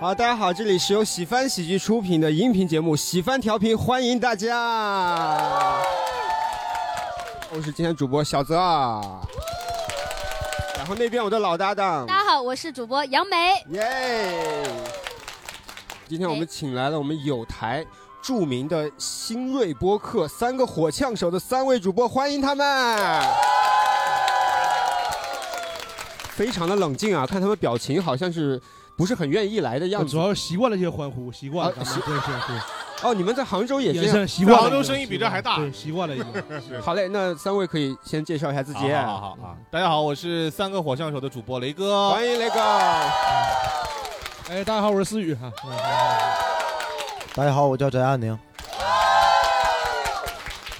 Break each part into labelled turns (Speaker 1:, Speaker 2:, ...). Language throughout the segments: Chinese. Speaker 1: 好，大家好，这里是由喜翻喜剧出品的音频节目《喜翻调频》，欢迎大家。我是今天主播小泽啊，然后那边我的老搭档，
Speaker 2: 大家好，我是主播杨梅。
Speaker 1: 耶！今天我们请来了我们有台著名的新锐播客三个火枪手的三位主播，欢迎他们。非常的冷静啊，看他们表情好像是不是很愿意来的样子。
Speaker 3: 主要是习惯了这些欢呼，习惯了，
Speaker 1: 啊习
Speaker 3: 对对
Speaker 1: 哦，你们在杭州也
Speaker 3: 对，
Speaker 1: 这
Speaker 3: 也
Speaker 1: 样
Speaker 3: 是习惯了。
Speaker 4: 杭州生意比这还大
Speaker 3: 对，习惯了已经。
Speaker 1: 好嘞，那三位可以先介绍一下自己。哎
Speaker 4: 好好好好好，大家好，我是三个火枪手的主播雷哥。
Speaker 1: 欢迎雷哥。
Speaker 3: 哎，大家好，我是思雨哈。
Speaker 1: 嗯
Speaker 5: 大哎家好，我叫翟亚宁。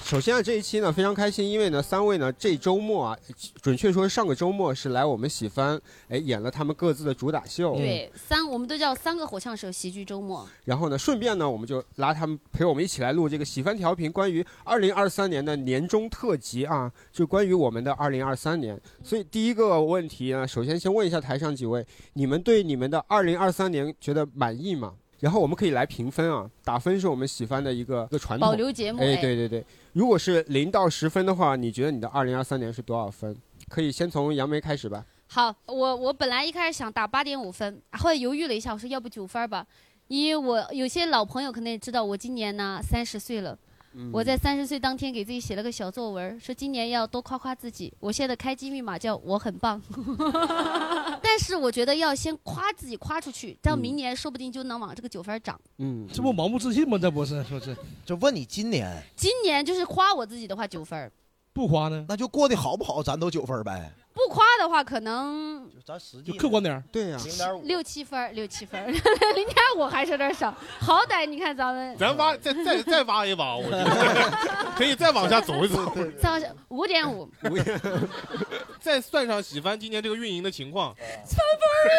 Speaker 1: 首先啊，这一期呢非 常开心，因为呢三位呢这周末啊，准确说是上个周末是来我们喜番哎演了他们各自的主打秀，，
Speaker 2: 对，三我们都叫三个火枪手喜剧周末。
Speaker 1: 然后呢顺便呢我们就拉他们陪我们一起来录这个喜番调频关于二零二三年的年终特辑啊，就关于我们的二零二三年。所以第一个问题呢，首先先问一下台上几位，你们对你们的二零二三年觉得满意吗？然后我们可以来评分啊，打分是我们喜番的一个一个传统
Speaker 2: 保。留节目，
Speaker 1: 哎，对对对，如果是零到十分的话，你觉得你的二零二三年是多少分？可以先从杨梅开始吧。
Speaker 2: 好，我我本来一开始想打八点五分，啊后来犹豫了一下，我说要不九分吧，因为我有些老朋友可能也知道，我今年呢三十岁了，
Speaker 1: 嗯
Speaker 2: 我在三十岁当天给自己写了个小作文，说今年要多夸夸自己。我现在的开机密码叫我很棒，但是我觉得要先夸自己夸出去，这样明年说不定就能往这个九分涨。
Speaker 1: 嗯，
Speaker 3: 这不盲目自信吗？这不是说是
Speaker 5: 就问你今年，
Speaker 2: 今年就是夸我自己的话九分，
Speaker 3: 不花呢，
Speaker 5: 那就过得好不好，咱都九分呗。
Speaker 2: 不夸的话可能
Speaker 5: 就咱实际
Speaker 3: 就客观点儿
Speaker 1: 对呀、
Speaker 5: 零点五
Speaker 2: 六七分儿，六七分儿， 零点五还是有点少。好歹你看咱们
Speaker 4: 咱挖再 再再挖一挖，我觉得 可以再往下走一走，
Speaker 2: 上五点五，
Speaker 4: 再算上喜番今年这个运营的情况，
Speaker 2: 三分儿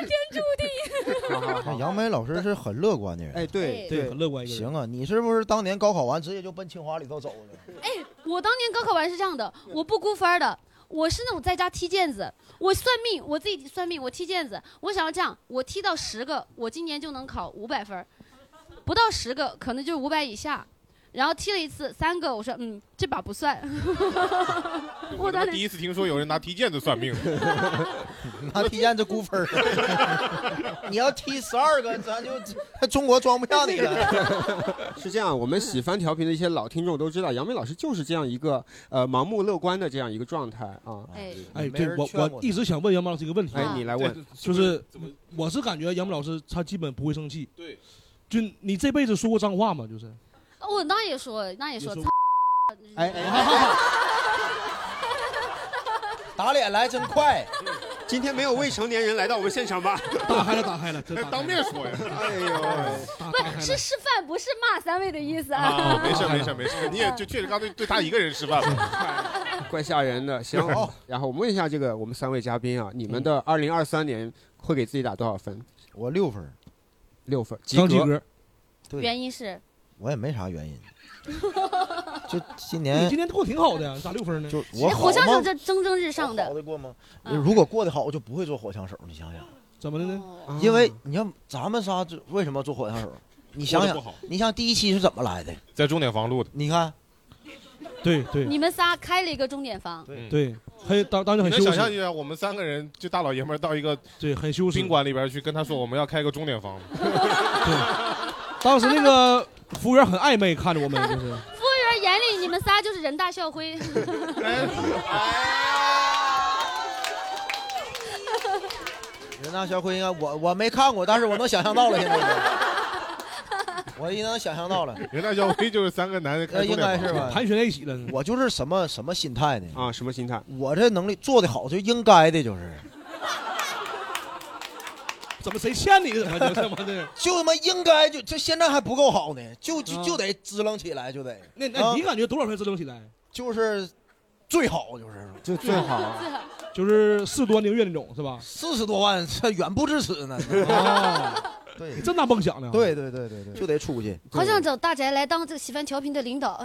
Speaker 2: 天注定。
Speaker 1: 好好 好
Speaker 5: 杨梅老师是很乐观的人。
Speaker 1: 哎，对
Speaker 2: 对
Speaker 3: 对，很乐观一个人。
Speaker 5: 行啊，你是不是当年高考完直接就奔清华里头走 了？
Speaker 2: 哎我当年高考完是这样的，我不估分儿的，我是那种在家踢毽子，我算命，我自己算命，我踢毽子，我想要这样，我踢到十个，我今年就能考五百分儿，不到十个可能就是五百以下。然后踢了一次三个，我说嗯，这把不算。 我
Speaker 4: 我他
Speaker 2: 当
Speaker 4: 妈第
Speaker 2: 时
Speaker 4: 一次听说有人拿踢毽子 算命，
Speaker 5: 拿踢毽子估分儿你要踢十二个，咱就中国装不下你了。
Speaker 1: 是这样。我们喜番调频的一些老听众都知道，杨梅老师就是这样一个呃盲目乐观的这样一个状态啊。
Speaker 2: 哎
Speaker 3: 哎，
Speaker 5: 没
Speaker 3: 对
Speaker 5: 人
Speaker 3: 我
Speaker 5: 劝
Speaker 3: 我一直想问杨梅老师一个问题，
Speaker 1: 哎，
Speaker 2: 啊
Speaker 1: 你来问，
Speaker 3: 就是
Speaker 4: 怎么
Speaker 3: 我是感觉杨梅老师他基本不会生气。
Speaker 4: 对，
Speaker 3: 就你这辈子说过脏话吗？就是
Speaker 2: 哦我那也说，那也说
Speaker 3: 也，说
Speaker 2: 操
Speaker 1: 哎哎哎，
Speaker 5: 打脸来真 快，
Speaker 1: 今天没有未成年人来到我们现场吧？
Speaker 3: 打开了，打开了，这打开了
Speaker 4: 当面说呀？
Speaker 1: 哎呦，
Speaker 3: 打
Speaker 2: 不
Speaker 3: 打开
Speaker 2: 是是
Speaker 3: 了。
Speaker 2: 示范，不是骂三位的意思
Speaker 4: 啊，
Speaker 2: 啊。
Speaker 4: 没事没事没事，你也就确实刚才对他一个人示 范了。
Speaker 1: 怪吓人的。行，然后我们问一下这个我们三位嘉宾啊，你们
Speaker 3: 嗯
Speaker 1: 的二零二三年会给自己打多少分？
Speaker 5: 我六分儿，
Speaker 1: 六分，及
Speaker 3: 刚及
Speaker 1: 格。
Speaker 3: 格，
Speaker 5: 对
Speaker 2: 原因是
Speaker 5: 我也没啥原 因。就今
Speaker 3: 你
Speaker 5: 年
Speaker 3: 今天过得挺好的呀，你咋六分呢？
Speaker 5: 就我
Speaker 2: 哎
Speaker 5: 好
Speaker 2: 火枪手
Speaker 5: 吗？
Speaker 2: 这蒸蒸日上
Speaker 5: 我好
Speaker 2: 的，
Speaker 5: 得过吗？
Speaker 2: 嗯
Speaker 5: 如果过得好，我就不会做火枪手。你想想，
Speaker 3: 怎么的呢？
Speaker 2: 哦
Speaker 5: 因为你看咱们仨这为什么做火枪手？你想
Speaker 4: 过得不
Speaker 5: 想，
Speaker 4: 好，
Speaker 5: 你想第一期是怎么来的？
Speaker 4: 在重点房录的，
Speaker 5: 你看，
Speaker 3: 对对
Speaker 2: 你们仨开了一个钟点房，
Speaker 3: 对，很当当时很
Speaker 4: 你能
Speaker 3: 羞
Speaker 4: 想象
Speaker 3: 耻，
Speaker 4: 一下，我们三个人就大老爷们儿到一个
Speaker 3: 对，很羞耻
Speaker 4: 宾。馆里边去跟他说我们要开个钟点房吗，
Speaker 3: 当时那 个服务员很暧昧看着我们，就是
Speaker 2: 服务员眼里你们仨就是人大校徽，
Speaker 5: 哎人大校徽应该我我没看过，但是我能想象到了，现在我已经能想象到了，
Speaker 4: 人大校徽就是三个男的
Speaker 5: 那
Speaker 4: 开
Speaker 5: 应
Speaker 4: 钟
Speaker 5: 该
Speaker 4: 点
Speaker 5: 是
Speaker 4: 房。
Speaker 5: 吧？
Speaker 3: 盘旋在一起了。
Speaker 5: 我就是什么什么心态呢？
Speaker 1: 啊，什么心态？
Speaker 5: 我这能力做得好就应该的，就是
Speaker 3: 怎么谁欠你怎么就他妈的？
Speaker 5: 就他妈应该就这现在还不够好呢，就就
Speaker 3: 啊
Speaker 5: 就得支棱起来，就得
Speaker 3: 那
Speaker 5: 啊
Speaker 3: 那你感觉多少分支棱起来？
Speaker 5: 就是最好就是
Speaker 1: 就最好。
Speaker 3: 就是事多宁愿那种是吧？
Speaker 5: 四十多万， 这远不止此呢。
Speaker 3: 哦，
Speaker 5: 啊对
Speaker 3: 你真当梦想呢？，
Speaker 5: 对对对对对，就得出去。
Speaker 2: 好想找大宅来当这个喜欢调频的领 导。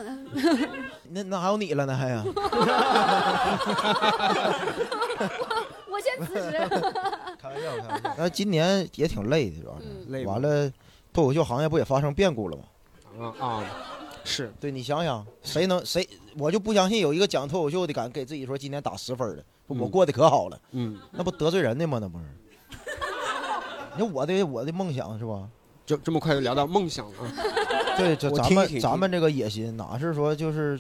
Speaker 5: 那那还有你了呢，还呀？
Speaker 2: 我我先辞 职。
Speaker 5: 开玩笑，开玩笑。但是今年也挺累的，主要是、
Speaker 1: 累吗
Speaker 5: 完了，脱口秀行业不也发生变故了吗？
Speaker 1: 啊啊，是
Speaker 5: 对你想想，谁能谁？我就不相信有一个讲脱口秀的敢给自己说今年打十分的，我过得可好了，
Speaker 1: 嗯，
Speaker 5: 那不得罪人的吗？那不是？那我的我的梦想是吧？
Speaker 1: 就这么快就聊到梦想了啊。
Speaker 5: 对，这
Speaker 1: 我
Speaker 5: 咱
Speaker 1: 听
Speaker 5: 们
Speaker 1: 一听
Speaker 5: 咱们这个野心哪是说就是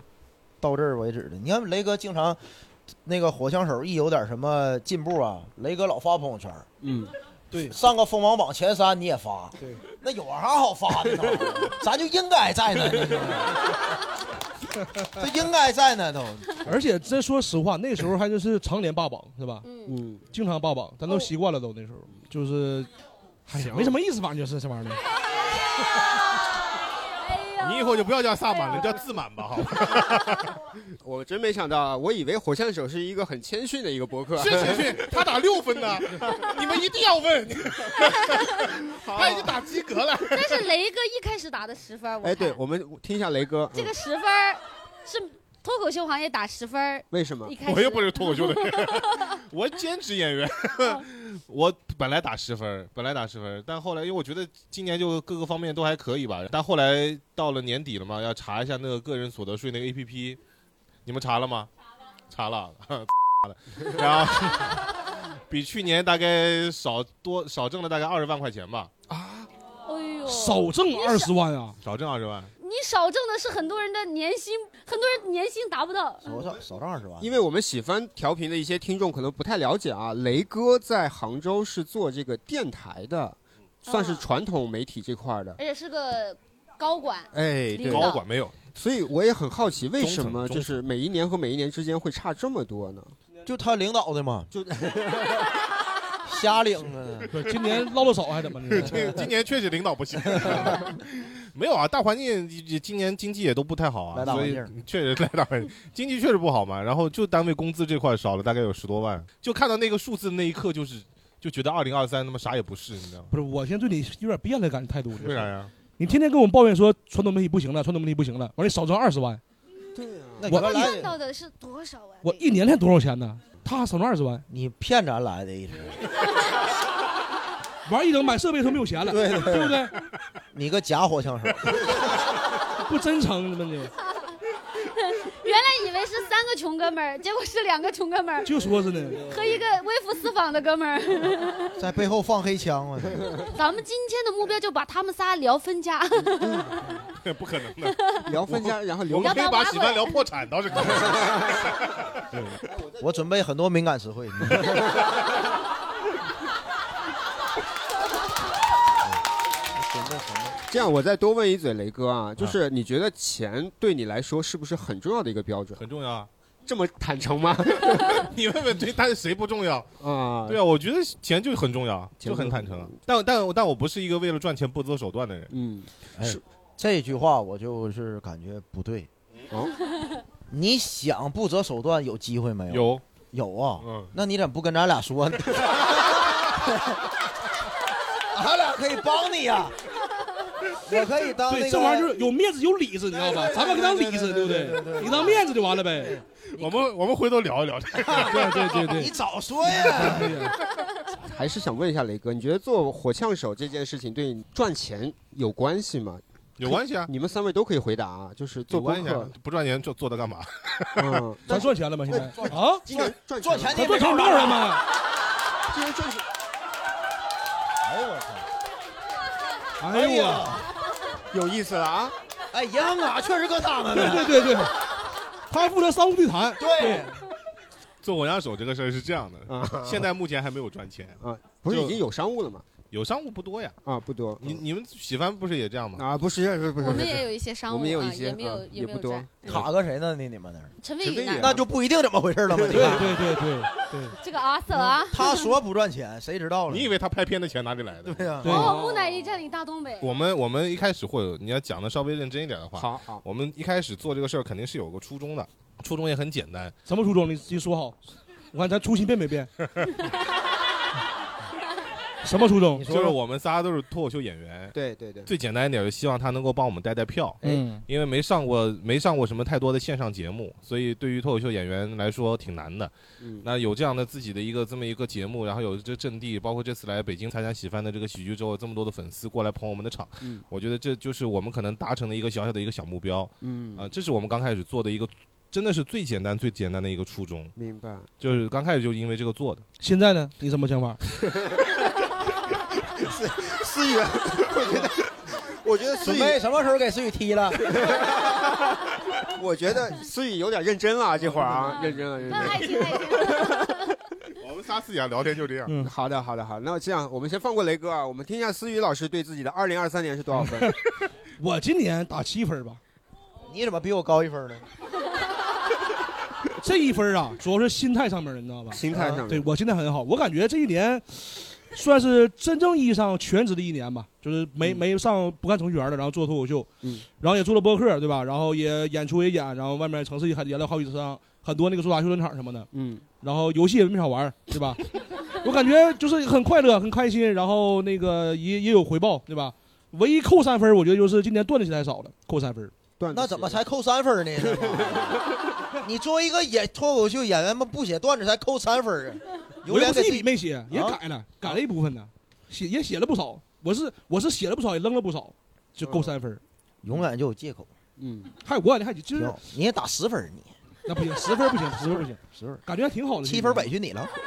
Speaker 5: 到这儿为止的？你看雷哥经常那个火枪手一有点什么进步啊，雷哥老发朋友圈，
Speaker 1: 嗯，
Speaker 3: 对
Speaker 5: 上个锋芒榜前三你也发，
Speaker 3: 对，
Speaker 5: 那有啥好发 的呢？ 咱就应该在那呢， 这应该在那都。
Speaker 3: 而且真说实话，那时候还真是常年霸榜，是吧？
Speaker 2: 嗯，
Speaker 1: 嗯，
Speaker 3: 经常霸榜，咱都习惯了，都那
Speaker 4: 哦
Speaker 3: 时候就是，哎呀，没什么意思，反正就是这玩意 儿。
Speaker 2: 哎呀，
Speaker 4: 你以后就不要叫萨满了，叫自满吧，好 吧？
Speaker 1: 我真没想到啊，我以为火枪手是一个很谦逊的一个博客。
Speaker 4: 是是是，他打六分呢，你们一定要 问，他已经打及格了。
Speaker 2: 但是雷哥一开始打的十分，我
Speaker 1: 哎，对，
Speaker 2: 看
Speaker 1: 我们听一下雷哥，
Speaker 2: 这个
Speaker 1: 嗯
Speaker 2: 十分儿是脱口秀行业打十分儿，
Speaker 1: 为什么
Speaker 2: 一？开始
Speaker 4: 我又不是脱口秀的 人，我兼职演员。
Speaker 2: 哦
Speaker 4: 我本来打十分，本来打十分，但后来因为我觉得今年就各个方面都还可以吧，但后来到了年底了嘛，要查一下那个个人所得税那个 A P P，你们查了吗？查了， 然后比去年大概少多少挣了大概二十万块钱吧，
Speaker 2: 哎呦，
Speaker 3: 少挣二十万啊！
Speaker 4: 少挣二十万。
Speaker 2: 你少挣的是很多人的年薪，很多人年薪达不到。
Speaker 5: 少上少上二十万，
Speaker 1: 因为我们喜欢调频的一些听众可能不太了解啊，雷哥在杭州是做这个电台的，算
Speaker 2: 嗯
Speaker 1: 是传统媒体这块儿的。
Speaker 2: 而且是个高管，
Speaker 1: 哎，
Speaker 2: 哎领
Speaker 1: 对，
Speaker 2: 导
Speaker 4: 高管没有，
Speaker 1: 所以我也很好奇，为什么
Speaker 4: 中层
Speaker 1: 就是每一年和每一年之间会差这么多呢？
Speaker 5: 就他领导的嘛，
Speaker 1: 就
Speaker 5: 瞎领啊。
Speaker 3: 对，今年捞的少还怎么的？
Speaker 4: 这今年确实领导 不行，没有啊，大环境今年经济也都不太好啊，
Speaker 5: 来大
Speaker 4: 所
Speaker 5: 环
Speaker 4: 以
Speaker 5: 境
Speaker 4: 确实来大环境， 经济确实不好嘛。然后就单位工资这块少了大概有十多万，就看到那个数字那一刻，就是就觉得二零二三他妈啥也不是，你知道吗？
Speaker 3: 不是，我现在对你有点变了，感觉态度。
Speaker 4: 为啥呀？
Speaker 3: 你天天跟我们抱怨说传统媒体不行了，传统媒体不行了，完了少挣二十万，
Speaker 1: 对啊，
Speaker 5: 那
Speaker 3: 我
Speaker 5: 原
Speaker 2: 赚
Speaker 5: 来
Speaker 2: 到的是多少啊？
Speaker 3: 我一年才多少钱呢？他少挣二十万，
Speaker 5: 你骗咱来的，一直
Speaker 3: 玩一整买设备都没有钱了，
Speaker 5: 对对对
Speaker 3: 不对？
Speaker 5: 你个假火枪手，
Speaker 3: 不真诚，真的
Speaker 2: 原来以为是三个穷哥们儿，结果是两个穷哥们儿
Speaker 3: 就说是呢，
Speaker 2: 和一个微服私访的哥们儿。
Speaker 5: 在背后放黑枪，啊我操！
Speaker 2: 咱们今天的目标就把他们仨聊分家，
Speaker 4: 不可能的，
Speaker 1: 聊分家，然后
Speaker 4: 我
Speaker 1: 留
Speaker 4: 们可以
Speaker 2: 要不要
Speaker 4: 把
Speaker 2: 挖
Speaker 4: 喜
Speaker 2: 过
Speaker 4: 欢
Speaker 2: 来
Speaker 4: 聊破产倒是可以。
Speaker 5: 我准备很多敏感词汇。
Speaker 1: 这样，我再多问一嘴，雷哥啊，就是你觉得钱对你来说是不是很重要的一个标准？
Speaker 4: 很重要啊，
Speaker 1: 这么坦诚吗？
Speaker 4: 你问问对，但是谁不重要？
Speaker 1: 啊，
Speaker 4: 对啊，我觉得钱就很重要，
Speaker 1: 钱
Speaker 4: 就很
Speaker 1: 就
Speaker 4: 坦诚。 啊但但但我不是一个为了赚钱不择手段的人。
Speaker 1: 嗯，
Speaker 5: 哎这句话我就是感觉不对。
Speaker 1: 哦，
Speaker 5: 你想不择手段有机会没有？
Speaker 4: 有，
Speaker 5: 有啊，
Speaker 4: 嗯
Speaker 5: 那你咋不跟咱俩说呢？俺俩可以帮你呀、啊嗯 我可以当那
Speaker 3: 对，
Speaker 5: 个。
Speaker 3: 这玩意儿就是有面子有里子，你知道吧？咱们给当里子，对
Speaker 5: 对对
Speaker 3: 不
Speaker 5: 对对
Speaker 3: 对？ 你当面子就完了呗。
Speaker 4: 我们我们回头聊一聊这个。
Speaker 3: 对对 对
Speaker 5: 你
Speaker 3: 对
Speaker 5: 早说呀！
Speaker 3: 对呀，
Speaker 1: 还是想问一下雷哥，你觉得做火枪手这件事情对你赚钱有关系吗？
Speaker 4: 有关系啊，
Speaker 1: 你们三位都可以回答啊，就是做
Speaker 4: 有关
Speaker 1: 功
Speaker 4: 系啊
Speaker 1: 课，，
Speaker 4: 不赚钱做做它干嘛？
Speaker 1: 嗯，
Speaker 3: 咱赚钱了吗？现在啊，
Speaker 1: 今年赚
Speaker 5: 赚
Speaker 1: 钱
Speaker 5: 钱
Speaker 1: 了
Speaker 5: 你也
Speaker 3: 咱赚
Speaker 5: 没告诉
Speaker 3: 钱道了
Speaker 5: 我。
Speaker 3: 吗？
Speaker 5: 啊
Speaker 1: 今年赚钱，
Speaker 5: 哎呦我操！
Speaker 3: 哎呦我。
Speaker 4: 啊
Speaker 1: 有意思了啊！
Speaker 5: 哎，银行卡确实搁他们
Speaker 3: 对
Speaker 5: 呢。
Speaker 3: 对对对，他还负责商务对谈。
Speaker 5: 对，
Speaker 4: 做火枪手这个事儿是这样的，
Speaker 1: 啊
Speaker 4: 现在目前还没有赚钱，
Speaker 1: 啊，不是
Speaker 4: 就
Speaker 1: 已经有商务了吗？
Speaker 4: 有商务不多呀。
Speaker 1: 啊，不多，
Speaker 4: 你你们喜欢不是也这样吗？
Speaker 1: 啊，不是不是不是，
Speaker 2: 我们也
Speaker 1: 有，
Speaker 2: 有一些商务，
Speaker 1: 我们也有
Speaker 2: 啊
Speaker 1: 一些，
Speaker 2: 也没有
Speaker 1: 啊
Speaker 2: 也没
Speaker 1: 不
Speaker 2: 有
Speaker 1: 多
Speaker 2: 赚。，
Speaker 5: 卡搁谁呢？那你们那儿
Speaker 2: 陈
Speaker 1: 陈
Speaker 2: 飞
Speaker 1: 飞
Speaker 2: 宇
Speaker 1: 宇
Speaker 2: 呢？
Speaker 5: 那就不一定怎么回事 了嘛。
Speaker 3: 对
Speaker 5: 吧
Speaker 3: 对对对对
Speaker 2: 这个阿瑟啊，
Speaker 5: 他说不赚钱，谁知 道了？
Speaker 4: 你以为他拍片的钱哪里来的？
Speaker 5: 对呀、
Speaker 3: 对。
Speaker 2: 哦，木乃伊占领大东北，
Speaker 4: 我们我们一开始会有，你要讲的稍微认真一点的话，
Speaker 1: 好好，
Speaker 4: 我们一开始做这个事儿肯定是有个初衷的，初衷也很简单，
Speaker 3: 什么 初衷？你你说好，我看咱初心变没变？什么初衷？
Speaker 4: 就是我们仨都是脱口秀演员，
Speaker 1: 对对哎对，
Speaker 4: 最简单一点，就希望他能够帮我们带带票。
Speaker 3: 嗯，
Speaker 4: 因为没上过没上过什么太多的线上节目，所以对于脱口秀演员来说挺难的。
Speaker 1: 嗯
Speaker 4: 那有这样的自己的一个这么一个节目，然后有这阵地，包括这次来北京参加喜翻的这个喜剧之后，这么多的粉丝过来捧我们的场，
Speaker 1: 嗯
Speaker 4: 我觉得这就是我们可能达成的一个小小的一个小目标
Speaker 1: 嗯
Speaker 4: 啊、这是我们刚开始做的一个，真的是最简单最简单的一个初衷，
Speaker 1: 明白。
Speaker 4: 就是刚开始就因为这个做的。
Speaker 3: 现在呢？你什么想法？
Speaker 1: 思雨，我觉得，我觉得思
Speaker 5: 准
Speaker 1: 雨，
Speaker 5: 备什么时候给思雨踢了？
Speaker 1: 我觉得思雨有点认真了，这会儿 啊，认真了，认
Speaker 2: 那
Speaker 1: 真了。
Speaker 2: 爱情爱情，
Speaker 4: 我们仨私底下聊天就这样
Speaker 3: 嗯，
Speaker 1: 好的，好的，好。那这样，我们先放过雷哥啊，我们听一下思雨老师对自己的二零二三年是多少分？
Speaker 3: 我今年打七分吧，
Speaker 5: 你怎么比我高一分呢？
Speaker 3: 这一分啊，主要是心态上面的，你知道吧？啊
Speaker 1: 心态上
Speaker 3: 对
Speaker 1: 面，
Speaker 3: 我心态很好，我感觉这一年算是真正意义上全职的一年吧，就是没、
Speaker 1: 嗯
Speaker 3: 没上不干程序员的，然后做脱口秀，
Speaker 1: 嗯
Speaker 3: 然后也做了播客，对吧？然后也演出也演，然后外面城市也还演了好几场，很多那个驻打修真场什么的，
Speaker 1: 嗯
Speaker 3: 然后游戏也没少玩，对吧？ 我感觉就是很快乐，很开心，然后那个也也有回报，对吧？唯一扣三分，我觉得就是今年段子戏太少了，扣三分。
Speaker 1: 段子
Speaker 5: 那
Speaker 1: 写
Speaker 5: 怎么才扣三分呢？这玩意 儿你作为一个演脱口秀演员嘛，不写段子才扣三分啊！有
Speaker 3: 我也
Speaker 5: 脸
Speaker 3: 不
Speaker 5: 给自
Speaker 3: 是一
Speaker 5: 己啊
Speaker 3: 笔没写，也改
Speaker 1: 啊
Speaker 3: 了，改了一部分呢，写也写了不少。我是我是写了不少，也扔了不少，就够三分。
Speaker 5: 永远就有借口。
Speaker 1: 嗯
Speaker 3: 还有我感觉还就
Speaker 5: 挺
Speaker 3: 是
Speaker 5: 好你也打十分儿，你
Speaker 3: 那不行，十分不行，十分不行，
Speaker 5: 十分儿
Speaker 3: 感觉还挺好的。
Speaker 5: 七分儿委屈 你了。哎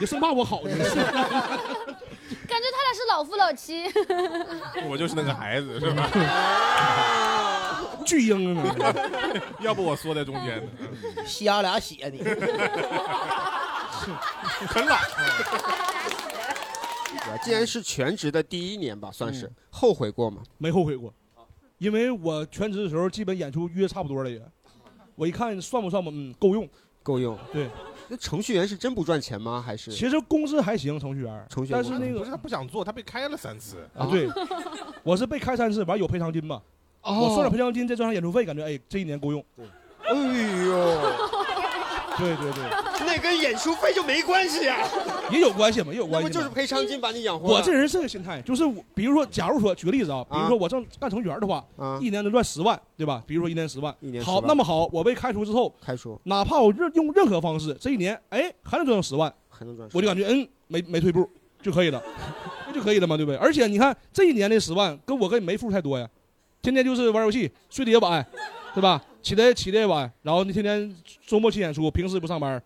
Speaker 3: 你生怕我好，真是。
Speaker 2: 感觉他俩是老夫老妻。
Speaker 4: 我就是那个孩子，是吧？
Speaker 3: 巨婴啊！
Speaker 4: 要不我缩在中间呢，
Speaker 5: 瞎俩血你，
Speaker 4: 很懒。
Speaker 1: 我既然是全职的第一年吧，算
Speaker 3: 嗯
Speaker 1: 是后悔过 吗？
Speaker 3: 没后悔过，
Speaker 1: 啊
Speaker 3: 因为我全职的时候基本演出约差不多了也。我一看算不算吧，嗯，够用。
Speaker 1: 够用。
Speaker 3: 对，
Speaker 1: 那程序员是真不赚钱吗？还是
Speaker 3: 其实工资还行，程序员，
Speaker 1: 程序员
Speaker 3: 但是那
Speaker 4: 不
Speaker 3: 个
Speaker 4: 是他不想做，他被开了三次。
Speaker 3: 啊， 对，我是被开三次，完有赔偿金吧，
Speaker 1: 哦
Speaker 3: 我算了赔偿金，再加上演出费，感觉哎，这一年够用。
Speaker 1: 哎呦，
Speaker 3: 对对对，
Speaker 1: 那跟演出费就没关系啊，
Speaker 3: 也有关系嘛，也有
Speaker 1: 那
Speaker 3: 关
Speaker 1: 不
Speaker 3: 系嘛。
Speaker 1: 就是赔偿金把你养活了？
Speaker 3: 我这人是个心态，就是我，比如说，假如说举个例子啊，比如说我正干程序员的话，
Speaker 1: 啊，
Speaker 3: 一年能赚十万，对吧？比如说一年十万，
Speaker 1: 一年
Speaker 3: 好，那么好，我被开除之后，
Speaker 1: 开除
Speaker 3: 哪怕我任用任何方式，这一年哎还能赚到十万，
Speaker 1: 还能赚10，
Speaker 3: 我就感觉嗯没没退步就可以了， 那就可以了嘛，对不对？而且你看这一年的十万跟我跟你没付太多呀，天天就是玩游戏，睡得也晚，对吧？起得起得也晚，然后你天天周末去演出，平时不上班，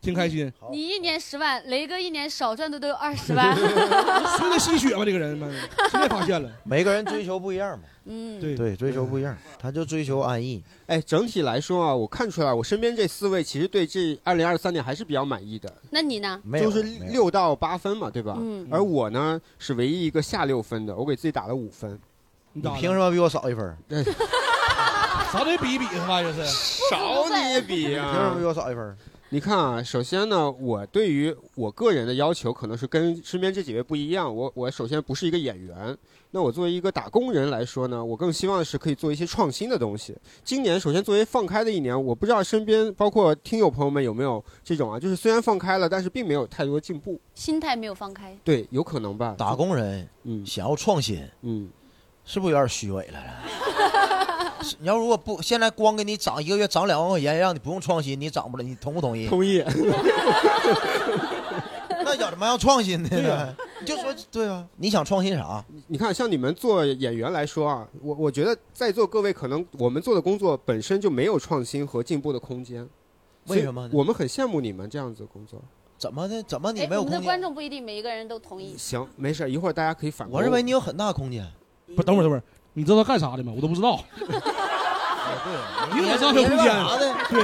Speaker 3: 挺开心，
Speaker 2: 你一年十万，雷哥一年少赚的都有二十万。
Speaker 3: 睡得吸血嘛，这个 人嘛，现在发现了，
Speaker 5: 每个人追求不一样嘛。
Speaker 2: 嗯，
Speaker 3: 对
Speaker 5: 对，追求不一样，他就追求安逸。
Speaker 1: 哎，整体来说啊，我看出来，我身边这四位其实对这二零二三年还是比较满意的，
Speaker 2: 那你呢？
Speaker 5: 没有
Speaker 1: 就是
Speaker 5: 没有
Speaker 1: 六到八分嘛，对吧？
Speaker 2: 嗯
Speaker 1: 而我呢是唯一一个下六分的，我给自己打了五分。
Speaker 3: 你
Speaker 5: 你
Speaker 3: 咋的
Speaker 5: 凭什么比我少一分 儿？
Speaker 3: 啥都得比一比是吧？就是
Speaker 1: 少你比
Speaker 5: 凭什
Speaker 3: 啊
Speaker 5: 么比！我啊少一分儿？
Speaker 1: 你看啊，首先呢，我对于我个人的要求可能是跟身边这几位不一样。我我首先不是一个演员，那我作为一个打工人来说呢，我更希望是可以做一些创新的东西。今年首先作为放开的一年，我不知道身边包括听友朋友们有没有这种啊，就是虽然放开了，但是并没有太多进步。
Speaker 2: 心态没有放开。
Speaker 1: 对，有可能吧。
Speaker 5: 打工人
Speaker 1: 嗯
Speaker 5: 想要创新，
Speaker 1: 嗯，
Speaker 5: 是不是有点虚伪了？ 是你要如果不现在光给你涨一个月涨两万块钱，让你不用创新，你涨不了，你同不同意？
Speaker 1: 同意。
Speaker 5: 那有什么要创新的
Speaker 3: 对
Speaker 5: 呢
Speaker 3: 呀？
Speaker 5: 你 就说对啊，你想创新啥？
Speaker 1: 你看，像你们做演员来说啊，我我觉得在座各位可能我们做的工作本身就没有创新和进步的空间。
Speaker 5: 为什么呢
Speaker 1: 所以我们很羡慕你们这样子的工作。
Speaker 5: 怎么的？怎么你
Speaker 2: 哎，
Speaker 5: 没有
Speaker 2: 我们的
Speaker 5: 空
Speaker 2: 观
Speaker 5: 间？
Speaker 2: 众不一定每一个人都同意。
Speaker 1: 行，没事儿，一会儿大家可以反驳。
Speaker 5: 我认为你有很大空间。
Speaker 3: 不等会儿等会儿，你知道他干啥的吗？我都不 知道，你怎么知道他
Speaker 5: 你
Speaker 3: 有
Speaker 5: 是
Speaker 3: 空
Speaker 5: 干
Speaker 3: 间？
Speaker 5: 啥的？
Speaker 3: 对，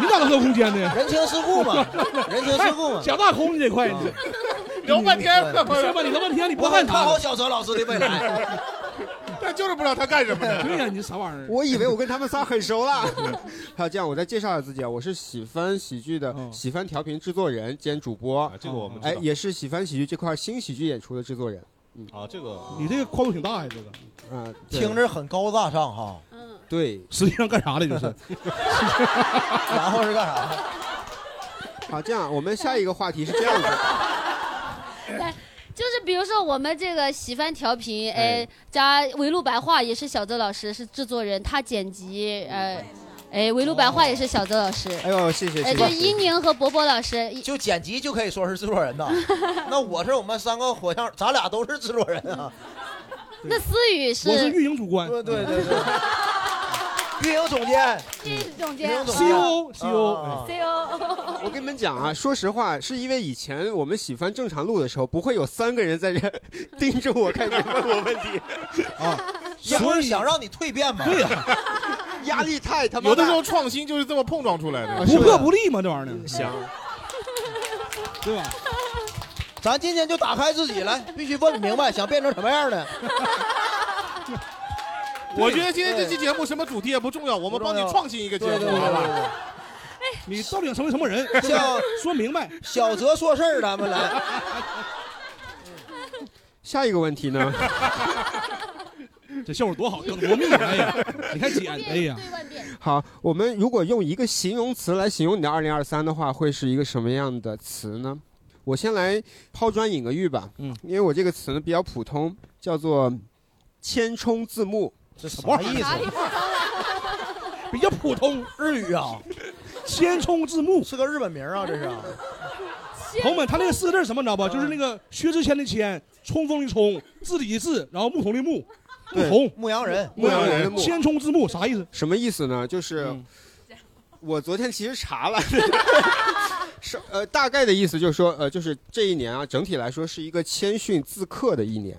Speaker 3: 你咋知道他有空间呢？
Speaker 5: 人情世故嘛， 人情世故嘛。
Speaker 3: 讲大空你这块，你
Speaker 4: 聊半天，
Speaker 3: 这吧？你他半天你不
Speaker 5: 我很
Speaker 3: 干
Speaker 5: 看
Speaker 3: 啥
Speaker 5: 好
Speaker 3: 呢？
Speaker 5: 小哲老师的未来。
Speaker 4: 但就是不知道他干什么呢。
Speaker 3: 对呀，你这啥玩意儿？
Speaker 1: 我以为我跟他们仨很熟了。 好，这样我再介绍一下自己啊，我是喜翻喜剧的
Speaker 3: 嗯
Speaker 1: 喜翻调频制作人兼主播，
Speaker 4: 啊这个我们知
Speaker 1: 哎，
Speaker 4: 道。
Speaker 1: 也是喜翻喜剧这块新喜剧演出的制作人。
Speaker 4: 啊，这个
Speaker 3: 你这个宽度挺大呀，这个
Speaker 1: 啊、对
Speaker 5: 听着很高大上哈，
Speaker 2: 嗯，
Speaker 1: 对，
Speaker 3: 实际上干啥的就是，
Speaker 5: 然后是干啥 的？
Speaker 1: 好，这样我们下一个话题是这样子。
Speaker 2: 就比如说我们这个喜欢调频，
Speaker 1: 哎
Speaker 2: 哎，加围炉白话也是小泽老师是制作人，他剪辑，呃，哎，围炉白话也是小泽老师，
Speaker 1: 哎呦，谢谢，
Speaker 2: 哎，
Speaker 1: 谢
Speaker 2: 就
Speaker 1: 谢。
Speaker 2: 伊宁和博博老师，一
Speaker 5: 就剪辑就可以说是制作人呐。那我是我们三个火象，咱俩都是制作人啊。
Speaker 2: 那思雨是
Speaker 3: 我是运营主管
Speaker 5: 对对对对， 运营总监，
Speaker 2: 总
Speaker 5: 运营总监
Speaker 3: ，CEO CEO，
Speaker 5: 啊
Speaker 2: C O，
Speaker 1: 哎我跟你们讲啊，说实话，是因为以前我们喜欢正常录的时候，不会有三个人在这 盯着我看你问我问题，
Speaker 3: 啊
Speaker 5: 要不是想让你蜕
Speaker 4: 啊
Speaker 5: 变嘛。
Speaker 3: 对呀，
Speaker 1: 压力太他妈
Speaker 4: 有的
Speaker 1: 大
Speaker 4: 时候创新就是这么碰撞出来的。
Speaker 3: 啊不破不立嘛，这玩意
Speaker 5: 嗯
Speaker 3: 儿，
Speaker 1: 行，
Speaker 3: 对吧？
Speaker 5: 咱今天就打开自己来，必须问明白想变成什么样的。
Speaker 4: 我觉得今天这期节目什么主题也不重要，我们帮你创新一个节
Speaker 5: 对对
Speaker 4: 目，
Speaker 5: 对
Speaker 4: 好吧？
Speaker 5: 对
Speaker 3: 你到底想成为什 么人？
Speaker 5: 对，像
Speaker 3: 说明白。
Speaker 5: 小泽说事儿，咱们来。
Speaker 1: 下一个问题呢？
Speaker 3: 这效果多好，梗多密啊！哎 呀，你看姐，哎呀，
Speaker 2: 对万变，
Speaker 1: 好，我们如果用一个形容词来形容你的二零二三的话，会是一个什么样的词呢？我先来抛砖引个玉吧，
Speaker 3: 嗯，
Speaker 1: 因为我这个词呢比较普通，叫做千冲字幕。
Speaker 5: 这什么意
Speaker 2: 哪里
Speaker 5: 思？
Speaker 2: 不脏了？
Speaker 3: 比较普通，
Speaker 5: 日语 啊，
Speaker 3: 先冲字幕。
Speaker 5: 是个日本名啊，这是啊。
Speaker 3: 朋友们， 他那个四个字是什么，你
Speaker 5: 嗯
Speaker 3: 知道吧？就是那个薛之谦的谦，冲锋的冲，字的字，然后牧童的牧，牧童，
Speaker 5: 牧羊人，
Speaker 1: 牧羊人的牧
Speaker 3: 先冲字幕啥意思？
Speaker 1: 什么意思呢？就是、
Speaker 3: 嗯
Speaker 1: 我昨天其实查了， 是呃，大概的意思就是说，呃，就是这一年啊，整体来说是一个谦逊自克的一年，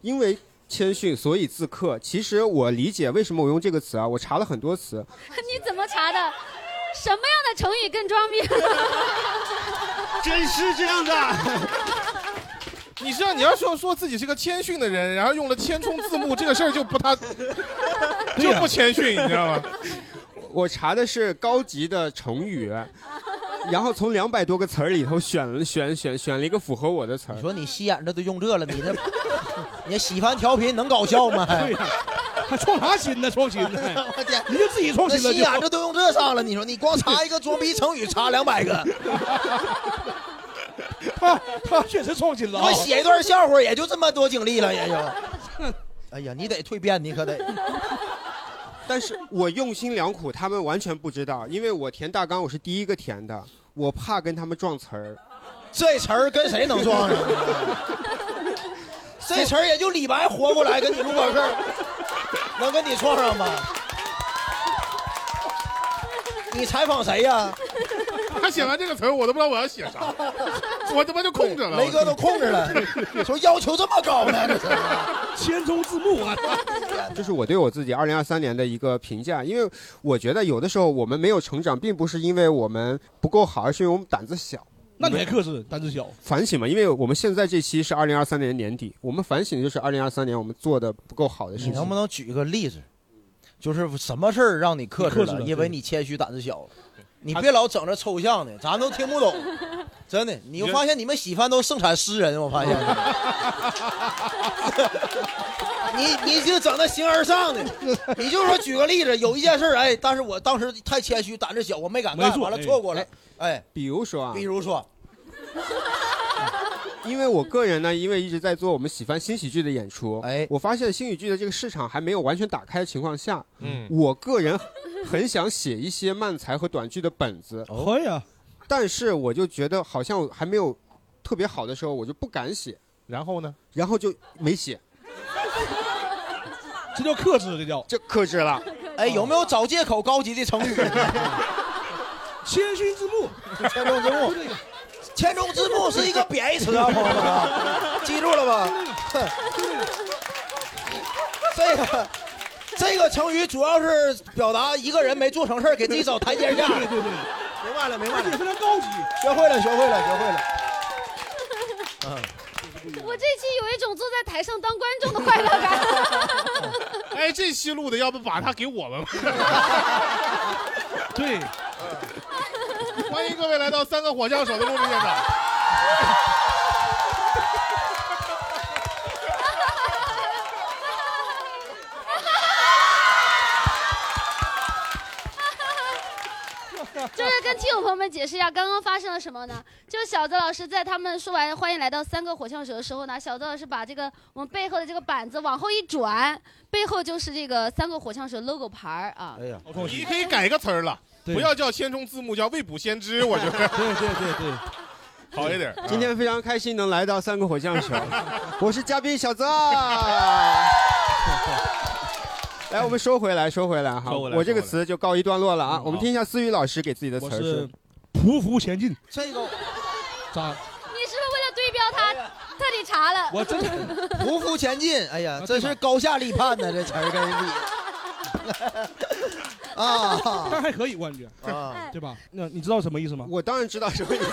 Speaker 1: 因为谦逊，所以自克。其实我理解为什么我用这个词啊，我查了很多词，
Speaker 2: 你怎么查的？什么样的成语更装逼？
Speaker 1: 真是这样的。
Speaker 4: 你知道你要说说自己是个谦逊的人，然后用了谦冲字幕，这个事儿就不他就不谦逊，你知道吗？
Speaker 1: 我查的是高级的成语，然后从两百多个词儿里头选了选选选了一个符合我的词
Speaker 5: 你
Speaker 1: 儿。
Speaker 5: 说你吸眼这都用这了，你这你喜欢调皮能搞笑吗？
Speaker 3: 对呀，还创啥新呢？创新呢？
Speaker 5: 我天，
Speaker 3: 你就自己创
Speaker 5: 那
Speaker 3: 新了
Speaker 5: 心眼
Speaker 3: 就。
Speaker 5: 这都用这上了，你说你光查一个装逼成语查两百个，
Speaker 3: 他他确实创新了啊
Speaker 5: 我！写一段笑话也就这么多精力了，也就。哎呀，你得蜕变，你可得。
Speaker 1: 但是我用心良苦，他们完全不知道，因为我填大纲我是第一个填的，我怕跟他们撞词儿。
Speaker 5: 这词儿跟 谁能撞上？这词儿也就李白活过来跟你录个事 儿，能跟你撞上吗？你采访谁呀？
Speaker 4: 他写完这个词儿，我都不知道我要写啥， 我他妈就空着了。
Speaker 5: 雷哥都控制了， 说要求这么高呢？这是
Speaker 3: 先冲字幕啊！
Speaker 1: 这是我对我自己二零二三年的一个评价，因为我觉得有的时候我们没有成长，并不是因为我们不够好，而是因为我们胆子小。
Speaker 3: 那你还克制，胆子小。
Speaker 1: 反省嘛，因为我们现在这期是二零二三年年底，我们反省就是二零二三年我们做的不够好的事
Speaker 5: 你
Speaker 1: 情。
Speaker 5: 能不能举个例子？就是什么事儿让你克制
Speaker 3: 你克制
Speaker 5: 了？
Speaker 3: 了
Speaker 5: 因为你谦虚胆子小，你别老整这抽象的，咱都听不懂。真的，你我发现你们喜欢都盛产诗人，我发现。 你你就整那形而上的，你就说举个例子，有一件事儿，哎，但是我当时太谦虚，胆子小，我没敢
Speaker 3: 没
Speaker 5: 干，
Speaker 3: 做
Speaker 5: 完了
Speaker 3: 哎
Speaker 5: 错过了，哎，
Speaker 1: 比如说啊
Speaker 5: 比，如说，
Speaker 1: 因为我个人呢，因为一直在做我们喜欢新喜剧的演出，
Speaker 5: 哎
Speaker 1: 我发现新喜剧的这个市场还没有完全打开的情况下，
Speaker 4: 嗯，
Speaker 1: 我个人很想写一些漫才和短剧的本子，
Speaker 3: 可以啊，
Speaker 1: 但是我就觉得好像还没有特别好的时候，我就不敢写，
Speaker 4: 然后呢？
Speaker 1: 然后就没写，
Speaker 3: 这叫克制，这叫
Speaker 1: 就克制了。
Speaker 5: 哎，有没有找借口高级的成语？
Speaker 3: 谦虚字 幕。
Speaker 5: 千中之幕，千中之幕是一个贬义词 啊，朋友们啊，记住 了吧？ 哼这个这个成语主要是表达一个人没做成事儿，给自己找台阶下。
Speaker 3: 对对对，
Speaker 5: 明白了，明白
Speaker 3: 而且
Speaker 5: 了，
Speaker 3: 非常高级。
Speaker 5: 学会了，学会了，学会了。
Speaker 2: 我这期有一种坐在台上当观众的快乐感。
Speaker 4: 哎，这期录的，要不把它给我们吧？
Speaker 3: 对，
Speaker 4: 欢迎各位来到三个火枪手的录制现场。
Speaker 2: 就是跟听友朋友们们解释一下刚刚发生了什么呢？就是小泽老师在他们说完“欢迎来到三个火枪手”的时候呢，小泽老师把这个我们背后的这个板子往后一转，背后就是这个三个火枪手的 logo 牌儿啊。
Speaker 5: 哎呀，
Speaker 4: 你可以改个词儿了，不要叫先冲字幕，叫未卜先知，我觉得。
Speaker 3: 对对对对，
Speaker 4: 好一点。
Speaker 1: 今天非常开心能来到三个火枪 手，我是嘉宾小泽。来，我们说回来，说回来哈，
Speaker 4: 说回来嗯
Speaker 1: 我这个词就告一段落了啊。我们听一下思雨老师给自己的词
Speaker 3: 我
Speaker 1: 儿
Speaker 3: 是
Speaker 1: 是，
Speaker 3: 匍匐前进，
Speaker 5: 这个
Speaker 3: 咋？
Speaker 2: 你是不是为了对标
Speaker 4: 哎
Speaker 2: 他，特地查了？
Speaker 3: 我真
Speaker 5: 匍匐前进，哎呀，
Speaker 3: 啊
Speaker 5: 这
Speaker 3: 对
Speaker 5: 是
Speaker 3: 吧
Speaker 5: 高下立判呢，这词儿跟人比。啊
Speaker 3: 但还可以，我感觉，
Speaker 5: 啊！
Speaker 2: 哎
Speaker 3: 对吧？那你知道什么意思吗？
Speaker 1: 我当然知道什么意思，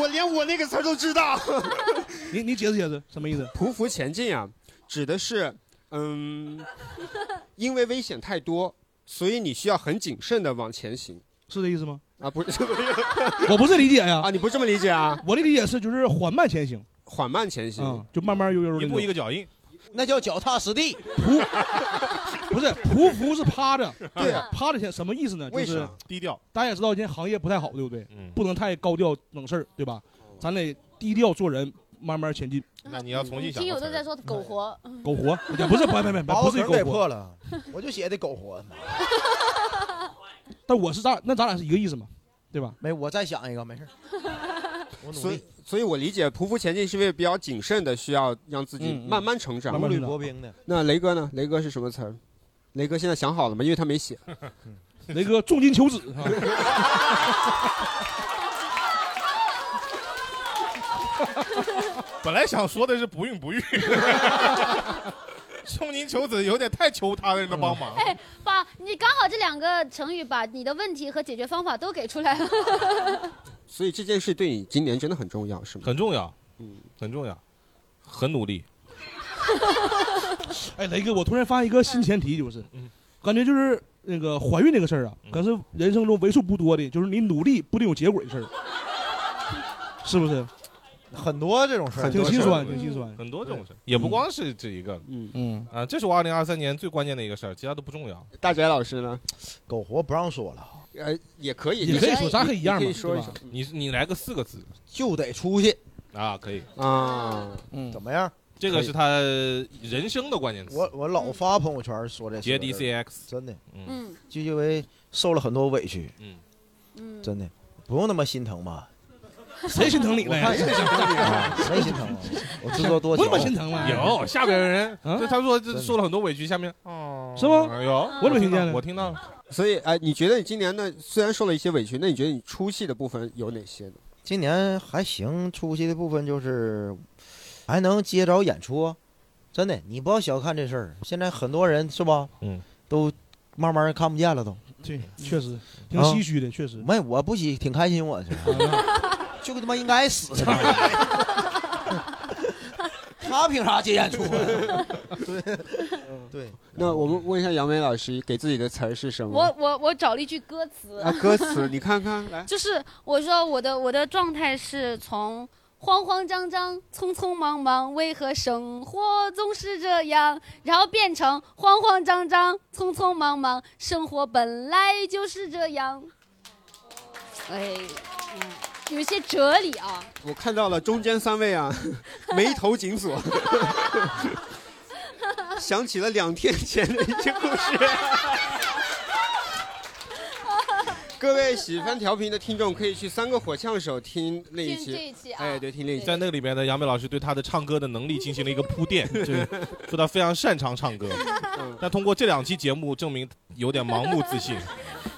Speaker 1: 我连我那个词儿都知 道。
Speaker 3: 你你解释解释什么意思？
Speaker 1: 匍匐前进啊，指的是，嗯，因为危险太多，所以你需要很谨慎的往前行
Speaker 3: 是这意思吗？
Speaker 1: 啊，不是
Speaker 3: 我不是理解呀
Speaker 1: 啊，，你不这么理解啊，
Speaker 3: 我的理解是就是缓慢前行，
Speaker 1: 缓慢前行。
Speaker 3: 嗯，就慢慢悠悠
Speaker 4: 一
Speaker 3: 的。
Speaker 4: 步一个脚印，
Speaker 5: 那叫脚踏实地。
Speaker 3: 匍，不是匍匐是趴着，
Speaker 1: 对啊，
Speaker 3: 趴着前什么意思呢？就
Speaker 1: 为
Speaker 3: 是
Speaker 1: 啥
Speaker 4: 低调。
Speaker 3: 大家也知道，现在行业不太好，对不对？
Speaker 4: 嗯，
Speaker 3: 不能太高调整事儿，对吧？咱得低调做人，慢慢前进。
Speaker 4: 那你要重新想
Speaker 2: 听
Speaker 4: 个
Speaker 2: 友
Speaker 4: 词
Speaker 2: 都在
Speaker 4: 儿。
Speaker 2: 说苟 活，
Speaker 3: 苟活，不是，不不不
Speaker 5: 把
Speaker 3: 不，
Speaker 5: 我
Speaker 3: 不
Speaker 5: 梗
Speaker 3: 是
Speaker 5: 给
Speaker 3: 苟活。
Speaker 5: 破了，我就写的苟活。
Speaker 3: 但我是咱那咱俩是一个意思嘛，对吧？
Speaker 5: 没，我再想一个，没事儿。我努
Speaker 1: 所以
Speaker 5: 力，，
Speaker 1: 所以我理解匍匐前进是因为比较谨慎的，需要让自己
Speaker 3: 嗯嗯
Speaker 1: 慢慢成长。
Speaker 3: 慢
Speaker 5: 如
Speaker 3: 慢
Speaker 5: 履
Speaker 3: 成长
Speaker 5: 薄冰的。
Speaker 1: 那雷哥呢？雷哥是什么词儿？雷哥现在想好了吗？因为他没写。
Speaker 3: 雷哥重金求子，是吧
Speaker 4: 本来想说的是不孕不育，送您求子有 点太求他人的帮忙。
Speaker 2: 哎把你刚好这两个成语把你的问题和解决方法都给出来了。
Speaker 1: 所以这件事对你今年真的很重要，是吗？
Speaker 4: 很重要，
Speaker 1: 嗯
Speaker 4: 很重要，很努力。
Speaker 3: 哎，雷哥，我突然发现一个新前提，就是
Speaker 4: 嗯，
Speaker 3: 感觉就是那个怀孕这个事儿啊，
Speaker 4: 嗯
Speaker 3: 可是人生中为数不多的，就是你努力不一定有结果的事儿，是不是？
Speaker 5: 很多这种事儿
Speaker 1: 很
Speaker 3: 挺
Speaker 1: 多
Speaker 3: 心
Speaker 1: 事儿
Speaker 3: 酸，
Speaker 4: 对
Speaker 3: 挺心酸。
Speaker 4: 很多这种事，嗯也不光是这一个
Speaker 1: 嗯，
Speaker 3: 嗯，
Speaker 4: 啊，这是我二零二三年最关键的一个事儿，其他都不重要。
Speaker 1: 大宅老师呢？
Speaker 5: 苟活不让说了，啊
Speaker 3: 嗯
Speaker 1: 呃，也可以，
Speaker 3: 也可以说，咱可以一样
Speaker 1: 你可
Speaker 3: 嘛，
Speaker 1: 以说一
Speaker 3: 对
Speaker 1: 说
Speaker 3: 吧？
Speaker 4: 你你来个四个字
Speaker 5: 就得出去，
Speaker 4: 啊，可以，
Speaker 1: 啊。
Speaker 3: 嗯
Speaker 5: 怎，么样？
Speaker 4: 这个是他人生的关键
Speaker 5: 我
Speaker 4: 词。
Speaker 5: 我老发朋友圈说这事
Speaker 4: 杰
Speaker 5: 儿，
Speaker 4: D C X，
Speaker 5: 真的，
Speaker 4: 嗯
Speaker 2: 嗯
Speaker 5: 就因为受了很多委屈，
Speaker 4: 嗯，
Speaker 2: 嗯，
Speaker 5: 真的不用那么心疼吧？
Speaker 3: 谁心疼你
Speaker 5: 我
Speaker 3: 了
Speaker 5: 看
Speaker 3: 呀？
Speaker 5: 谁心疼 啊，谁心疼啊？我自作多
Speaker 3: 我
Speaker 5: 情啊
Speaker 3: 怎，么心疼了？
Speaker 4: 有下边人，
Speaker 3: 啊
Speaker 4: 就他说这受了很多委屈，下面哦，
Speaker 3: 是吗哎
Speaker 4: 有，
Speaker 3: 我怎么听见了
Speaker 4: 我听到了，
Speaker 1: 所以，哎、你觉得你今年呢？虽然受了一些委屈，那你觉得你出戏的部分有哪些呢？
Speaker 5: 今年还行，出息的部分就是还能接着演出，真的，你不要小看这事儿。现在很多人是吧？
Speaker 4: 嗯，
Speaker 5: 都慢慢看不见了都。嗯啊
Speaker 3: 对，确实挺唏嘘的，确实。
Speaker 5: 没，我不喜，挺开心我 是，就他妈应该死。他凭啥接演出 啊？对对，
Speaker 1: 那我们问一下杨梅老师，给自己的词儿是什么？
Speaker 2: 我我我找了一句歌词，
Speaker 1: 啊，歌词，你看看，来，
Speaker 2: 就是我说我的我的状态是从慌慌张张、匆匆忙忙，为何生活总是这样？然后变成慌慌张张、匆匆忙忙，生活本来就是这样。哎，嗯，有一些哲理啊。
Speaker 1: 我看到了中间三 位啊，眉头紧锁，想起了两天前的一些故事。各位喜欢调频的听众，可以去三个火枪手听那一
Speaker 2: 听这
Speaker 1: 期。
Speaker 2: 一期啊，
Speaker 1: 哎，对，听那一期
Speaker 4: 在。那个里面呢，杨梅老师对他的唱歌的能力进行了一个铺垫，就是说他非常擅长唱歌，
Speaker 6: 嗯
Speaker 4: 但通过这两期节目证明有点盲目自信。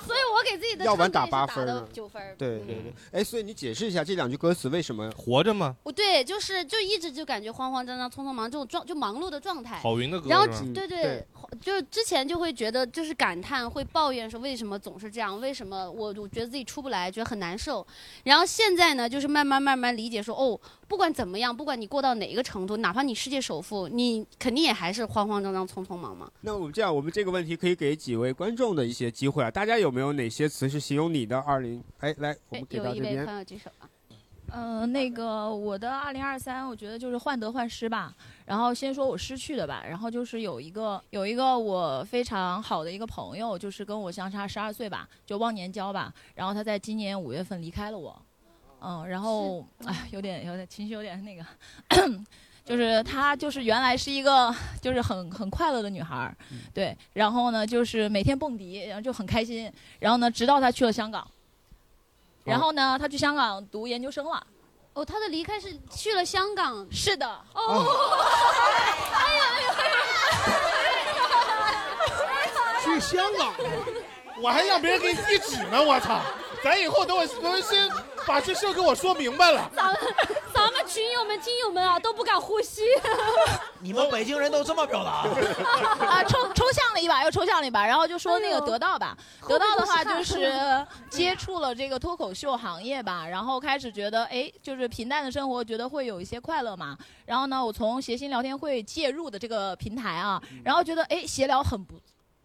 Speaker 2: 所以我给自己的
Speaker 1: 要不然
Speaker 2: 唱歌也是
Speaker 1: 打八
Speaker 2: 打
Speaker 1: 分啊
Speaker 2: 的
Speaker 1: 呢
Speaker 2: 九分儿。
Speaker 1: 对
Speaker 2: 嗯
Speaker 1: 对对，哎，所以你解释一下这两句歌词为什么？
Speaker 4: 活着吗？
Speaker 2: 我对，就是就一直就感觉慌慌张张、匆匆忙忙这种状，就忙碌的状态。
Speaker 4: 郝云的歌
Speaker 2: 然后
Speaker 4: 是吧
Speaker 1: 嗯
Speaker 2: 对对
Speaker 1: 对，
Speaker 2: 就是之前就会觉得就是感叹，会抱怨说为什么总是这样，为什么我我觉得自己出不来，觉得很难受。然后现在呢，就是慢慢慢慢理解说，哦，不管怎么样，不管你过到哪一个程度，哪怕你世界首富，你肯定也还是慌慌张张、匆匆忙忙。
Speaker 1: 那我们这样，我们这个问题可以给几位观众的一些机会啊，大家有没有哪些词是形容你的二零？哎，来，我
Speaker 2: 哎
Speaker 1: 们给
Speaker 2: 有
Speaker 1: 到
Speaker 2: 一
Speaker 1: 这
Speaker 2: 位
Speaker 1: 边。
Speaker 2: 朋友举手啊，
Speaker 6: 呃，那个我的二零二三，我觉得就是患得患失吧。然后先说我失去的吧，然后就是有一个有一个我非常好的一个朋友，就是跟我相差十二岁吧，就忘年交吧。然后他在今年五月份离开了我，嗯，然后哎，有点有点情绪有点那个， 就是她就是原来是一个就是很很快乐的女孩儿，对，然后呢就是每天蹦迪，然后就很开心，然后呢直到她去了香港。然后呢，他去香港读研究生了。
Speaker 2: 哦，他的离开是去了香港。
Speaker 6: 是的。
Speaker 2: 哦。哎呀哎呀哎呀！
Speaker 1: 去香港，
Speaker 4: 我还让别人给你地址呢，我操！咱以后等我等我先把这事儿给我说明白了。
Speaker 2: 咱们 咱们群友们、听友们啊，都不敢呼吸。
Speaker 5: 你们北京人都这么表 达？
Speaker 6: 啊，抽抽象了一把，又抽象了一把，然后就说那个得到吧，得到的话就是接触了这个脱口秀行业吧，然后开始觉得哎，就是平淡的生活，觉得会有一些快乐嘛。然后呢，我从谐星聊天会介入的这个平台啊，然后觉得哎，闲聊很不。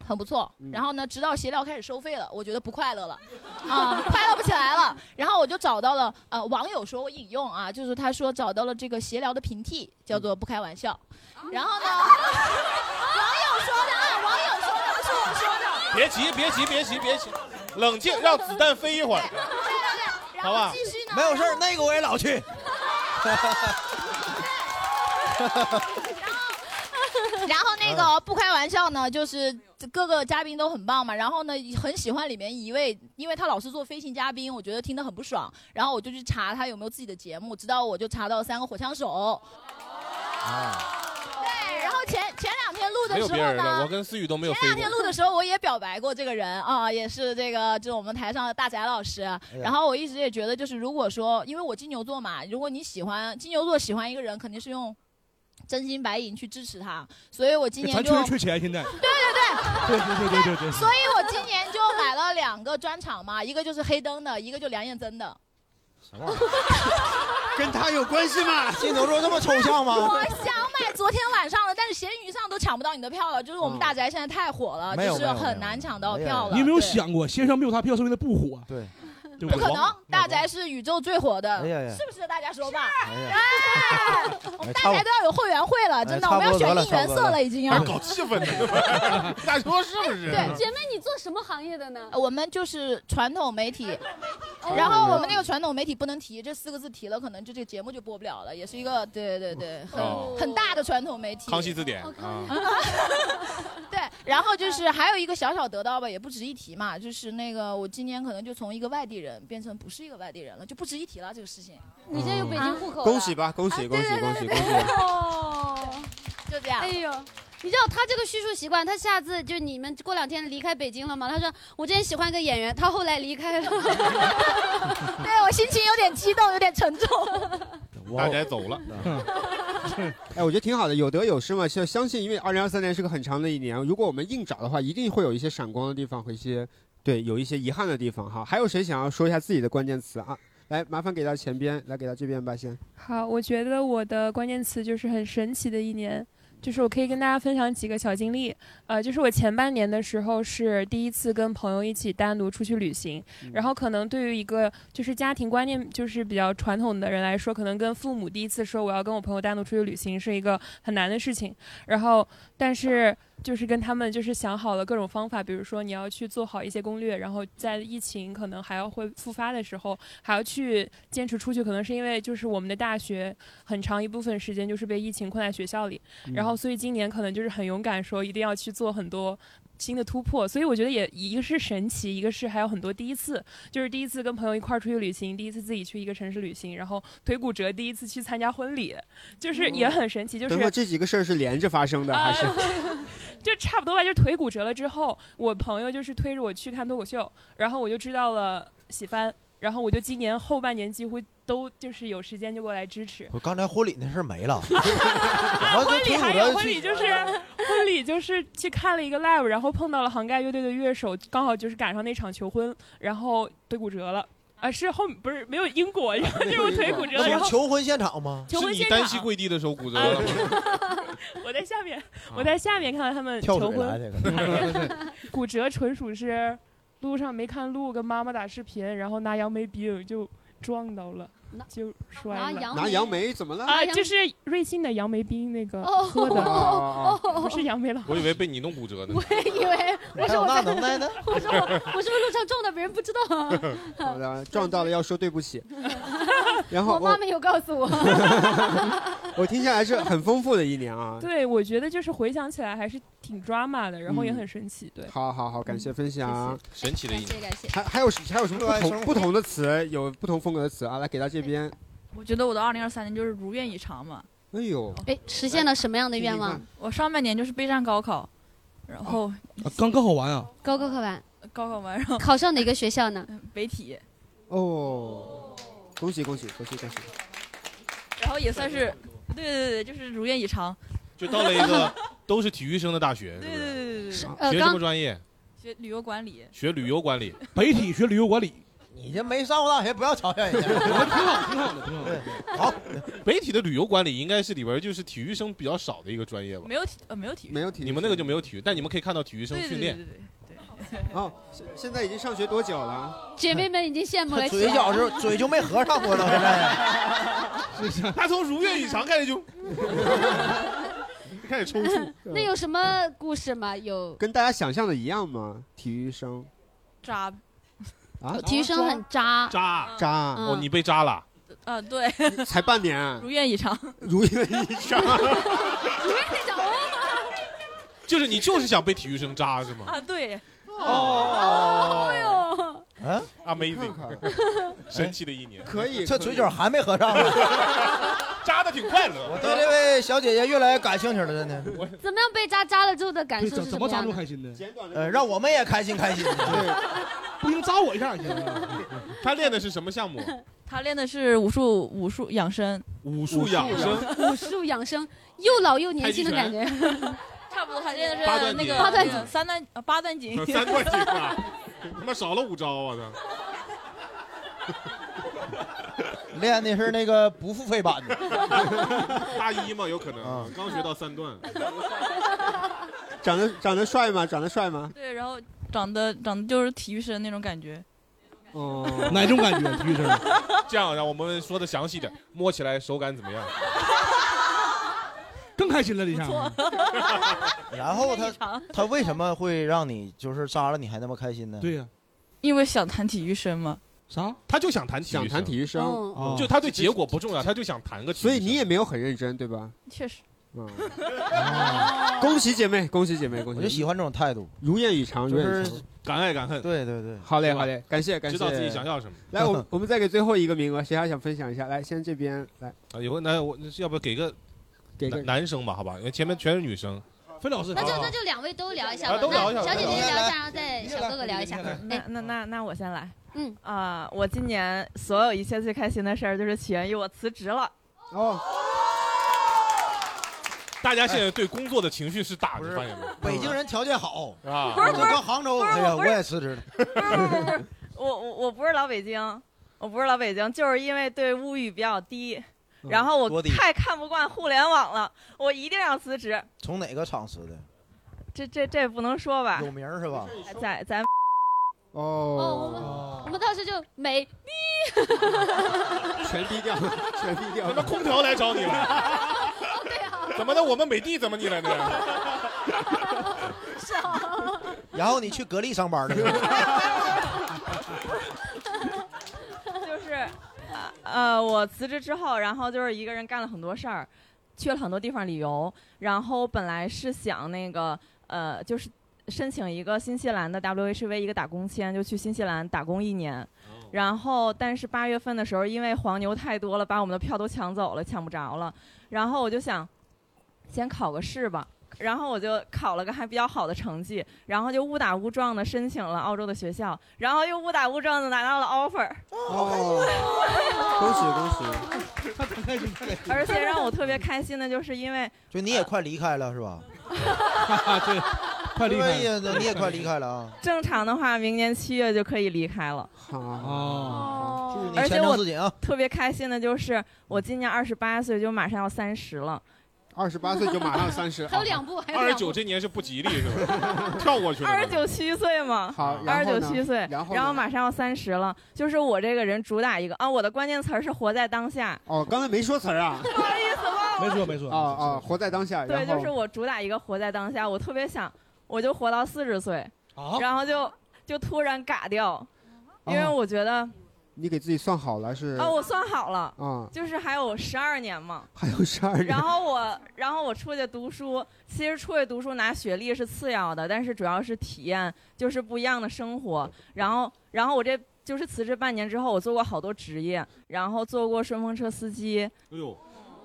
Speaker 6: 很不错，然后呢，直到闲聊开始收费了，我觉得不快乐了，啊，快乐不起来了。然后我就找到了，呃，网友说我引用啊，就是他说找到了这个闲聊的平替，叫做不开玩笑。 然后呢，网友说的啊，网友说的不是我说的。
Speaker 4: 别急，别急，别急，别急，冷静，让子弹飞一会儿，好吧？
Speaker 5: 没有事儿，那个我也老去。
Speaker 6: 然后那
Speaker 4: 嗯
Speaker 6: 个不开玩笑呢，就是各个嘉宾都很棒嘛。然后呢，很喜欢里面一位，因为他老是做飞行嘉宾，我觉得听得很不爽。然后我就去查他有没有自己的节目，直到我就查到了三个火枪
Speaker 4: 哦
Speaker 6: 手。对，哎然后前前两天录的
Speaker 4: 没有
Speaker 6: 时
Speaker 4: 别
Speaker 6: 候
Speaker 4: 人了，
Speaker 6: 呢
Speaker 4: 我。跟思雨都没有
Speaker 6: 前
Speaker 4: 飞
Speaker 6: 两
Speaker 4: 过
Speaker 6: 天。录的时候，我也表白过这个人啊，也是这个，就是我们台上的大宅老师。
Speaker 4: 哎呀
Speaker 6: 然后我一直也觉得，就是如果说，因为我金牛座嘛，如果你喜欢金牛座喜欢一个人，肯定是用真金白银去支持他，所以我今年
Speaker 4: 哎
Speaker 3: 咱
Speaker 6: 就
Speaker 3: 确实缺钱现在。
Speaker 6: 对对
Speaker 3: 对对对对对 对。
Speaker 6: 对，所以我今年就买了两个专场嘛，一个就是黑灯的，一个就梁彦增的。
Speaker 1: 跟他有关系吗？
Speaker 5: 金牛座这么抽象 吗？
Speaker 6: 我想买昨天晚上的，但是闲鱼上都抢不到你的票了，就是我们大宅现在太火了，
Speaker 3: 没有
Speaker 6: 就是
Speaker 3: 没有没
Speaker 6: 很
Speaker 3: 有
Speaker 6: 难抢到
Speaker 3: 没有
Speaker 6: 票了。
Speaker 3: 你有没有
Speaker 6: 对
Speaker 3: 想过，线上没有他票，说明他不火？
Speaker 5: 对，
Speaker 3: 对
Speaker 6: 不可
Speaker 3: 对
Speaker 6: 能，大宅是宇宙最火的，
Speaker 3: 哎呀呀
Speaker 6: 是不是？大家说吧，
Speaker 5: 哎呀
Speaker 6: 哎我们大宅都要有会员会了，啊真的，
Speaker 5: 哎
Speaker 6: 我
Speaker 5: 差
Speaker 6: 们要
Speaker 5: 不多
Speaker 6: 选应援
Speaker 5: 得了差不
Speaker 6: 色
Speaker 5: 多
Speaker 6: 了，已经要
Speaker 4: 还。搞气氛 呢， 大说是不是？
Speaker 6: 对
Speaker 2: 姐妹，你做什么行业的呢？
Speaker 6: 呃我们就是传统媒体，
Speaker 2: 哦
Speaker 6: 然后我们那个传统媒体不能提这四个字，提了可能就这个节目就播不了了，也是一个对对对，
Speaker 4: 哦
Speaker 6: 很很大的传统媒体。
Speaker 4: 康熙字典啊，
Speaker 6: 哦对，然后就是还有一个小小得到吧，也不值一提嘛，就是那个我今年可能就从一个外地人变成不是一个外地人了，就不值一提了这个事情。
Speaker 2: 你现在有北
Speaker 7: 嗯啊
Speaker 2: 京户口了啊
Speaker 1: 恭喜吧，恭喜恭喜恭喜恭喜！
Speaker 2: 哦，
Speaker 6: 就这样。
Speaker 2: 哎呦。你知道他这个叙述习惯，他下次就你们过两天离开北京了嘛？他说我之前喜欢一个演员，他后来离 开了。对
Speaker 6: 我心情有点激动，有点沉 重。
Speaker 4: 大宅走了。
Speaker 1: 哎，我觉得挺好的，有得有失嘛。就相信，因为二零二三年是个很长的一年，如果我们硬找的话，一定会有一些闪光的地方和一些对有一些遗憾的地方哈。还有谁想要说一下自己的关键词啊？来，麻烦给到前边，来给到这边吧，先。
Speaker 7: 好，我觉得我的关键词就是很神奇的一年，就是我可以跟大家分享几个小经历。呃，就是我前半年的时候是第一次跟朋友一起单独出去旅行，然后可能对于一个就是家庭观念就是比较传统的人来说，可能跟父母第一次说我要跟我朋友单独出去旅行是一个很难的事情。然后，但是就是跟他们就是想好了各种方法，比如说你要去做好一些攻略，然后在疫情可能还要会复发的时候，还要去坚持出去，可能是因为就是我们的大学很长一部分时间就是被疫情困在学校里，然后所以今年可能就是很勇敢说一定要去做很多。新的突破，所以我觉得也一个是神奇，一个是还有很多第一次，就是第一次跟朋友一块儿出去旅行，第一次自己去一个城市旅行，然后腿骨折，第一次去参加婚礼，就是也很神奇，就是啊
Speaker 1: 等会儿这几个事儿是连着发生的，还是？
Speaker 7: 就差不多吧，就是腿骨折了之后，我朋友就是推着我去看脱口秀，然后我就知道了喜番，然后我就今年后半年几乎都就是有时间就过来支持。
Speaker 5: 我刚才婚礼那事儿没了，我
Speaker 7: 婚礼
Speaker 5: 就听
Speaker 7: 还
Speaker 5: 我
Speaker 7: 有
Speaker 5: 的
Speaker 7: 婚礼，
Speaker 5: 去
Speaker 7: 就是 婚礼就是去看了一个 live，然后碰到了杭盖乐队的乐手，刚好就是赶上那场求婚，然后腿骨折了。啊，是后不是没有因
Speaker 5: 啊
Speaker 7: 果，然后 就是我腿骨折了，
Speaker 5: 那
Speaker 7: 然
Speaker 5: 不
Speaker 7: 后
Speaker 5: 是求婚现场吗？
Speaker 7: 求婚
Speaker 4: 是你
Speaker 7: 现
Speaker 4: 单膝
Speaker 7: 场，啊
Speaker 4: 跪地的时候骨折了吗？
Speaker 7: 我在下面，我在下面看到他们
Speaker 5: 跳
Speaker 7: 求
Speaker 5: 水来
Speaker 7: 婚，
Speaker 5: 的，可能
Speaker 7: 骨折纯属是路上没看路，跟妈妈打视频，然后拿杨梅饼就撞到了。就摔
Speaker 2: 拿
Speaker 7: 了。
Speaker 2: 杨
Speaker 1: 拿 杨梅 怎么了？
Speaker 7: 啊，
Speaker 2: 杨
Speaker 7: 就是瑞幸的杨梅冰那个
Speaker 2: 哦
Speaker 7: 喝
Speaker 1: 啊
Speaker 7: 的，
Speaker 1: 啊啊
Speaker 7: 不是杨梅老
Speaker 4: 我以为被你弄骨折呢
Speaker 2: 我。也以为我
Speaker 5: 还
Speaker 2: 说
Speaker 5: 有
Speaker 2: 我
Speaker 5: 那
Speaker 2: 在
Speaker 5: 能耐呢？
Speaker 2: 我说我我是不是路上撞到别人不知道啊？
Speaker 1: 好的，撞到了要说对 不起。然后
Speaker 2: 我妈
Speaker 1: 我
Speaker 2: 没有告诉 我。
Speaker 1: 我听下来是很丰富的一年啊。
Speaker 7: 对，我觉得就是回想起来还是挺 drama 的，然后也
Speaker 1: 嗯
Speaker 7: 很神奇。对，
Speaker 1: 好好好，感谢分享。
Speaker 4: 神奇的一
Speaker 2: 感谢
Speaker 4: 年，
Speaker 2: 感谢。
Speaker 1: 还还有还有什么
Speaker 5: 热爱
Speaker 1: 不
Speaker 5: 生
Speaker 1: 同
Speaker 5: 活
Speaker 1: 不同的词，有不同风格的词啊？来给到这边。
Speaker 8: 我觉得我的二零二三年就是如愿以偿嘛。
Speaker 1: 哎呦，
Speaker 2: 哎，实现了什么样的愿望？
Speaker 8: 我上半年就是备战高考，然后
Speaker 3: 啊刚高考完啊，
Speaker 2: 高考考完，
Speaker 8: 高考完，然后
Speaker 2: 考上哪个学校呢？
Speaker 8: 北体，
Speaker 1: 哦，恭喜恭喜恭喜恭喜！
Speaker 8: 然后也算是，对对对对，就是如愿以偿。
Speaker 4: 就到了一个都是体育生的大 学，
Speaker 8: 对
Speaker 4: 是不
Speaker 8: 对
Speaker 4: 是？
Speaker 8: 对对对对，
Speaker 2: 呃，
Speaker 4: 学什么
Speaker 2: 刚
Speaker 4: 专业？
Speaker 8: 学旅游管理，
Speaker 4: 学旅游管理。
Speaker 3: 北体学旅游管理，
Speaker 5: 你这没上过大学，不要嘲笑人家。
Speaker 4: 啊
Speaker 3: 挺好的，挺好的。
Speaker 5: 好，
Speaker 4: 北体的旅游管理应该是里边就是体育生比较少的一个专业吧？
Speaker 8: 没有体呃没有体育，
Speaker 1: 没有体育
Speaker 4: 你们那个就没有体育，但你们可以看到体育生
Speaker 8: 对对
Speaker 4: 训
Speaker 8: 对
Speaker 4: 练。
Speaker 8: 对对对。
Speaker 1: 哦，现现在已经上学多久了？
Speaker 2: 姐妹们已经羡慕了起来。
Speaker 5: 嘴角是嘴就没合上 过到现在。
Speaker 4: 他从如愿以偿开始就开始抽搐。
Speaker 2: 那有什么故事吗？有
Speaker 1: 跟大家想象的一样吗？体育生
Speaker 8: 渣
Speaker 1: 啊，
Speaker 2: 体育生很渣，
Speaker 4: 扎
Speaker 1: 渣，
Speaker 2: 嗯
Speaker 4: 哦，你被扎了，
Speaker 8: 啊，对，
Speaker 1: 才半 年，啊
Speaker 8: 如愿以 偿。
Speaker 1: 如愿以偿。
Speaker 4: 就是你就是想被体育生扎是吗
Speaker 8: 啊，对，哎
Speaker 4: 哦
Speaker 5: 嗯，
Speaker 1: 看
Speaker 4: ，Amazing，
Speaker 1: 看
Speaker 4: 神奇的一年，
Speaker 1: 可以，
Speaker 5: 这
Speaker 1: 可以
Speaker 5: 嘴角还没合上呢。
Speaker 4: 扎的挺快
Speaker 5: 我
Speaker 4: 乐。
Speaker 5: 对这位小姐姐越来越感兴趣了，真的。
Speaker 2: 怎么样被渣扎了之后的感
Speaker 3: 对
Speaker 2: 受
Speaker 3: 怎
Speaker 2: 是什
Speaker 3: 怎么扎
Speaker 2: 样
Speaker 3: 住
Speaker 2: 的？
Speaker 3: 开心的？
Speaker 1: 简短的
Speaker 5: 呃，让我们也开心开心。
Speaker 1: 对，
Speaker 3: 不行，扎我一下也行啊。
Speaker 4: 他练的是什么项目？
Speaker 8: 他练的是武术，武术养生，
Speaker 4: 武术养生，
Speaker 2: 武术养生，又老又
Speaker 4: 哎
Speaker 2: 年轻的感觉。
Speaker 8: 差不多他练的
Speaker 4: 八段
Speaker 8: 是那
Speaker 4: 锦，
Speaker 8: 个
Speaker 2: 八段
Speaker 8: 锦、三段、呃八段锦
Speaker 4: 三段锦啊，他妈少了五招啊！他
Speaker 5: 练的是那个不付费版的，
Speaker 4: 大一嘛，有可
Speaker 5: 啊
Speaker 4: 能刚学到三段，
Speaker 1: 长得长得帅吗？长得帅吗？
Speaker 8: 对，然后长得长得就是体育生那种感觉，
Speaker 1: 哦，
Speaker 3: 哪种感觉？体育生
Speaker 4: 这样让我们说的详细点，摸起来手感怎么样？
Speaker 3: 更开心了，
Speaker 4: 嗯
Speaker 3: 这下子。
Speaker 5: 然后
Speaker 8: 如愿
Speaker 5: 他
Speaker 8: 以偿。
Speaker 5: 他为什么会让你就是扎了你还那么开心呢？
Speaker 3: 对呀，
Speaker 8: 因为想谈体育生嘛，
Speaker 3: 啥？
Speaker 4: 他就想谈体育
Speaker 1: 想
Speaker 4: 生，
Speaker 1: 谈体育生，
Speaker 2: 嗯，
Speaker 3: 哦
Speaker 4: 就他对结果不重要，他就想谈个体育
Speaker 1: 所
Speaker 4: 生。
Speaker 1: 以你也没有很认真，对吧？
Speaker 8: 确实。
Speaker 1: 嗯，恭喜姐妹，恭喜姐妹，恭
Speaker 5: 我就
Speaker 1: 喜！
Speaker 5: 喜欢这种态度，
Speaker 1: 如愿以偿，如
Speaker 5: 就
Speaker 1: 愿以
Speaker 5: 是
Speaker 1: 偿。
Speaker 4: 敢爱敢恨，
Speaker 5: 对对对，
Speaker 1: 好嘞，
Speaker 4: 是吧
Speaker 1: 好嘞，感谢感谢。
Speaker 4: 知道自己想要什么。
Speaker 1: 来，我们我们再给最后一个名额，谁还想分享一下？来，先这边来
Speaker 4: 啊，以后那我要不给个
Speaker 1: 给个
Speaker 4: 男男生吧，好吧，因为前面全是女生。
Speaker 3: 费老师，
Speaker 2: 那就
Speaker 4: 好
Speaker 2: 那就两位都聊一下
Speaker 4: 啊
Speaker 2: 吧，
Speaker 4: 都聊一下
Speaker 2: 那小姐姐聊
Speaker 4: 都聊
Speaker 2: 一
Speaker 4: 一下
Speaker 2: 下，然后再小哥哥聊一下
Speaker 3: 你先。来
Speaker 2: 哎，
Speaker 9: 那那那我先来。
Speaker 2: 嗯
Speaker 9: 啊、我今年所有一切最开心的事儿，就是起源于我辞职了。
Speaker 1: 哦，
Speaker 4: 大家现在对工作的情绪是大，
Speaker 5: 不
Speaker 1: 哎
Speaker 4: 你
Speaker 5: 是
Speaker 4: 发现没
Speaker 5: 北京人条件好，
Speaker 4: 有？啊，
Speaker 5: 我到杭州，哎呀，
Speaker 9: 不
Speaker 5: 我
Speaker 9: 是
Speaker 5: 也辞职了。
Speaker 9: 我我我不是老北京，我不是老北京，就是因为对物欲比较低，然后
Speaker 5: 多
Speaker 9: 我
Speaker 5: 低
Speaker 9: 太看不惯互联网了，我一定要辞职。
Speaker 5: 从哪个厂辞的？
Speaker 9: 这这这不能说吧
Speaker 5: 有？名儿是吧？
Speaker 9: 在咱
Speaker 2: 哦，我
Speaker 1: 哦，
Speaker 2: 们我们到时就美
Speaker 1: 全低调，全低调
Speaker 4: 怎。么空调来找你了？怎么的？我们美的怎么你来的？
Speaker 5: 然后你去格力上班了，
Speaker 9: 就是，呃呃，我辞职之后，然后就是一个人干了很多事儿，去了很多地方旅游。然后本来是想那个，呃，就是申请一个新西兰的 WHV 一个打工签，就去新西兰打工一年。然后，但是八月份的时候，因为黄牛太多了，把我们的票都抢走了，抢不着了。然后我就想，先考个试吧。然后我就考了个还比较好的成绩，然后就误打误撞的申请了澳洲的学校，然后又误打误撞的拿到了 offer，
Speaker 1: 哦，恭喜恭喜！
Speaker 3: 太开心，太开 心。
Speaker 9: 而且让我特别开心的，就是因为
Speaker 5: 就你也快离开了是 吧？
Speaker 3: 对，快离开了
Speaker 5: 对呀你也快离开了啊！
Speaker 9: 正常的话，明年七月就可以离开了。
Speaker 1: 好，
Speaker 3: 啊！
Speaker 5: 祝你
Speaker 9: 而且
Speaker 5: 前程
Speaker 9: 我
Speaker 5: 似锦啊！
Speaker 9: 特别开心的就是，我今年二十八岁，就马上要三十了。
Speaker 1: 二十八岁就马上 三十，
Speaker 2: 还有两步，还有
Speaker 4: 二十
Speaker 2: 两
Speaker 4: 九
Speaker 2: 步。
Speaker 4: 这年是不吉利是 吧？跳过去了。
Speaker 9: 二十九七岁嘛，
Speaker 1: 好，
Speaker 9: 二
Speaker 1: 然
Speaker 9: 十
Speaker 1: 后
Speaker 9: 九
Speaker 1: 呢
Speaker 9: 七岁，
Speaker 1: 然后呢
Speaker 9: 马上要三十了。就是我这个人主打一个啊，我的关键词儿是活在当下。
Speaker 1: 哦，刚才没说词儿 啊，
Speaker 9: 不好意思忘
Speaker 3: 没
Speaker 9: 了。
Speaker 3: 说没说
Speaker 1: 啊啊，活在当下，
Speaker 9: 对，
Speaker 1: 然
Speaker 9: 就是
Speaker 1: 后
Speaker 9: 我主打一个活在当下。我特别想，我就活到四十岁，
Speaker 3: 啊！
Speaker 9: 然后就就突然嘎掉，因为
Speaker 1: 哦
Speaker 9: 我觉得
Speaker 1: 你给自己算好了是
Speaker 9: 啊，我算好了，
Speaker 1: 啊，
Speaker 9: 就是还有十二年嘛。
Speaker 1: 还有十二
Speaker 9: 然
Speaker 1: 年，
Speaker 9: 后我，然后我出去读书，其实出去读书拿学历是次要的，但是主要是体验，就是不一样的生活。然后，然后我这就是辞职半年之后，我做过好多职业，然后做过顺风车司机，
Speaker 4: 哎呦，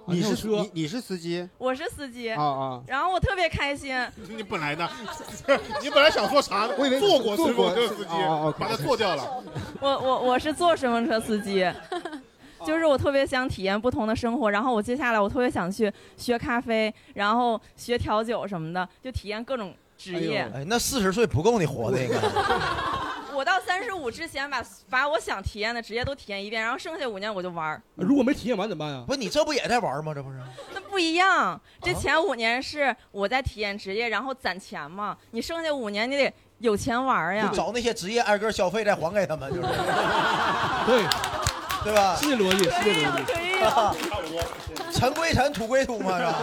Speaker 1: 你
Speaker 3: 还有
Speaker 1: 是
Speaker 3: 车
Speaker 1: 你你是司机
Speaker 9: 我是司机，
Speaker 1: 啊啊，
Speaker 9: 然后我特别开心，
Speaker 4: 你本来呢？你本来想做啥呢？
Speaker 1: 我以为
Speaker 4: 做过
Speaker 1: 做
Speaker 4: 顺
Speaker 1: 过
Speaker 4: 风车司机
Speaker 1: 哦哦，，OK
Speaker 4: 把它做掉了。
Speaker 9: 我我我是做顺风车司 机。就是我特别想体验不同的生活，然后我接下来我特别想去学咖啡，然后学调酒什么的，就体验各种 职业。
Speaker 1: 哎呦
Speaker 5: 哎，那四十岁不够你活的，应 该。
Speaker 9: 我到三十五之前把把我想体验的职业都体验一遍，然后剩下五年我就玩儿，
Speaker 3: 如果没体验完怎么办呀？
Speaker 5: 不，你这不也在玩吗？这不是？
Speaker 9: 那不一样。
Speaker 4: 哦
Speaker 9: 这前五年是我在体验职业，然后攒钱嘛。你剩下五年你得有钱玩儿呀
Speaker 5: 你。找那些职业挨个消费再还给他们，就是，
Speaker 3: 对，
Speaker 5: 对吧？
Speaker 3: 是这逻辑，是这逻辑。
Speaker 9: 对呀，
Speaker 5: 尘归尘，土归土嘛，是吧？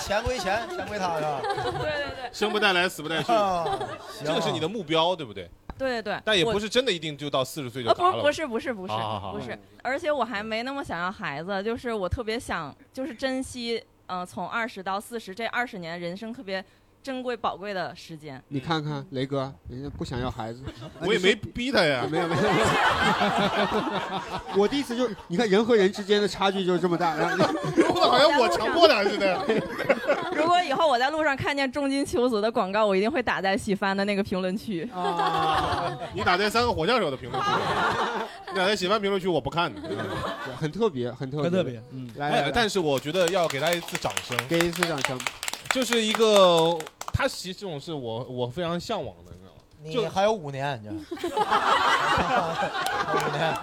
Speaker 5: 钱归钱，钱归他，是吧？
Speaker 9: 对对对
Speaker 4: 生不带来，死不带去，
Speaker 5: 啊，
Speaker 1: 哦
Speaker 5: 行
Speaker 4: 这个是你的目标，对不对？
Speaker 9: 对对对。
Speaker 4: 但也
Speaker 9: 我
Speaker 4: 不是真的一定就到四十岁就
Speaker 9: 啊，
Speaker 4: 砸
Speaker 9: 不，
Speaker 4: 了。哦
Speaker 9: 不是，不是，不是，
Speaker 4: 好好好
Speaker 9: 不是，而且我还没那么想要孩子，就是我特别想，就是珍惜，嗯、从二十到四十这二十年人生特别珍贵宝贵的时间。
Speaker 1: 你看看雷哥，人家不想要孩子，啊
Speaker 4: 我也没逼他呀。
Speaker 1: 没有 没有，没有我的意思就是，你看人和人之间的差距就是这么大，然后你
Speaker 4: 弄 得好像我强迫他似的。
Speaker 9: 如果以后我在路上看见重金求子的广告，我一定会打在喜番的那个评论区。
Speaker 1: 啊，
Speaker 4: 你打在三个火枪手的评 论区，你打在喜欢评论区，我不看你。
Speaker 1: 很特别，很特别，
Speaker 3: 很特别，嗯，
Speaker 1: 来。来
Speaker 4: 哎
Speaker 1: 来，，
Speaker 4: 但是我觉得要给他一次掌声，
Speaker 1: 给一次掌声，
Speaker 4: 就是一个他其实这种是我我非常向往的，你知道吗？
Speaker 5: 你
Speaker 4: 就
Speaker 5: 还有五年，你知道吗五年，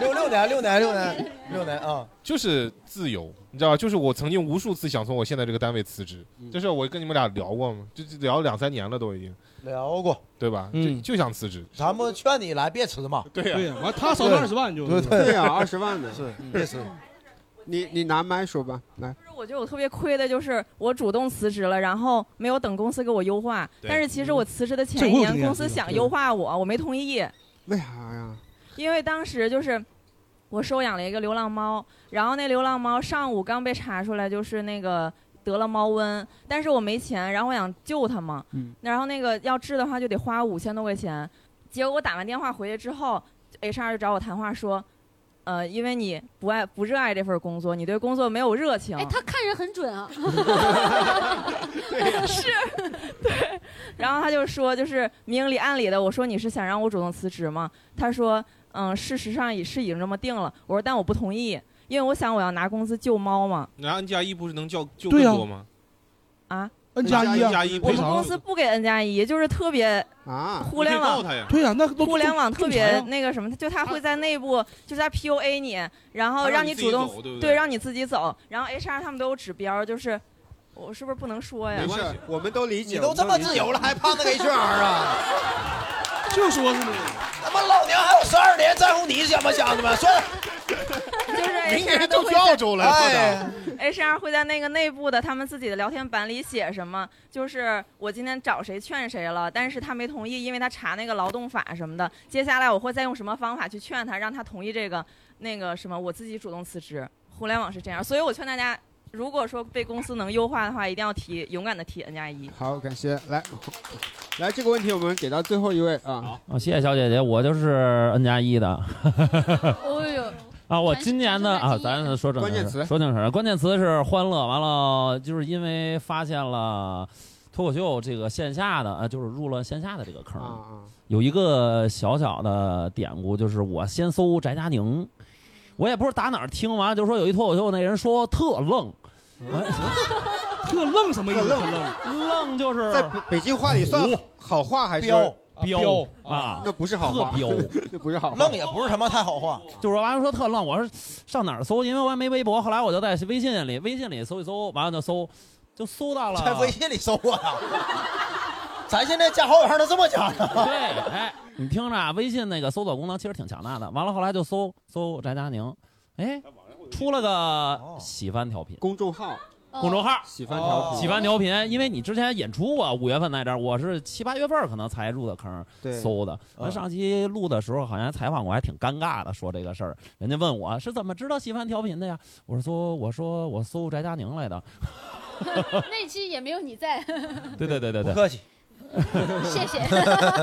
Speaker 5: 六六年，六年，六年，六年啊！
Speaker 4: 就是自由，你知道吧？就是我曾经无数次想从我现在这个单位辞职，
Speaker 1: 嗯
Speaker 4: 这事儿我跟你们俩聊过吗？就就聊两三年了都已经，
Speaker 5: 聊过，
Speaker 4: 对吧？
Speaker 3: 嗯
Speaker 4: 就就想辞职。
Speaker 5: 咱们劝你来别吃嘛，
Speaker 4: 对
Speaker 3: 对呀，完他少了二十万就
Speaker 5: 对
Speaker 1: 对
Speaker 5: 对，
Speaker 1: 呀、二十万呢，嗯
Speaker 5: 是嗯别吃。
Speaker 1: 你你拿麦说吧，来，
Speaker 9: 就是我觉得我特别亏的，就是我主动辞职了，然后没有等公司给我优化。
Speaker 4: 对
Speaker 9: 但是其实我辞职的前
Speaker 3: 这
Speaker 9: 一
Speaker 3: 我有经
Speaker 9: 年，
Speaker 3: 验
Speaker 9: 公司
Speaker 3: 这个
Speaker 9: 想
Speaker 3: 对
Speaker 9: 优化我，我没同意，
Speaker 1: 为啥呀？
Speaker 9: 因为当时就是我收养了一个流浪猫，然后那流浪猫上午刚被查出来就是那个得了猫瘟，但是我没钱，然后我想救它嘛，
Speaker 1: 嗯
Speaker 9: 然后那个要治的话就得花五千多块钱，结果我打完电话回去之后，HR 就找我谈话说。呃，因为你不爱不热爱这份工作，你对工作没有热情，
Speaker 2: 哎，他看人很准啊，
Speaker 9: 然后他就说，就是明里暗里的，我说你是想让我主动辞职吗？他说，嗯，事实上也是已经这么定了。我说，但我不同意，因为我想我要拿工资救猫嘛。
Speaker 4: 然后 N 加一不是能叫救
Speaker 3: 对
Speaker 4: 更
Speaker 3: 呀
Speaker 4: 多吗？
Speaker 3: N 加一
Speaker 4: N
Speaker 3: 啊，
Speaker 4: 加一
Speaker 9: 我
Speaker 4: 赔
Speaker 9: 们
Speaker 3: 赔偿
Speaker 9: 公司不给 N 加一，就是特别
Speaker 1: 啊，
Speaker 9: 互联
Speaker 4: 你可以告
Speaker 9: 网，
Speaker 4: 他呀，
Speaker 3: 对呀，那都
Speaker 9: 互联网特别
Speaker 3: 仲裁啊
Speaker 9: 那个什么，就他会在内部，就是他 PUA 你，然后
Speaker 4: 他
Speaker 9: 让
Speaker 4: 让
Speaker 9: 你
Speaker 4: 自
Speaker 9: 主
Speaker 4: 己
Speaker 9: 动
Speaker 4: 走，对不
Speaker 9: 对，让你自己走。然后 HR 他们都有指标，就是我是不是不能说呀
Speaker 1: 没？
Speaker 4: 关
Speaker 1: 事
Speaker 4: 系，
Speaker 1: 我们都理解。
Speaker 5: 哎你都这
Speaker 1: 我
Speaker 5: 么
Speaker 1: 们理
Speaker 5: 自
Speaker 1: 解
Speaker 5: 由了，还怕那个 HR 啊？
Speaker 3: 就说是呢，
Speaker 5: 他妈老娘还有十二年，在乎你怎么想的吗？算了，
Speaker 9: 就是
Speaker 4: 明年
Speaker 9: HR 都
Speaker 4: 就
Speaker 9: 会
Speaker 4: 去
Speaker 9: 在
Speaker 4: 澳洲了，我操！
Speaker 5: 哎，
Speaker 9: HR 会在那个内部的他们自己的聊天板里写什么，就是我今天找谁劝谁了，但是他没同意，因为他查那个劳动法什么的。接下来我会再用什么方法去劝他，让他同意这个那个什么，我自己主动辞职。互联网是这样，所以我劝大家，如果说被公司能优化的话，一定要提勇敢的提 N 加一。
Speaker 1: 好，感谢。来，来这个问题我们给到最后一位啊，
Speaker 10: 啊，谢谢小姐姐，我就是 N 加 一的
Speaker 2: 哦呦，
Speaker 10: 啊。我今年的啊，
Speaker 2: 全是全是 N 加一
Speaker 10: 咱说正
Speaker 1: 关键词
Speaker 10: 说正事儿，关键词是欢乐。完了，就是因为发现了脱口秀这个线下的啊，就是入了线下的这个
Speaker 1: 啊
Speaker 10: 坑，
Speaker 1: 啊，
Speaker 10: 有一个小小的典故，就是我先搜翟佳宁，我也不知道打哪儿听完，就说有一脱口秀那人说特 愣，
Speaker 3: 特愣什么意
Speaker 1: 特
Speaker 3: 思？
Speaker 1: 愣
Speaker 3: 愣
Speaker 10: 愣就是
Speaker 3: 嗯
Speaker 1: 在北北京话里算好话还是
Speaker 5: 彪
Speaker 10: 彪哦啊，
Speaker 1: 那不是好话
Speaker 10: 特 彪，
Speaker 1: 那不是好话，
Speaker 5: 愣也不是什么太好话。
Speaker 10: 就是我完了说特愣，我说上哪儿搜？因为我也没微博，后来我就在微信里，微信里搜一搜，完了就搜，就搜到了。
Speaker 5: 在微信里搜我呀，咱现在加好友还能这么加呢？
Speaker 10: 对， 哎，你听着啊，微信那个搜索功能其实挺强大的。完了后来就搜搜翟佳宁，哎，出了
Speaker 5: 哦
Speaker 10: 个喜番调频哦
Speaker 1: 公众号，哦
Speaker 10: 公众号
Speaker 1: 喜番调频
Speaker 10: 喜番调频，因为你之前演出啊，五月份在这儿，我是七八月份可能才入的坑，
Speaker 1: 对
Speaker 10: 搜的。完
Speaker 1: 嗯
Speaker 10: 上期录的时候好像采访过，还挺尴尬的，说这个事儿，人家问我是怎么知道喜番调频的呀？我说搜我说我搜翟佳宁来的，
Speaker 2: 那期也没有你在，
Speaker 10: 对对对对对，
Speaker 5: 不 客气。
Speaker 2: 谢谢。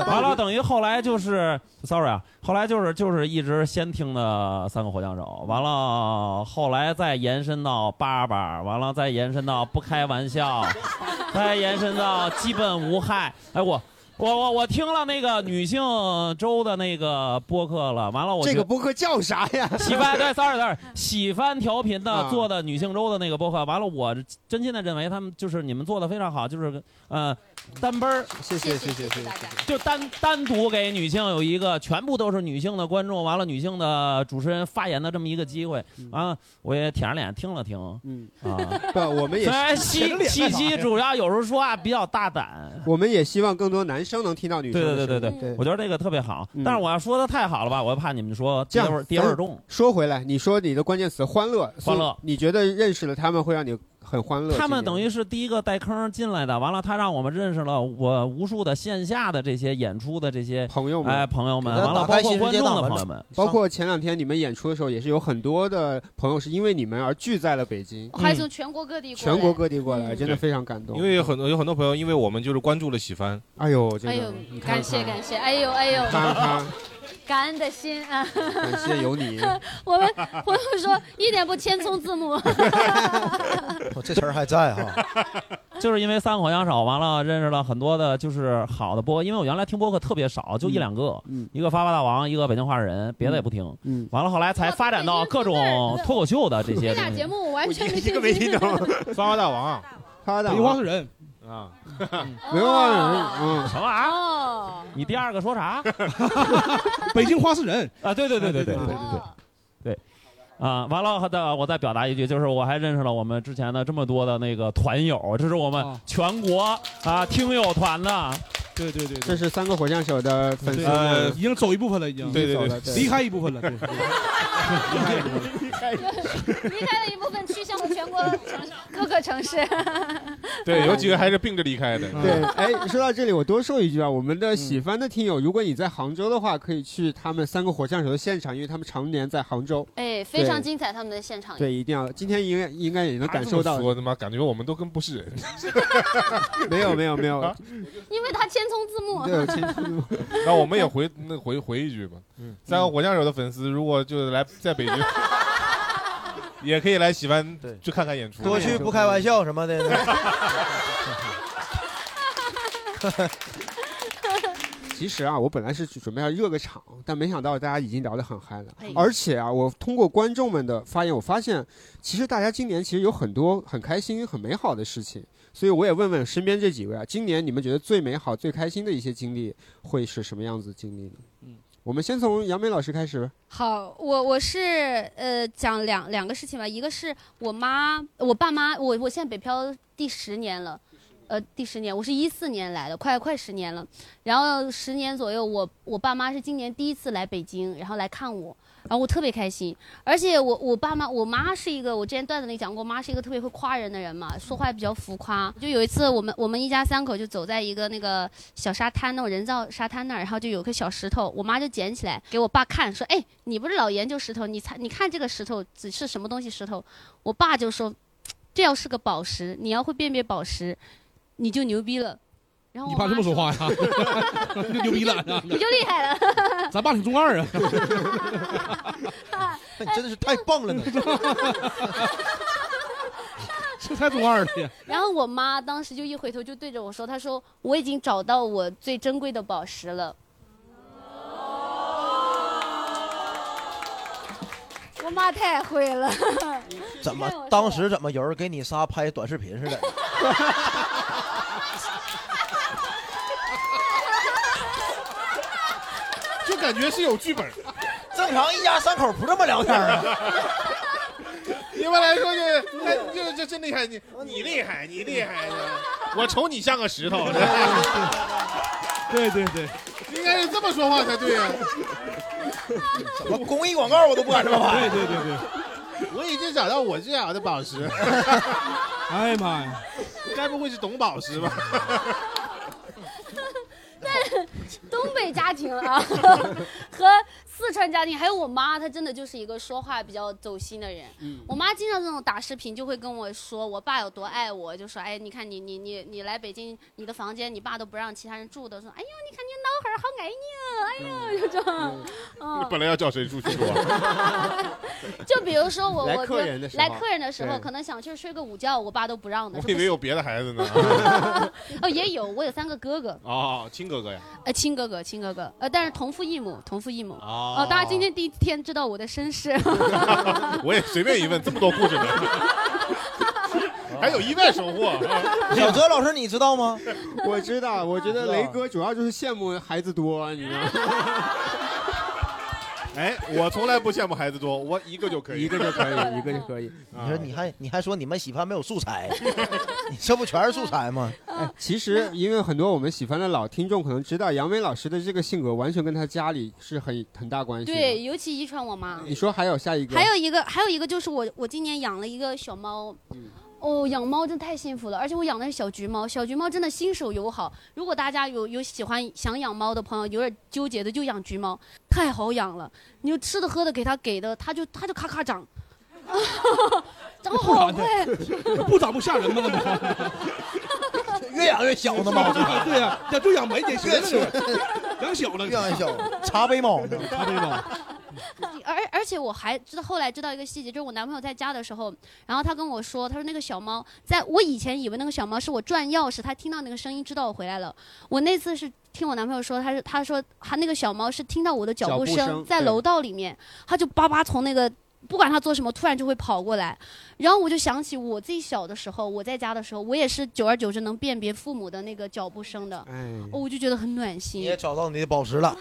Speaker 10: 完了，等于后来就是，sorry 啊，后来就是就是一直先听的三个火枪手，完了后来再延伸到八八，完了再延伸到不开玩笑，再延伸到基本无害。哎，我我我我听了那个女性周的那个播客了，完了我
Speaker 1: 这个
Speaker 10: 觉
Speaker 1: 播客叫啥呀？
Speaker 10: 喜番对，sorry sorry，喜番调频的
Speaker 1: 啊
Speaker 10: 做的女性周的那个播客，完了，我真心的认为他们就是你们做的非常好，就是呃单奔儿，
Speaker 1: 谢谢谢谢谢谢，
Speaker 10: 就单单独给女性有一个全部都是女性的观众，完了女性的主持人发言的这么一个机会啊，我也舔着脸听了听，
Speaker 1: 嗯
Speaker 10: 啊，
Speaker 1: 不，我们也
Speaker 10: 虽然
Speaker 1: 舔着
Speaker 10: 西
Speaker 1: 脸干
Speaker 10: 西
Speaker 1: 嘛
Speaker 10: 西
Speaker 1: 呀
Speaker 10: 主要有时候说话比较大胆，
Speaker 1: 我们也希望更多男生能听到女生
Speaker 10: 对
Speaker 1: 的声
Speaker 10: 对
Speaker 1: 音。
Speaker 10: 对对
Speaker 1: 对
Speaker 10: 我觉得这个特别好，但是我要说的太好了吧，我又怕你们说
Speaker 1: 这
Speaker 10: 跌味
Speaker 1: 样
Speaker 10: 儿跌味儿
Speaker 1: 咱
Speaker 10: 重。
Speaker 1: 说回来，你说你的关键词欢乐，所以
Speaker 10: 欢乐
Speaker 1: 你觉得认识了他们会让你很欢乐？
Speaker 10: 他们
Speaker 1: 于
Speaker 10: 等于是第一个带坑进来的，完了他让我们认识了我无数的线下的这些演出的这些
Speaker 1: 朋友
Speaker 10: 们，哎朋
Speaker 4: 嗯
Speaker 10: 友们，
Speaker 1: 给他
Speaker 10: 完了
Speaker 1: 打
Speaker 10: 包
Speaker 1: 开
Speaker 10: 括
Speaker 1: 新世
Speaker 10: 观
Speaker 1: 界
Speaker 10: 众
Speaker 1: 大
Speaker 10: 的
Speaker 1: 门
Speaker 10: 朋友
Speaker 1: 了
Speaker 10: 们，
Speaker 1: 包
Speaker 4: 啊
Speaker 1: 括前两天你们演出的时候，也是有很多的朋友是因为你们而聚在了北京，嗯
Speaker 2: 还从全国各地过来
Speaker 1: 全国各地过来，真的
Speaker 4: 嗯对
Speaker 1: 非常感动。
Speaker 4: 因为有很多有很多朋友，因为我们就是关注了喜番，
Speaker 1: 哎呦，
Speaker 2: 哎呦
Speaker 1: 你，看
Speaker 2: 感谢
Speaker 1: 看
Speaker 2: 感谢，哎呦哎呦
Speaker 1: 看看，
Speaker 2: 感恩的心啊！感
Speaker 1: 谢有你
Speaker 2: 我们我们说一点不谦冲字幕，
Speaker 5: 我哦这词儿还在哈，
Speaker 10: 就是因为三个火枪手，完了认识了很多的，就是好的播，因为我原来听播客特别少，就一两个，一个发发大王，一个北京话人，别的也不听。
Speaker 1: 嗯，
Speaker 10: 完了后来才发展到各种脱口秀的这
Speaker 2: 这
Speaker 10: 些东
Speaker 2: 俩
Speaker 10: 西。
Speaker 2: 节目我完全没听
Speaker 4: 发发大王，
Speaker 1: 发
Speaker 3: 北京话是人，
Speaker 4: 啊，
Speaker 1: 没有啊，嗯，
Speaker 10: 什么玩意儿？
Speaker 2: 哦，
Speaker 10: 你第二个说啥？
Speaker 3: 北京话是人
Speaker 10: 啊！对对对对对对对对对。啊，完了，再我再表达一句，就是我还认识了我们之前的这么多的那个团友，这是我们全国啊听友团的，
Speaker 3: 哦对对对
Speaker 1: 这
Speaker 3: 对，
Speaker 1: 是三个火枪手的粉丝
Speaker 3: 对
Speaker 1: 们，
Speaker 3: 已经走一部分了，已经
Speaker 1: 对对对对
Speaker 3: 离开一部分了，对
Speaker 2: 离开了一部分，去向了全国城市各个城市。
Speaker 4: 对，有几个还是病着离开的。
Speaker 1: 对，哎，说到这里，我多说一句啊，我们的
Speaker 4: 嗯
Speaker 1: 喜欢的听友，如果你在杭州的话，可以去他们三个火枪手的现场，因为他们常年在杭州。
Speaker 2: 哎，非常
Speaker 1: 对
Speaker 2: 精彩，他们的现场。
Speaker 1: 对，一定要，今天应该应该也能
Speaker 4: 他
Speaker 1: 感
Speaker 4: 这
Speaker 1: 受
Speaker 4: 么
Speaker 1: 到。
Speaker 4: 说他妈感觉我们都跟不是人。
Speaker 1: 没有没有没有，
Speaker 2: 因为他谦冲字幕。
Speaker 1: 对，前夫就
Speaker 4: 啊 那我们也回那回回一句吧，
Speaker 1: 嗯
Speaker 4: 三个火枪手的粉丝，如果就是来 在北京，也可以来喜欢去看看演 出，
Speaker 5: 多去不开玩笑什么的。
Speaker 1: 其实啊，我本来是准备要热个场，但没想到大家已经聊得很嗨了
Speaker 2: 哎。
Speaker 1: 而且啊，我通过观众们的发言，我发现其实大家今年其实有很多很开心、很美好的事情。所以我也问问身边这几位啊，今年你们觉得最美好、最开心的一些经历会是什么样子的经历呢？嗯，我们先从杨梅老师开始吧。
Speaker 2: 好，我我是呃讲两两个事情吧，一个是我妈，我爸妈，我我现在北漂第十年了，呃，第十年，我是一四年来的，快快十年了。然后十年左右，我我爸妈是今年第一次来北京，然后来看我，然啊后我特别开心。而且我我爸妈，我妈是一个，我之前段子里讲过，我妈是一个特别会夸人的人嘛，说话比较浮夸。就有一次，我们我们一家三口就走在一个那个小沙滩那种人造沙滩那儿，然后就有颗小石头，我妈就捡起来给我爸看，说：“哎，你不是老研究石头，你猜你看这个石头只是什么东西石头？”我爸就说：“这要是个宝石，你要会辨别宝石，你就牛逼了。”然后
Speaker 3: 你
Speaker 2: 我
Speaker 3: 爸
Speaker 2: 妈
Speaker 3: 这么说话呀？哦你 就牛逼了，啊
Speaker 2: 你就厉害了。
Speaker 3: 咱爸挺中二啊，
Speaker 5: 那你真的是太棒了呢！
Speaker 3: 这太中二了呀。
Speaker 2: 然后我妈当时就一回头就对着我说：“她说我已经找到我最珍贵的宝石了。” 我妈太会 了，
Speaker 5: 怎么当时怎么有人给你仨拍短视频似的？
Speaker 4: 感觉是有剧本。
Speaker 5: 正常一家三口不这么聊天啊。
Speaker 4: 一般来说就是，哎，就这真厉害，你你厉害，你厉害，我瞅你像个石 头。
Speaker 3: 对对对，
Speaker 4: 应该是这么说话才对啊 呀、
Speaker 5: 我公益广告我都不敢这么拍。
Speaker 3: 对对对对，
Speaker 4: 我已经找到我最好的宝石。
Speaker 3: 哎呀妈呀，
Speaker 4: 该不会是董宝石吧？
Speaker 2: 但东北家庭 啊，和四川家庭，还有我妈，她真的就是一个说话比较走心的人。
Speaker 11: 嗯
Speaker 2: 我妈经常这种打视频就会跟我说我爸有多爱我，就说哎，你看你你你你来北京，你的房间你爸都不让其他人住的，说哎呦，你看你老汉儿好爱你啊，哎呦，就这样。 嗯，
Speaker 4: 本来要叫谁出去住啊？
Speaker 2: 就比如说我
Speaker 4: 来
Speaker 2: 我
Speaker 4: 客人的时候
Speaker 2: 来客人的时候，
Speaker 4: 对
Speaker 2: 可能想去睡个午觉，我爸都不让的。
Speaker 4: 我
Speaker 2: 说
Speaker 4: 以
Speaker 2: 不
Speaker 4: 为
Speaker 2: 行
Speaker 4: 有别的孩子呢。
Speaker 2: 哦，也有，我有三个哥哥，
Speaker 4: 哦，亲哥哥呀。
Speaker 2: 呃，亲哥哥，亲哥哥，呃，但是同父异母，同父异母。
Speaker 4: 哦
Speaker 2: 哦，大家今天第一天知道我的身世。
Speaker 4: 我也随便一问，这么多故事呢，还有意外收 获。
Speaker 5: 小哲老师，你知道吗？啊
Speaker 1: 我知道，我觉得雷哥主要就是羡慕孩子多，啊你知道吗？
Speaker 4: 哎，我从来不羡慕孩子多，我 一个就可以，
Speaker 1: 一个就可 以，一个就可以。
Speaker 5: 你说你还你还说你们喜欢没有素材， 你这不全是素材吗？
Speaker 1: 哎，其实因为很多我们喜欢的老听众可能知道，杨梅老师的这个性格完全跟他家里是很很大关系。，
Speaker 2: 对，尤其遗传我妈。
Speaker 1: 你说还有下一个？
Speaker 2: 还有一个，还有一个就是我，我今年养了一个小猫。
Speaker 1: 嗯
Speaker 2: 哦，养猫真太幸福了，而且我养的是小橘猫，小橘猫真的新手友好。如果大家有有喜欢想养猫的朋友，有点纠结的，就养橘猫，太好养了。你就吃的喝的给它给的，它就它就咔咔长，长得好快。
Speaker 3: 不长不吓人吗？那不
Speaker 5: 越养越小呢嘛。
Speaker 3: 对呀、这就养没得学
Speaker 5: 越吃
Speaker 3: 了，养小了，
Speaker 5: 越养越小，茶杯猫，
Speaker 3: 茶杯猫。
Speaker 2: 而而且我还知道后来知道一个细节，就是我男朋友在家的时候，然后他跟我说，他说那个小猫，在我以前以为那个小猫是我转钥匙，他听到那个声音知道我回来了。我那次是听我男朋友说，他是他说他那个小猫是听到我的脚步声
Speaker 11: 脚步声
Speaker 2: 在
Speaker 11: 对
Speaker 2: 楼道里面，他就叭叭从那个。不管他做什么，突然就会跑过来，然后我就想起我自己小的时候，我在家的时候，我也是久而久之能辨别父母的那个脚步声的，
Speaker 1: 哎，
Speaker 2: 哦我就觉得很暖心。
Speaker 5: 你也找到你的宝石了。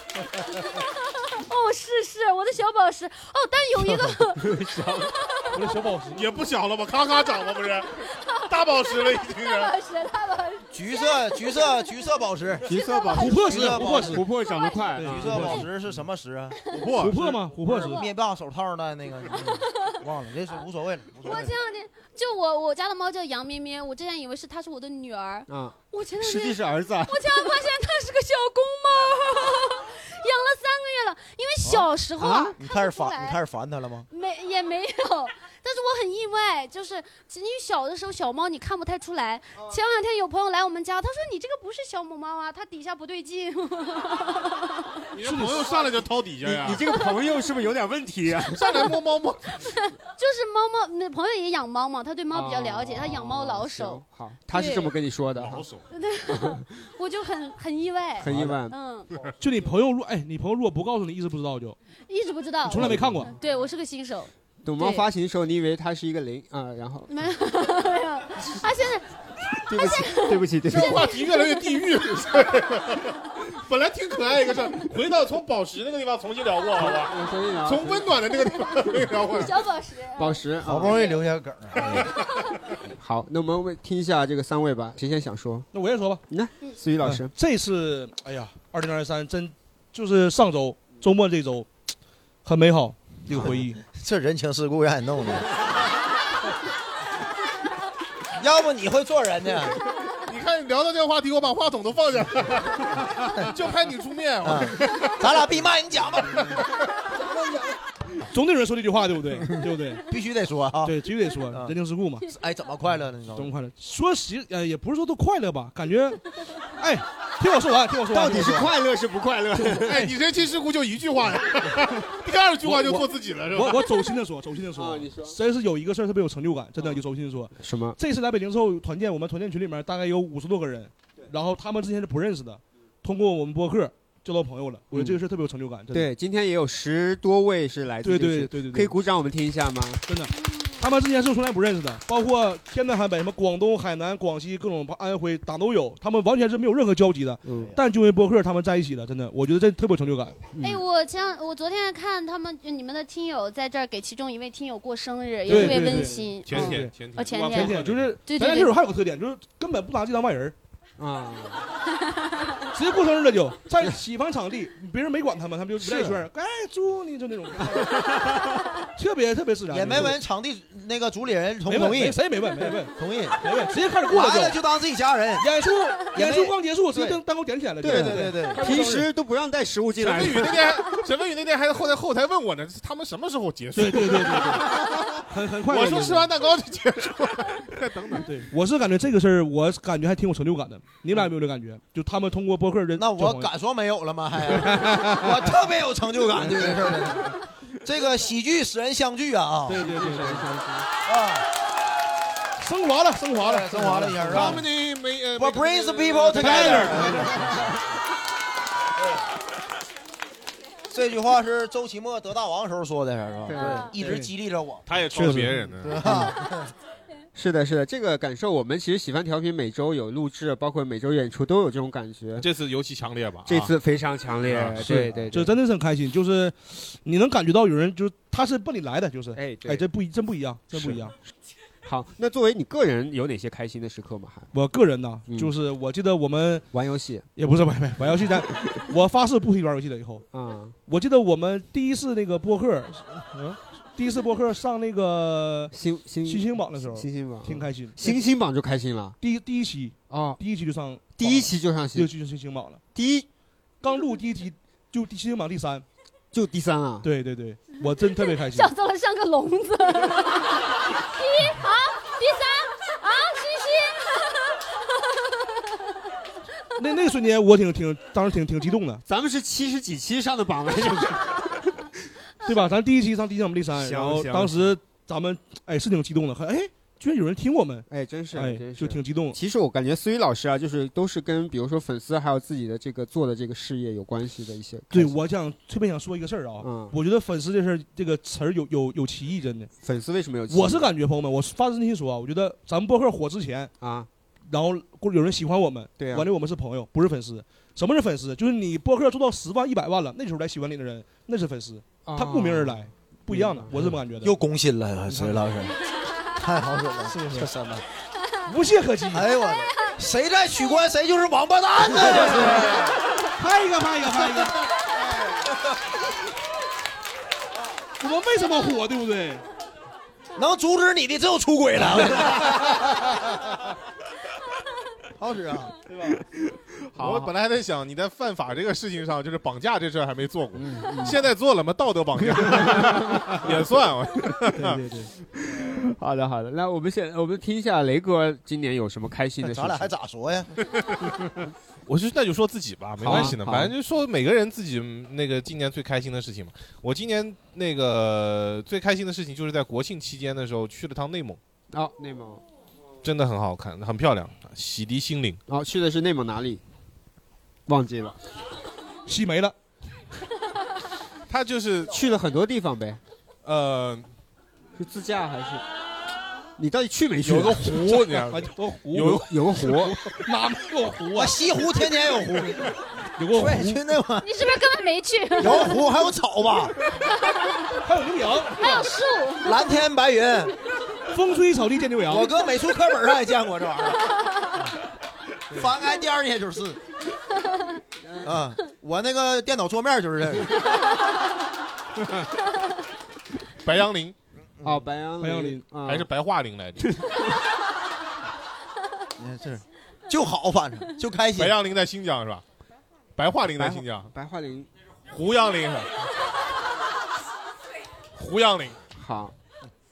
Speaker 2: 哦，是是，我的小宝石。哦，但有一个，
Speaker 4: 我
Speaker 3: 的小宝 石
Speaker 4: 也不小了吧，咔咔长吧，不是大宝石了已经是。
Speaker 2: 大宝石，大宝石。
Speaker 5: 橘色橘色橘色宝石，
Speaker 1: 橘色宝石
Speaker 5: 琥珀石琥珀石
Speaker 1: 琥珀长得快啊，
Speaker 5: 橘色宝石是什么石啊？琥
Speaker 4: 珀
Speaker 3: 琥珀吗琥珀石
Speaker 5: 灭霸手套的那个，忘了，这是无所谓了，无所
Speaker 2: 我
Speaker 5: 谓
Speaker 2: 前。两天就我我家的猫叫杨咩咩，我之前以为是它是我的女儿，
Speaker 1: 啊，
Speaker 2: 我前两
Speaker 1: 实
Speaker 2: 天
Speaker 1: 际是儿子啊。
Speaker 2: 我前两天发现它是个小公猫， 养了三个月了。因为小时候
Speaker 5: 啊，你开始
Speaker 2: 看不出来
Speaker 5: 烦，你开始烦他了吗？
Speaker 2: 没也没有，但是我很意外，就是其因为小的时候小猫你看不太出来。前两天有朋友来我们家，他说你这个不是小母猫啊，它底下不对劲。
Speaker 4: 你这朋友上来就掏底下呀？
Speaker 1: 你这个朋友是不是有点问题啊？
Speaker 4: 上来摸猫摸，
Speaker 2: 就是猫猫，那朋友也养猫嘛，他对猫比较了解，他养猫老手。
Speaker 1: 好，他是这么跟你说的。
Speaker 4: 老手，
Speaker 2: 对，我就很很意外，
Speaker 1: 很意外
Speaker 2: 嗯，
Speaker 3: 就你朋友如哎，你朋友如果不告诉你，一直不知道就
Speaker 2: 一直不知道，
Speaker 3: 从来没看过。
Speaker 2: 对我是个新手，
Speaker 1: 懂猫发行的时候，你以为它是一个零啊，然 后
Speaker 2: 没有没有，啊，现在
Speaker 1: 对不起，对不起，对不起
Speaker 4: 这个，话题越来越地狱。本来挺可爱一个事儿，回到从宝石那个地方重新聊过，好吧？
Speaker 1: 所以啊，
Speaker 4: 从温暖的那个地方聊过。
Speaker 2: 小宝石，
Speaker 1: 宝石啊
Speaker 5: 好不容易留下梗儿，啊
Speaker 1: 易。呃 好，那我们问听一下这个三位吧，谁先想说？
Speaker 3: 那我先说吧，
Speaker 1: 你来，思雨老师
Speaker 3: 嗯。这次哎呀，二零二三真就是上周周末这周，很美好这个回忆。
Speaker 5: 这人情世故让你弄的， 要不你会做人呢？
Speaker 4: 你看，聊到这个话题，我把话筒都放下了， 就拍你出面。
Speaker 3: 啊
Speaker 4: 我
Speaker 5: 咱俩闭麦，你讲 吧，
Speaker 3: 总得有人说这句话，对不对？对不对？
Speaker 5: 必须得说啊！
Speaker 3: 对，必须得说人情世故嘛。
Speaker 5: 哎，怎么快乐呢？你知道
Speaker 3: 多
Speaker 5: 吗？
Speaker 3: 么快乐！说实呃，也不是说都快乐吧，感觉，哎，听我说完，听我说完。
Speaker 1: 到底是
Speaker 3: 听我说
Speaker 1: 快
Speaker 3: 完
Speaker 1: 乐是不快 乐？
Speaker 4: 哎，你人情世故就一句话呀，第二句话就做自己了，是吧？啊
Speaker 3: 我我走心的说，走心的说，真是有一个事儿特别有成就感，真的就走心的说。
Speaker 1: 什么？
Speaker 3: 这次来北京之后，团建我们团建群里面大概有五十多个人，然后他们之前是不认识的，通过我们播客交到朋友了，我觉得这个事儿特别有成就感，真的。
Speaker 1: 对，今天也有十多位是来自
Speaker 3: 对
Speaker 1: 这个
Speaker 3: 对
Speaker 1: 群
Speaker 3: 对对对
Speaker 1: 可以鼓掌，我们听一下吗？
Speaker 3: 真的。他们之前是从来不认识的，包括天南海北，什么广东、海南、广西各种安徽党都有，他们完全是没有任何交集的。
Speaker 1: 嗯，
Speaker 3: 但就因为播客他们在一起了，真的，我觉得这特别有成就感。
Speaker 2: 哎，我前两我昨天看他们你们的听友在这儿给其中一位听友过生日，也
Speaker 3: 对
Speaker 2: 特别
Speaker 3: 对对
Speaker 2: 温馨。
Speaker 3: 前
Speaker 2: 嗯
Speaker 3: 天
Speaker 4: 前
Speaker 2: 哦，前
Speaker 3: 哇
Speaker 2: 天
Speaker 3: 天就是
Speaker 2: 对对
Speaker 3: 咱家
Speaker 2: 对
Speaker 3: 这首还有个特点，就是根本不拿这当 外人
Speaker 1: 儿啊，
Speaker 3: 直接过生日了就在喜欢场地，别人没管他们，他们就不带一圈儿，哎，祝你就那种，
Speaker 2: 啊
Speaker 3: 特别特别自然，
Speaker 5: 也没问场地那个主理人同
Speaker 3: 没
Speaker 5: 不
Speaker 3: 问
Speaker 5: 同意，
Speaker 3: 没谁没问没问
Speaker 5: 同意，
Speaker 3: 没问，直接开始过
Speaker 5: 完了
Speaker 3: 就
Speaker 5: 就当自己家人。
Speaker 3: 演出
Speaker 5: 也
Speaker 3: 演
Speaker 5: 没
Speaker 3: 出刚结束，直接
Speaker 5: 对
Speaker 3: 当当我点起来了就。
Speaker 5: 对对对对
Speaker 3: 开始
Speaker 1: 平
Speaker 3: 过生日
Speaker 1: 时都不让带食物进
Speaker 4: 沈
Speaker 1: 来
Speaker 4: 飞宇那天还，沈飞宇那天还在后台后台问我呢，他们什么时候结束？
Speaker 3: 对对对对对， 很很快乐。
Speaker 4: 我说吃完蛋糕就结束了，再等等。
Speaker 3: 对，我是感觉这个事儿，我感觉还挺有成就感的。你们俩有没有这感觉？就他们通过播客人，
Speaker 5: 那我敢说没有 了吗？还，我特别有成就感这件事儿。这个喜剧使人相聚啊啊！
Speaker 3: 对对对，
Speaker 5: 啊，
Speaker 3: 升华了，升华了，
Speaker 5: 升华了一下是吧
Speaker 4: Comedy may- 呃
Speaker 5: What
Speaker 4: make-
Speaker 5: brings the people together？这句话是周奇墨得大王时候说的，是吧？
Speaker 1: 对
Speaker 5: 一直激励着我。
Speaker 4: 他也抄了别人
Speaker 5: 对
Speaker 4: 的，
Speaker 5: 吧？
Speaker 1: 是的，是的，这个感受我们其实喜欢调频每周有录制，包括每周演出都有这种感觉。
Speaker 4: 这次尤其强烈
Speaker 3: 啊
Speaker 4: 吧？
Speaker 1: 这次非常强烈，
Speaker 4: 啊
Speaker 3: 是
Speaker 1: 对对
Speaker 3: 就
Speaker 1: 对，
Speaker 3: 真的是很开心，就是你能感觉到有人，就是他是奔你来的，就是，
Speaker 1: 哎对
Speaker 3: 哎，这不一真不一样，真不
Speaker 1: 是
Speaker 3: 一样。
Speaker 1: 好。那作为你个人有哪些开心的时刻吗？还
Speaker 3: 我个人呢
Speaker 1: 嗯，
Speaker 3: 就是我记得我们
Speaker 1: 玩游戏
Speaker 3: 也不是玩玩玩游 戏，咱我发誓不提玩游戏了。以后
Speaker 1: 啊，
Speaker 3: 我记得我们第一次那个播客，嗯，第一次播客上那个
Speaker 1: 星星
Speaker 3: 新星榜的时候，
Speaker 1: 星星榜
Speaker 3: 挺开心。
Speaker 1: 星星榜就开心了
Speaker 3: 第一第一期，
Speaker 1: 啊！
Speaker 3: 第一期就上
Speaker 1: 第一期就上
Speaker 3: 就
Speaker 1: 星，
Speaker 3: 就去星榜了，
Speaker 1: 第一
Speaker 3: 刚录第一期就第星榜第三，
Speaker 1: 就第三啊，
Speaker 3: 对对对，我真特别开心
Speaker 2: 笑。得我像个聋子。第一啊，第三啊，西西。
Speaker 3: 那那瞬间我挺挺，当时挺挺激动的，
Speaker 1: 咱们是七十几期上的榜来着，
Speaker 3: 对吧？咱第一期上第一上我们第三，
Speaker 1: 行
Speaker 3: 然后
Speaker 1: 行
Speaker 3: 当时咱们哎是挺激动的，很哎居然有人听我们，
Speaker 1: 哎，真是，
Speaker 3: 哎
Speaker 1: 真是
Speaker 3: 就挺激动。
Speaker 1: 其实我感觉思雨老师啊，就是都是跟比如说粉丝还有自己的这个做的这个事业有关系的一些。
Speaker 3: 对，我想特别想说一个事儿啊，
Speaker 1: 嗯
Speaker 3: 我觉得粉丝这事儿这个词儿有有有歧义，真的。
Speaker 1: 粉丝为什么有？
Speaker 3: 我是感觉朋友们，我发自内心说啊，我觉得咱们播客火之前，
Speaker 1: 啊，
Speaker 3: 然后过有人喜欢我们，
Speaker 1: 对啊
Speaker 3: 完了我们是朋友，不是粉丝。什么是粉丝？就是你播客做到十万、一百万了，那时候来喜欢你的人，那是粉丝，他慕名而来，不一样的，我是这么感觉的。
Speaker 5: 啊又攻心了，隋老师，太 好使了，这三个。
Speaker 3: 无懈可击。
Speaker 5: 哎呦我的，谁再取关谁就是王八蛋呢！ 这是
Speaker 3: 拍一个，拍一个，拍一个。我们为什么火，对不对？
Speaker 5: 能阻止你的只有出轨 了。好使啊！
Speaker 3: 对 吧？
Speaker 4: 我本来还在想，你在犯法这个事情上，就是绑架这事儿还没做过，
Speaker 1: 嗯
Speaker 4: 现在做了吗？道德绑架 也算。我
Speaker 3: 对对对，
Speaker 1: 好的好的，那我们现我们听一下雷哥今年有什么开心的事
Speaker 5: 咱俩还
Speaker 1: 情。
Speaker 5: 咋说呀？
Speaker 4: 我是那就说自己吧，没关系的，
Speaker 1: 好啊
Speaker 4: 反正就说每个人自己嗯那个今年最开心的事情嘛。我今年那个呃最开心的事情就是在国庆期间的时候去了趟内蒙，
Speaker 1: 哦，内蒙
Speaker 4: 真的很好看，很漂亮，洗涤心灵。
Speaker 1: 哦，去的是内蒙哪里？忘记了，
Speaker 3: 吸没了。
Speaker 4: 它 就是
Speaker 1: 去了很多地方呗，
Speaker 4: 呃
Speaker 1: 是自驾还是？你到底去没去啊？
Speaker 4: 有个湖，你知道吗
Speaker 3: 啊，？多湖
Speaker 1: 有个有个 湖，
Speaker 3: 哪没有湖
Speaker 5: 我
Speaker 3: 啊？
Speaker 5: 西湖天天有湖，
Speaker 3: 有 个湖，
Speaker 5: 对，去那玩
Speaker 2: 你是不是根本没去？
Speaker 5: 有湖还有草 吧，
Speaker 3: 还有牛羊，
Speaker 2: 还有树，
Speaker 5: 蓝天白 云。
Speaker 3: 风吹草低见牛羊。
Speaker 5: 我搁美术课本上也见过这玩意儿。 翻开第二页就是，啊，我那个电脑桌面就是这个。
Speaker 4: 白杨林
Speaker 5: 嗯
Speaker 1: 哦，白杨
Speaker 3: 嗯白杨林
Speaker 1: 啊，
Speaker 4: 还是白桦 林来着？
Speaker 5: 你看这就好，反正就开心
Speaker 4: 白。杨林在新疆是吧？白桦林在新疆，
Speaker 1: 白桦林
Speaker 4: 胡杨林是吧，胡杨林
Speaker 1: 好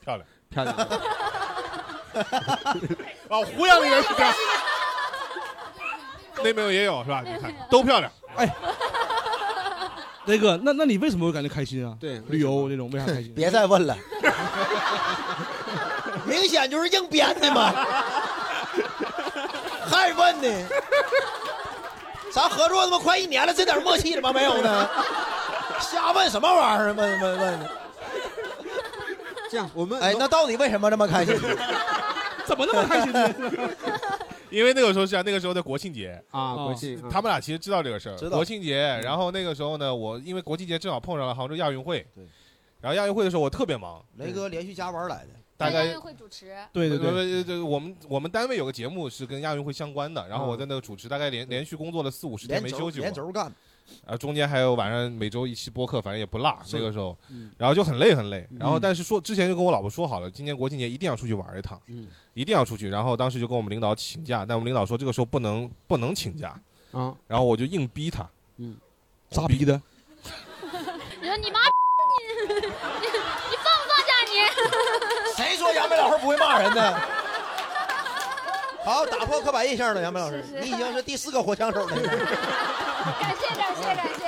Speaker 4: 漂亮
Speaker 1: 漂亮。
Speaker 4: 啊，胡杨林也是这样，内蒙也有是吧？你 看都漂亮。
Speaker 3: 哎 那个，那那你为什么会感觉开心啊？
Speaker 1: 对
Speaker 3: 旅游那种为啥开 心？
Speaker 5: 别再问了，明显就是硬编的嘛，还问呢？咱合作他妈快一年了，这点默契怎啊么没有呢？瞎问什么玩意儿？问问问！
Speaker 1: 这样，我们
Speaker 5: 哎，那到底为什么这么开心？
Speaker 3: 怎么那么开心呢？
Speaker 4: 因为那个时候是啊，那个时候在国庆节
Speaker 1: 啊
Speaker 4: 哦
Speaker 1: 国庆啊
Speaker 4: 他们俩其实知道这个事儿。
Speaker 1: 知道
Speaker 4: 国庆节，
Speaker 5: 嗯
Speaker 4: 然后那个时候呢，我因为国庆节正好碰上了杭州亚运会，
Speaker 5: 对，
Speaker 4: 然后亚运会的时候我特别忙，
Speaker 5: 雷哥连续加班来的，
Speaker 4: 大概
Speaker 2: 会主持，
Speaker 3: 对对对
Speaker 4: 对对，呃我们我们单位有个节目是跟亚运会相关的，然后我
Speaker 5: 嗯
Speaker 4: 在那个主持，大概连连续工作了四五十天
Speaker 5: 连
Speaker 4: 没
Speaker 5: 轴
Speaker 4: 休息
Speaker 5: 连
Speaker 4: 过，
Speaker 5: 轴干。
Speaker 4: 啊，中间还有晚上每周一期播客，反正也不落
Speaker 5: 是
Speaker 4: 那个时候
Speaker 5: 嗯，
Speaker 4: 然后就很累很累，然后
Speaker 5: 嗯
Speaker 4: 但是说之前就跟我老婆 说好了，今年国庆节一定要出去玩一趟，
Speaker 1: 嗯
Speaker 4: 一定要出去，然后当时就跟我们领导请假，但我们领导说这个时候不能不能请假，
Speaker 1: 啊，
Speaker 4: 然后我就硬逼他，
Speaker 1: 嗯，
Speaker 3: 咋逼的？
Speaker 2: 你说你妈，你你你放不放假你？
Speaker 3: 哎
Speaker 5: 谁说杨梅老师不会骂人 呢？好，打破刻板印象了，杨梅老师，
Speaker 2: 是是
Speaker 5: 你已经是第四个火枪手了。
Speaker 2: 感谢感谢感谢。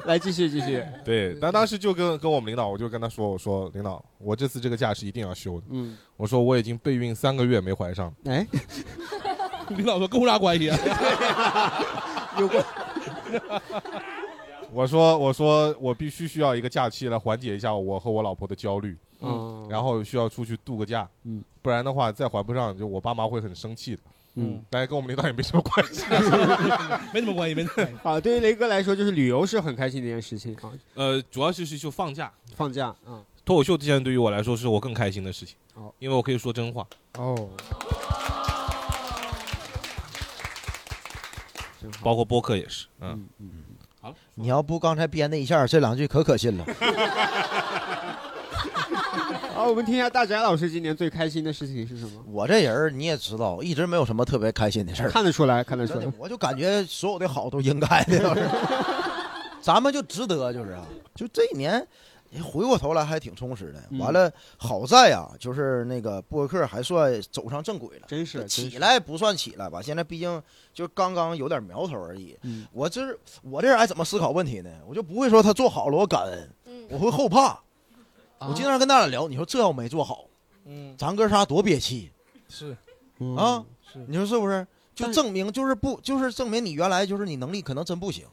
Speaker 1: 来继续继续。
Speaker 4: 对，但当时就跟跟我们领导，我就跟他说，我说领导，我这次这个假是一定要休的，
Speaker 1: 嗯，
Speaker 4: 我说我已经备孕三个月没怀上，
Speaker 1: 哎，
Speaker 3: 领导说跟我啥关系啊？
Speaker 1: 有关。
Speaker 4: 我说我说我必须需要一个假期来缓解一下我和我老婆的焦虑，
Speaker 1: 嗯，
Speaker 4: 然后需要出去度个假，
Speaker 1: 嗯，
Speaker 4: 不然的话再还不上，就我爸妈会很生气的，
Speaker 1: 嗯，
Speaker 4: 但是跟我们领导也没什么关 系，
Speaker 3: 没什么关系，没什么关系。
Speaker 1: 啊，对于雷哥来说，就是旅游是很开心的一件事情啊，
Speaker 4: 呃，主要是是就放假，
Speaker 1: 放假啊，
Speaker 4: 脱口秀这件对于我来说是我更开心的事情
Speaker 1: 哦，
Speaker 4: 因为我可以说真话，
Speaker 1: 哦，
Speaker 4: 包括播客也是，嗯
Speaker 5: 嗯，
Speaker 4: 好了，
Speaker 5: 你要不刚才编的一下，这两句可可信了。
Speaker 1: 好，啊我们听一下大宅老师今年最开心的事情是什么？
Speaker 5: 我这人儿你也知道，一直没有什么特别开心的事儿。
Speaker 1: 看得出来，看得出
Speaker 5: 真
Speaker 1: 来
Speaker 5: 的，。我就感觉所有的好都应该的， 要是咱们就值得，就是啊，就这一年。哎回过头来还挺充实的，
Speaker 1: 嗯
Speaker 5: 完了，好在啊，就是那个播客还算走上正轨了，
Speaker 1: 真是
Speaker 5: 起来不算起来吧，现在毕竟就刚刚有点苗头而已。
Speaker 1: 嗯
Speaker 5: 我这是我这人还怎么思考问题呢？我就不会说他做好了我感恩，我会后怕。
Speaker 1: 啊
Speaker 5: 我经常跟大家聊，你说这要没做好，
Speaker 3: 嗯，
Speaker 5: 咱哥仨多憋气。
Speaker 3: 是，
Speaker 5: 啊
Speaker 3: 是，
Speaker 5: 你说是不是？就证明就是不就是证明你原来就是你能力可能真不行，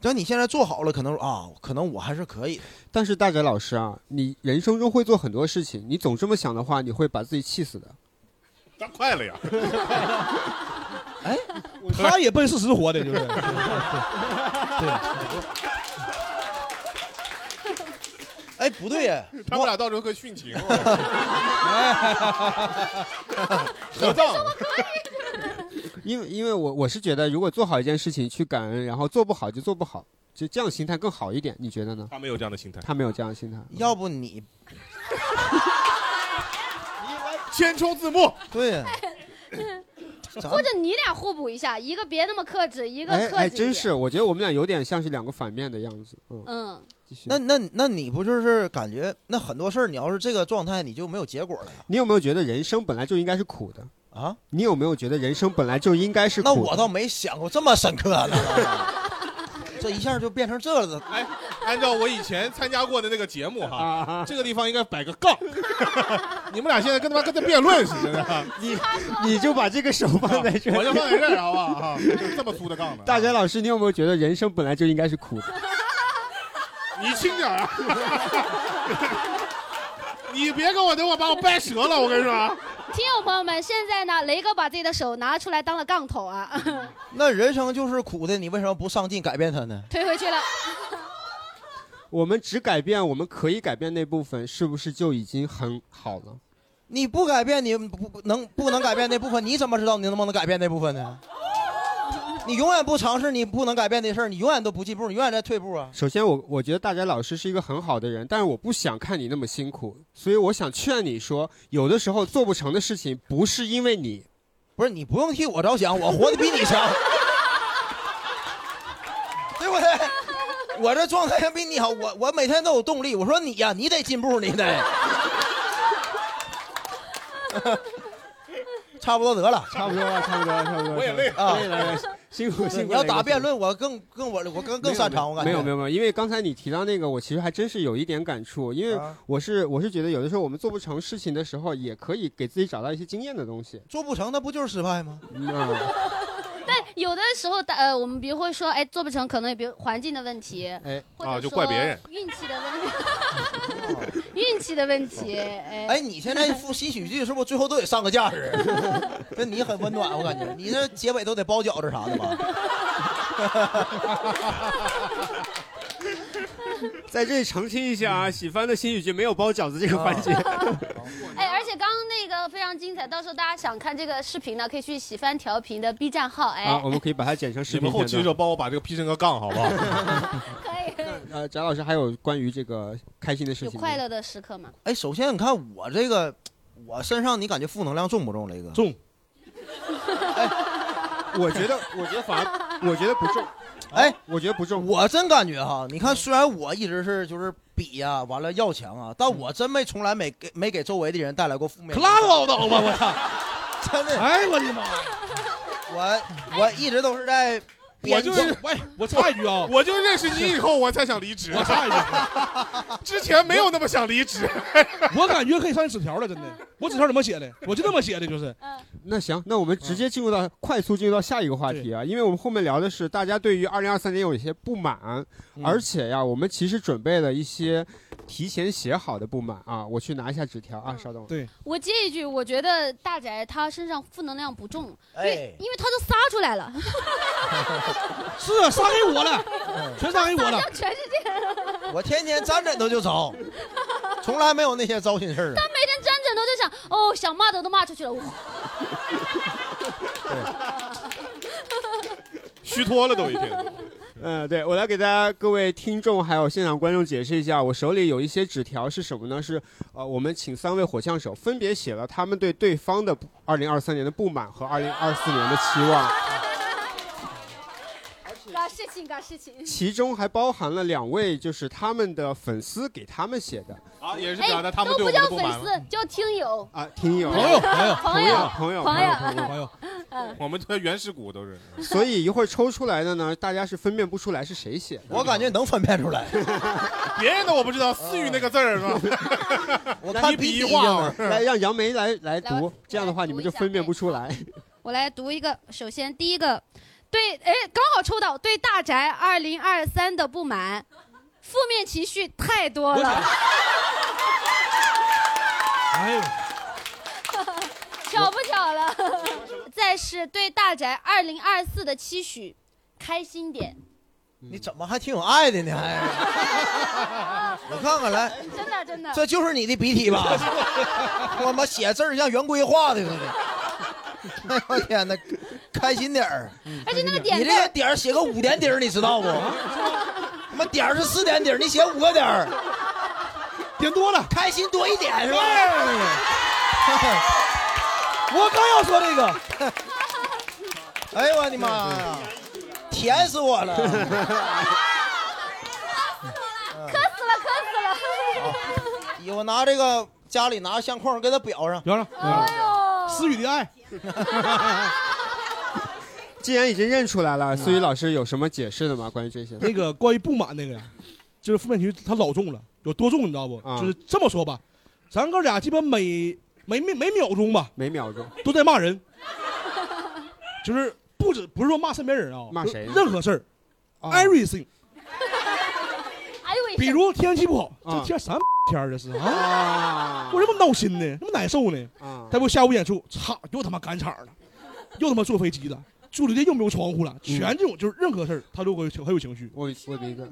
Speaker 5: 但你现在做好了，可能啊，可能我还是可以的。
Speaker 1: 但是大宅老师啊，你人生中会做很多事情，你总这么想的话，你会把自己气 死的。
Speaker 4: 当快了呀，
Speaker 1: 哎
Speaker 3: 他也奔四十活的，就是。
Speaker 5: 哎， 不对呀，
Speaker 4: 他们俩到时候会殉情，哦
Speaker 5: 哎合
Speaker 4: 葬。
Speaker 1: 因为因为我我是觉得，如果做好一件事情去感恩，然后做不好就做不好，就这样心态更好一点，你觉得呢？
Speaker 4: 他没有这样的心态，
Speaker 1: 他没有这样的心态。
Speaker 5: 要不 你
Speaker 4: 先冲字幕，
Speaker 5: 对呀，咱
Speaker 2: 或者你俩互补一下，一个别那么克制，一个
Speaker 1: 哎
Speaker 2: 克制
Speaker 1: 哎，
Speaker 2: 一点
Speaker 1: 真是，我觉得我们俩有点像是两个反面的样子。嗯，
Speaker 2: 嗯，
Speaker 1: 继续。
Speaker 5: 那那那你不就是感觉那很多事儿，你要是这个状态，你就没有结果了呀？
Speaker 1: 你有没有觉得人生本来就应该是苦的？
Speaker 5: 啊？
Speaker 1: 你有没有觉得人生本来就应该是苦
Speaker 5: 那
Speaker 1: 的？
Speaker 5: 我倒没想过这么深刻呢， 这一下就变成这了。
Speaker 4: 哎，按照我以前参加过的那个节目
Speaker 1: 哈，
Speaker 4: 这个地方应该摆个 杠。你们俩现在跟他妈跟他辩论似 的，啊
Speaker 1: 你你就把这个手放在这
Speaker 4: 我就
Speaker 1: 里。
Speaker 4: 放在这儿好不好？啊就这么粗的杠呢。
Speaker 1: 大宅老师，你有没有觉得人生本来就应该是苦的？
Speaker 4: 你轻点儿啊！ 你别跟我等我把我掰折了，我跟你说啊，
Speaker 2: 听友朋友们，现在呢，雷哥把自己的手拿出来当了杠头啊，
Speaker 5: 那人生就是苦的，你为什么不上进改变它呢？
Speaker 2: 推回去了。
Speaker 1: 我们只改变我们可以改变那部分，是不是就已经很好了？
Speaker 5: 你不改变，你不不能不能改变那部分，你怎么知道你能不能改变那部分呢？你永远不尝试你不能改变的事儿，你永远都不进步，你永远在退步啊！
Speaker 1: 首先我，我觉得大宅老师是一个很好的人，但是我不想看你那么辛苦，所以我想劝你说，有的时候做不成的事情不是因为你，
Speaker 5: 不是你不用替我着想，我活得比你强， 对不对？我这状态比你好，我我每天都有动力。我说你呀、你得进步，你得。 差不多得了，
Speaker 1: 差不多了，差不多了，差不多了。
Speaker 4: 我也累
Speaker 5: 啊
Speaker 1: 累了，累了 辛苦辛苦。
Speaker 5: 你要打辩
Speaker 1: 论。
Speaker 5: 论，我更更我我更更
Speaker 1: 没有
Speaker 5: 擅长，我感觉
Speaker 1: 没有没有没有，因为刚才你提到那个，我其实还真是有一点感触，因为
Speaker 5: 啊
Speaker 1: 我是我是觉得有的时候我们做不成事情的时候，也可以给自己找到一些经验的东西。
Speaker 5: 做不成，那不就是失败吗？
Speaker 1: 嗯啊，
Speaker 2: 但有的时候，呃，我们比如会说，哎，做不成，
Speaker 4: 啊
Speaker 2: 可能也比如环境的问题，
Speaker 1: 哎
Speaker 2: 或者说
Speaker 4: 就怪别人
Speaker 2: 运气的问题，运
Speaker 11: 运气的问题。
Speaker 5: 哦
Speaker 11: 哎，
Speaker 5: 哎，你现在复习喜剧是不是最后都得上个架势？ 那你很温暖，我感觉你这结尾都得包饺子啥的吧？
Speaker 1: 在这里澄清一下啊，喜欢的新喜剧没有包饺子这
Speaker 5: 啊
Speaker 1: 个环节。
Speaker 11: 哎，而且刚刚那个非常精彩，到时候大家想看这个视频呢，可以去喜翻调频的 B 站号。哎，
Speaker 1: 啊，我们可以把它剪成视
Speaker 4: 你
Speaker 1: 频。
Speaker 4: 们后期的时候帮我把这个 P 成个杠，好不好？
Speaker 11: 可
Speaker 5: 嗯
Speaker 11: 以
Speaker 1: 呃，翟老师还有关于这个开心的事
Speaker 11: 有
Speaker 1: 情。
Speaker 11: 快乐的时刻吗？
Speaker 5: 哎，首先你看我这个，我身上你感觉负能量重不重，雷哥？
Speaker 3: 重。
Speaker 1: 我觉得，我觉得反而，我觉得不 重。
Speaker 5: 哎，
Speaker 1: 我觉得不重。
Speaker 5: 我真感觉哈，你看，虽然我一直是就是比呀、完了要强啊，但我真没从来没给没给周围的人带来过负面。
Speaker 3: 可拉倒吧我操！
Speaker 5: 真的。
Speaker 3: 哎我的妈！
Speaker 5: 我我一直都是在
Speaker 4: 我
Speaker 5: 编辑。
Speaker 4: 就是
Speaker 3: 喂，我插一句啊，
Speaker 4: 我就认识你以后，我才想离职。我
Speaker 3: 插一句，
Speaker 4: 之前没有那么想离职。
Speaker 3: 我感觉可以上纸条了，真的。我纸条怎么写的？我就这么写的，就是
Speaker 1: 那行，那我们直接进入到、快速进入到下一个话题啊，因为我们后面聊的是大家对于二零二三年有一些不满，而且呀，我们其实准备了一些提前写好的不满啊，我去拿一下纸条啊，稍等我。
Speaker 3: 对，
Speaker 2: 我接一句，我觉得大宅他身上负能量不重，因为
Speaker 1: 哎
Speaker 2: 因为他都撒出来了，
Speaker 3: 是啊撒给我了，全撒给我了。
Speaker 11: 全是这个。
Speaker 5: 嗯我天天沾枕头就着，从来没有那些糟心事儿啊
Speaker 2: 他。每天沾枕头就想，哦，想骂的都骂出去了，我
Speaker 4: 虚脱了都已经。
Speaker 1: 嗯，对我来给大家各位听众还有现场观众解释一下，我手里有一些纸条是什么呢？是呃，我们请三位火枪手分别写了他们对对方的二零二三年的不满和二零二四年的期望。
Speaker 11: 搞事情，搞事情。
Speaker 1: 其中还包含了两位，就是他们的粉丝给他们写的
Speaker 4: 啊，也
Speaker 11: 哎，都不叫粉丝，叫听友。
Speaker 1: 啊，听友
Speaker 4: 朋友
Speaker 11: 朋
Speaker 1: 友
Speaker 11: 友
Speaker 1: 朋友
Speaker 11: 朋友
Speaker 1: 朋友
Speaker 11: 朋
Speaker 3: 友，
Speaker 4: 我们的原始股都是。
Speaker 1: 所以一会儿抽出来的呢，大家是分辨不出来是谁写的。
Speaker 5: 我感觉能分辨出来，
Speaker 4: 别人的我不知道，思雨那个字 儿是吧？
Speaker 5: 我
Speaker 4: 看
Speaker 1: 笔
Speaker 4: 笔
Speaker 1: 记
Speaker 4: 画
Speaker 1: 就
Speaker 4: 嘛
Speaker 1: 是来让杨梅来
Speaker 2: 来
Speaker 1: 来读，这样的话你们就分辨不出来。
Speaker 2: 我来读一个，首先第一个，对，哎，刚好抽到对大宅二零二三的不满，负面情绪太多了，
Speaker 3: 哎呦，
Speaker 2: 巧不巧了？再是对大宅二零二四的期许，开心点。
Speaker 5: 你怎么还挺有爱的呢？还， 我看看来，
Speaker 2: 真的真的，
Speaker 5: 这就是你的笔体 吧？我妈写字儿像圆规画的似的。哎呦我天哪，开心点儿！
Speaker 11: 而且那个点
Speaker 5: 你
Speaker 11: 字
Speaker 5: 这个
Speaker 11: 儿，
Speaker 5: 点儿写个五点底儿，你知道不？他妈点儿是四点底儿，你写五个点儿，
Speaker 3: 点多了，
Speaker 5: 开心多一点是吧？
Speaker 3: 我刚要说这个，
Speaker 5: 哎呦我的妈呀，甜死我了！
Speaker 11: 磕死了，磕死了。
Speaker 5: 我拿这个家里拿相框给他裱上，
Speaker 3: 表上
Speaker 4: 嗯
Speaker 11: 哎
Speaker 3: 思雨 的爱，
Speaker 1: 既然已经认出来了，思雨老师有什么解释的吗？关于这些？
Speaker 3: 那个关于不满那个呀，就是负面情绪它老重了，有多重你知道不？
Speaker 1: 啊
Speaker 3: 就是这么说吧，咱哥俩基本每每每每秒钟吧，
Speaker 1: 每秒钟
Speaker 3: 都在骂人，就是不止不是说骂身边人啊，
Speaker 1: 骂谁呢啊
Speaker 3: 任何事儿，everything。
Speaker 11: 哎呦喂，
Speaker 3: 比如天气不好，
Speaker 11: 啊
Speaker 3: 这天啥 天儿这是
Speaker 1: 啊？
Speaker 3: 我这么闹心呢，这么难受呢。
Speaker 1: 啊
Speaker 3: 再不下午演出，操，又他妈赶场了，又他妈坐飞机了，住酒店又没有窗户了，全这种就是任何事儿，他都会有情很有情绪。
Speaker 1: 嗯我我明白。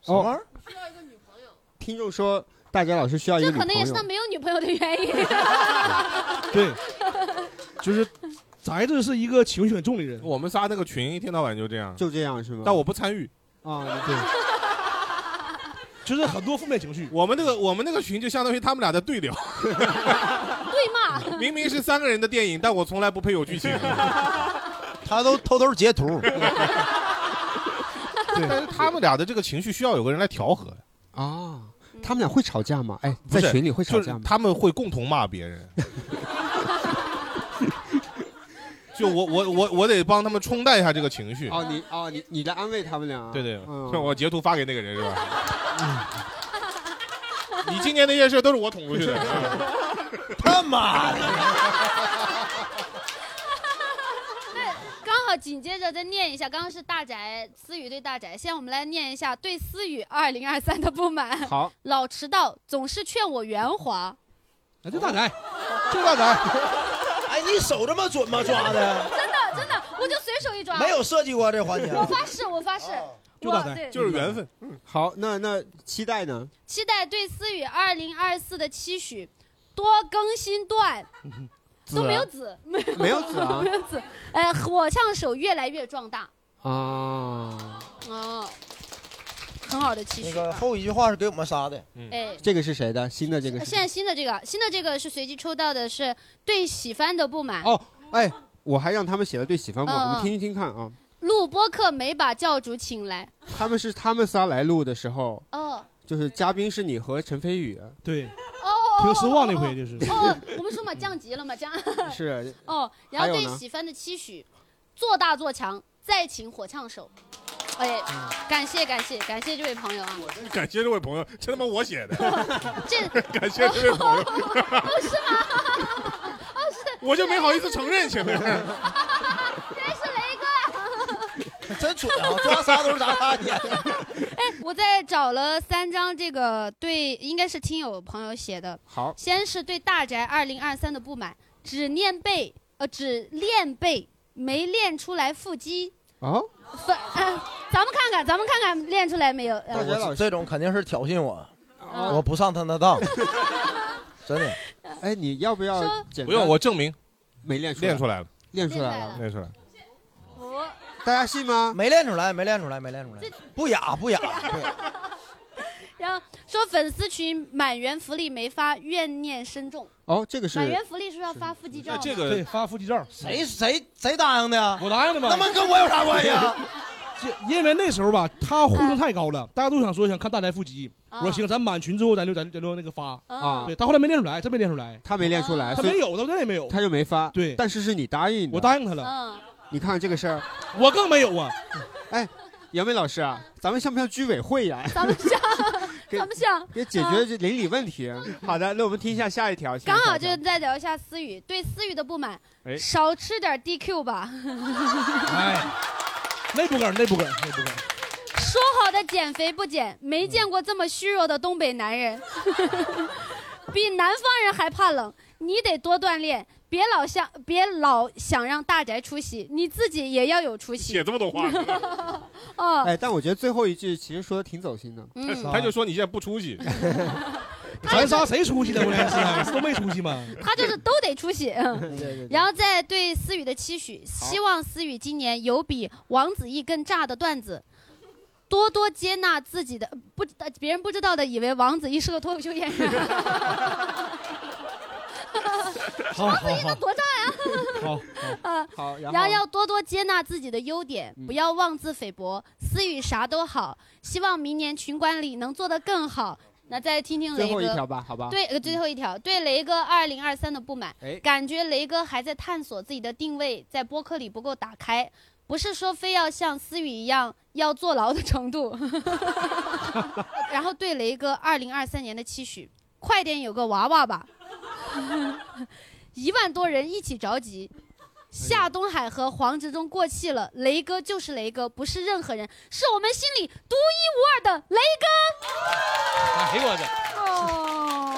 Speaker 3: 什么玩
Speaker 1: 意儿？哦听众说，大家老师需要一个
Speaker 2: 这
Speaker 1: 女
Speaker 2: 可
Speaker 1: 朋
Speaker 2: 能也是
Speaker 1: 友
Speaker 2: 他。没有女朋友的原因。
Speaker 3: 对，就是咱这是一个情绪很重的人。
Speaker 4: 我们仨那个群一天到晚就这样，
Speaker 1: 就这样是吗？
Speaker 4: 但我不参与
Speaker 1: 啊，
Speaker 4: 对。
Speaker 3: 就是很多负面情绪。
Speaker 4: 我们那个我们那个群就相当于他们俩的 对聊，
Speaker 2: 对 骂，
Speaker 4: 明明是三个人的电影，但我从来不配有 剧情。
Speaker 5: 他都偷偷截 图。
Speaker 4: 但是他们俩的这个情绪需要有个人来调和呀。
Speaker 1: 啊，他们俩会吵架吗？哎，
Speaker 4: 不
Speaker 1: 在
Speaker 4: 是
Speaker 1: 群里会吵
Speaker 4: 就是
Speaker 1: 架吗？
Speaker 4: 他们会共同骂 别人。就我我我我得帮他们冲淡一下这个情绪。
Speaker 1: 哦，你哦你你来安慰他们俩啊？
Speaker 4: 对对，
Speaker 1: 嗯
Speaker 4: 是我截图发给那个人是吧？你今年那些事儿都是我捅出去的。
Speaker 5: 他妈的！
Speaker 2: 刚好那紧接着再念一下，刚刚是大宅思雨对大宅，现在我们来念一下对思雨二零二三的不满。
Speaker 1: 好，
Speaker 2: 老迟到，总是劝我圆滑。
Speaker 3: 哎，就大宅，
Speaker 5: 就大宅。 哎，你手这么准吗？抓的
Speaker 2: 真的真的，我就随手一抓。
Speaker 5: 没有设计过这环节。啊
Speaker 2: 我发誓，我发誓，
Speaker 1: 就
Speaker 2: 我
Speaker 1: 大
Speaker 2: 对
Speaker 1: 宅，分。
Speaker 5: 嗯
Speaker 1: 好，那那期待呢？
Speaker 2: 期待对思雨二零二四的期许，多更新段都
Speaker 5: 啊
Speaker 2: 没有子，没有
Speaker 1: 啊没有子 啊
Speaker 2: 没有子。呃，火枪手越来越壮大，
Speaker 1: 啊，
Speaker 2: 哦，很好的期
Speaker 5: 那
Speaker 2: 许。啊
Speaker 5: 个后一句话是给我们仨的，
Speaker 2: 哎，
Speaker 1: 嗯这个是谁的？新的这个是
Speaker 2: 呃现在新的这个新的这个是随机抽到的，是对喜欢的不满。
Speaker 1: 哦，哎，我还让他们写了对喜欢榜，
Speaker 2: 嗯
Speaker 1: 我们听一听看啊。
Speaker 2: 录播课没把教主请来，
Speaker 1: 他们是他们仨来录的时候，
Speaker 2: 哦
Speaker 1: 就是嘉宾是你和陈飞宇，
Speaker 3: 对，
Speaker 2: 哦，
Speaker 3: 挺失望那回就是
Speaker 2: 哦，我们说嘛，降级了嘛， 降。
Speaker 1: 是
Speaker 2: 哦，然后
Speaker 1: 还有
Speaker 2: 对
Speaker 1: 呢
Speaker 2: 喜欢的期许，做大做强，再请火枪手。哎，感谢感谢感谢这位朋友啊！
Speaker 4: 感谢这位朋友，这他妈我写的，
Speaker 2: 这
Speaker 4: 感谢这位朋友，
Speaker 2: 哦是吗？哦是，
Speaker 4: 我就没好意思承认前 面。
Speaker 2: 原来是雷哥。
Speaker 5: 真蠢 啊！抓仨都是咱仨的。
Speaker 2: 哎，我在找了三张这个对，应该是听友朋友写的。
Speaker 1: 好
Speaker 2: 先是对大宅二零二三的不满，只练背，呃，只练背，没练出来腹肌。
Speaker 1: 啊，
Speaker 2: 反，呃咱们看看，咱们看看练出来没有？呃
Speaker 5: 我这种肯定是挑衅我，
Speaker 2: 啊
Speaker 5: 我不上他那 当，真的。
Speaker 1: 哎，你要不要简单？
Speaker 4: 不用，我证明
Speaker 1: 没练出来
Speaker 4: 练出来了，
Speaker 1: 练出来了，
Speaker 4: 练出来了。
Speaker 2: 哦
Speaker 1: 大家信吗？
Speaker 5: 没练出来，没练出来，没练出来，不雅不雅。
Speaker 2: 然后说粉丝群满员福利没发，怨念深重。
Speaker 1: 哦，这个是
Speaker 2: 满员福利是要发腹肌照吗？
Speaker 3: 对发腹肌照，
Speaker 5: 谁谁谁答应的？
Speaker 3: 我答应的吗？
Speaker 5: 那么跟我有啥关系 啊？
Speaker 3: 这因为那时候吧，他呼声太高了，大家都想说想看大宅腹肌。我说行，咱满群之后咱就咱咱就那个发
Speaker 1: 啊
Speaker 3: 对他后来没练出来，真没练出来，啊
Speaker 1: 他没练出来，
Speaker 3: 他
Speaker 1: 哎所以
Speaker 3: 没有，他真也没有。
Speaker 1: 他就没发。
Speaker 3: 对
Speaker 1: 但是是你答应的，我
Speaker 3: 答应他了。
Speaker 2: 嗯，
Speaker 1: 你看这个事儿，
Speaker 3: 我更没有啊。
Speaker 1: 哎，杨梅老师啊，咱们像不像居委会呀、
Speaker 2: 咱们像，咱们像
Speaker 1: 给 解决这邻里问题。好的，那我们听一下下一条。
Speaker 2: 嗯刚好就
Speaker 1: 这
Speaker 2: 是再聊一下思雨对思雨的不满，
Speaker 1: 哎
Speaker 2: 少吃点 DQ 吧。
Speaker 3: 哎，那不梗，那不梗，那不梗。
Speaker 2: 说好的减肥不减，没见过这么虚弱的东北男人， 比南方人还怕冷。你得多锻炼，别老想别老想让大宅出席，你自己也要有出息。
Speaker 4: 写这么多话
Speaker 2: 哦，
Speaker 1: 哎，但我觉得最后一句其实说的挺走心的。
Speaker 2: 嗯
Speaker 4: 他就说你现在不出 息，
Speaker 3: 咱仨谁出息了？我俩是都没出息吗？
Speaker 2: 他就是都得出血。 然后再对思雨的期许，希望思雨今年有比王子异更炸的段子，多多接纳自己的呃不知道别人不知道的，以为王子异是个脱口秀演员。
Speaker 3: 好好
Speaker 2: 那
Speaker 3: 好
Speaker 2: 多炸呀！
Speaker 3: 好，
Speaker 2: 啊，
Speaker 1: 嗯好，然
Speaker 2: 然后
Speaker 1: 后嗯
Speaker 2: 要多多接纳自己的优点，不要妄自菲薄。思雨啥都好，希望明年群管理能做得更好。那再听听雷
Speaker 1: 最
Speaker 2: 哥，
Speaker 1: 后一条吧，好吧？
Speaker 2: 对，呃，最后一条，对雷哥二零二三的不满
Speaker 1: 哎，
Speaker 2: 感觉雷哥还在探索自己的定位，在播客里不够打开，不是说非要像思雨一样要坐牢的程度。 然后对雷哥二零二三年的期许，快点有个娃娃吧， 一万多人一起着急。夏东海和黄执中过气了，雷哥就是雷哥，不是任何人，是我们心里独一无二的雷
Speaker 3: 哎呦我去！
Speaker 2: 哥。哦。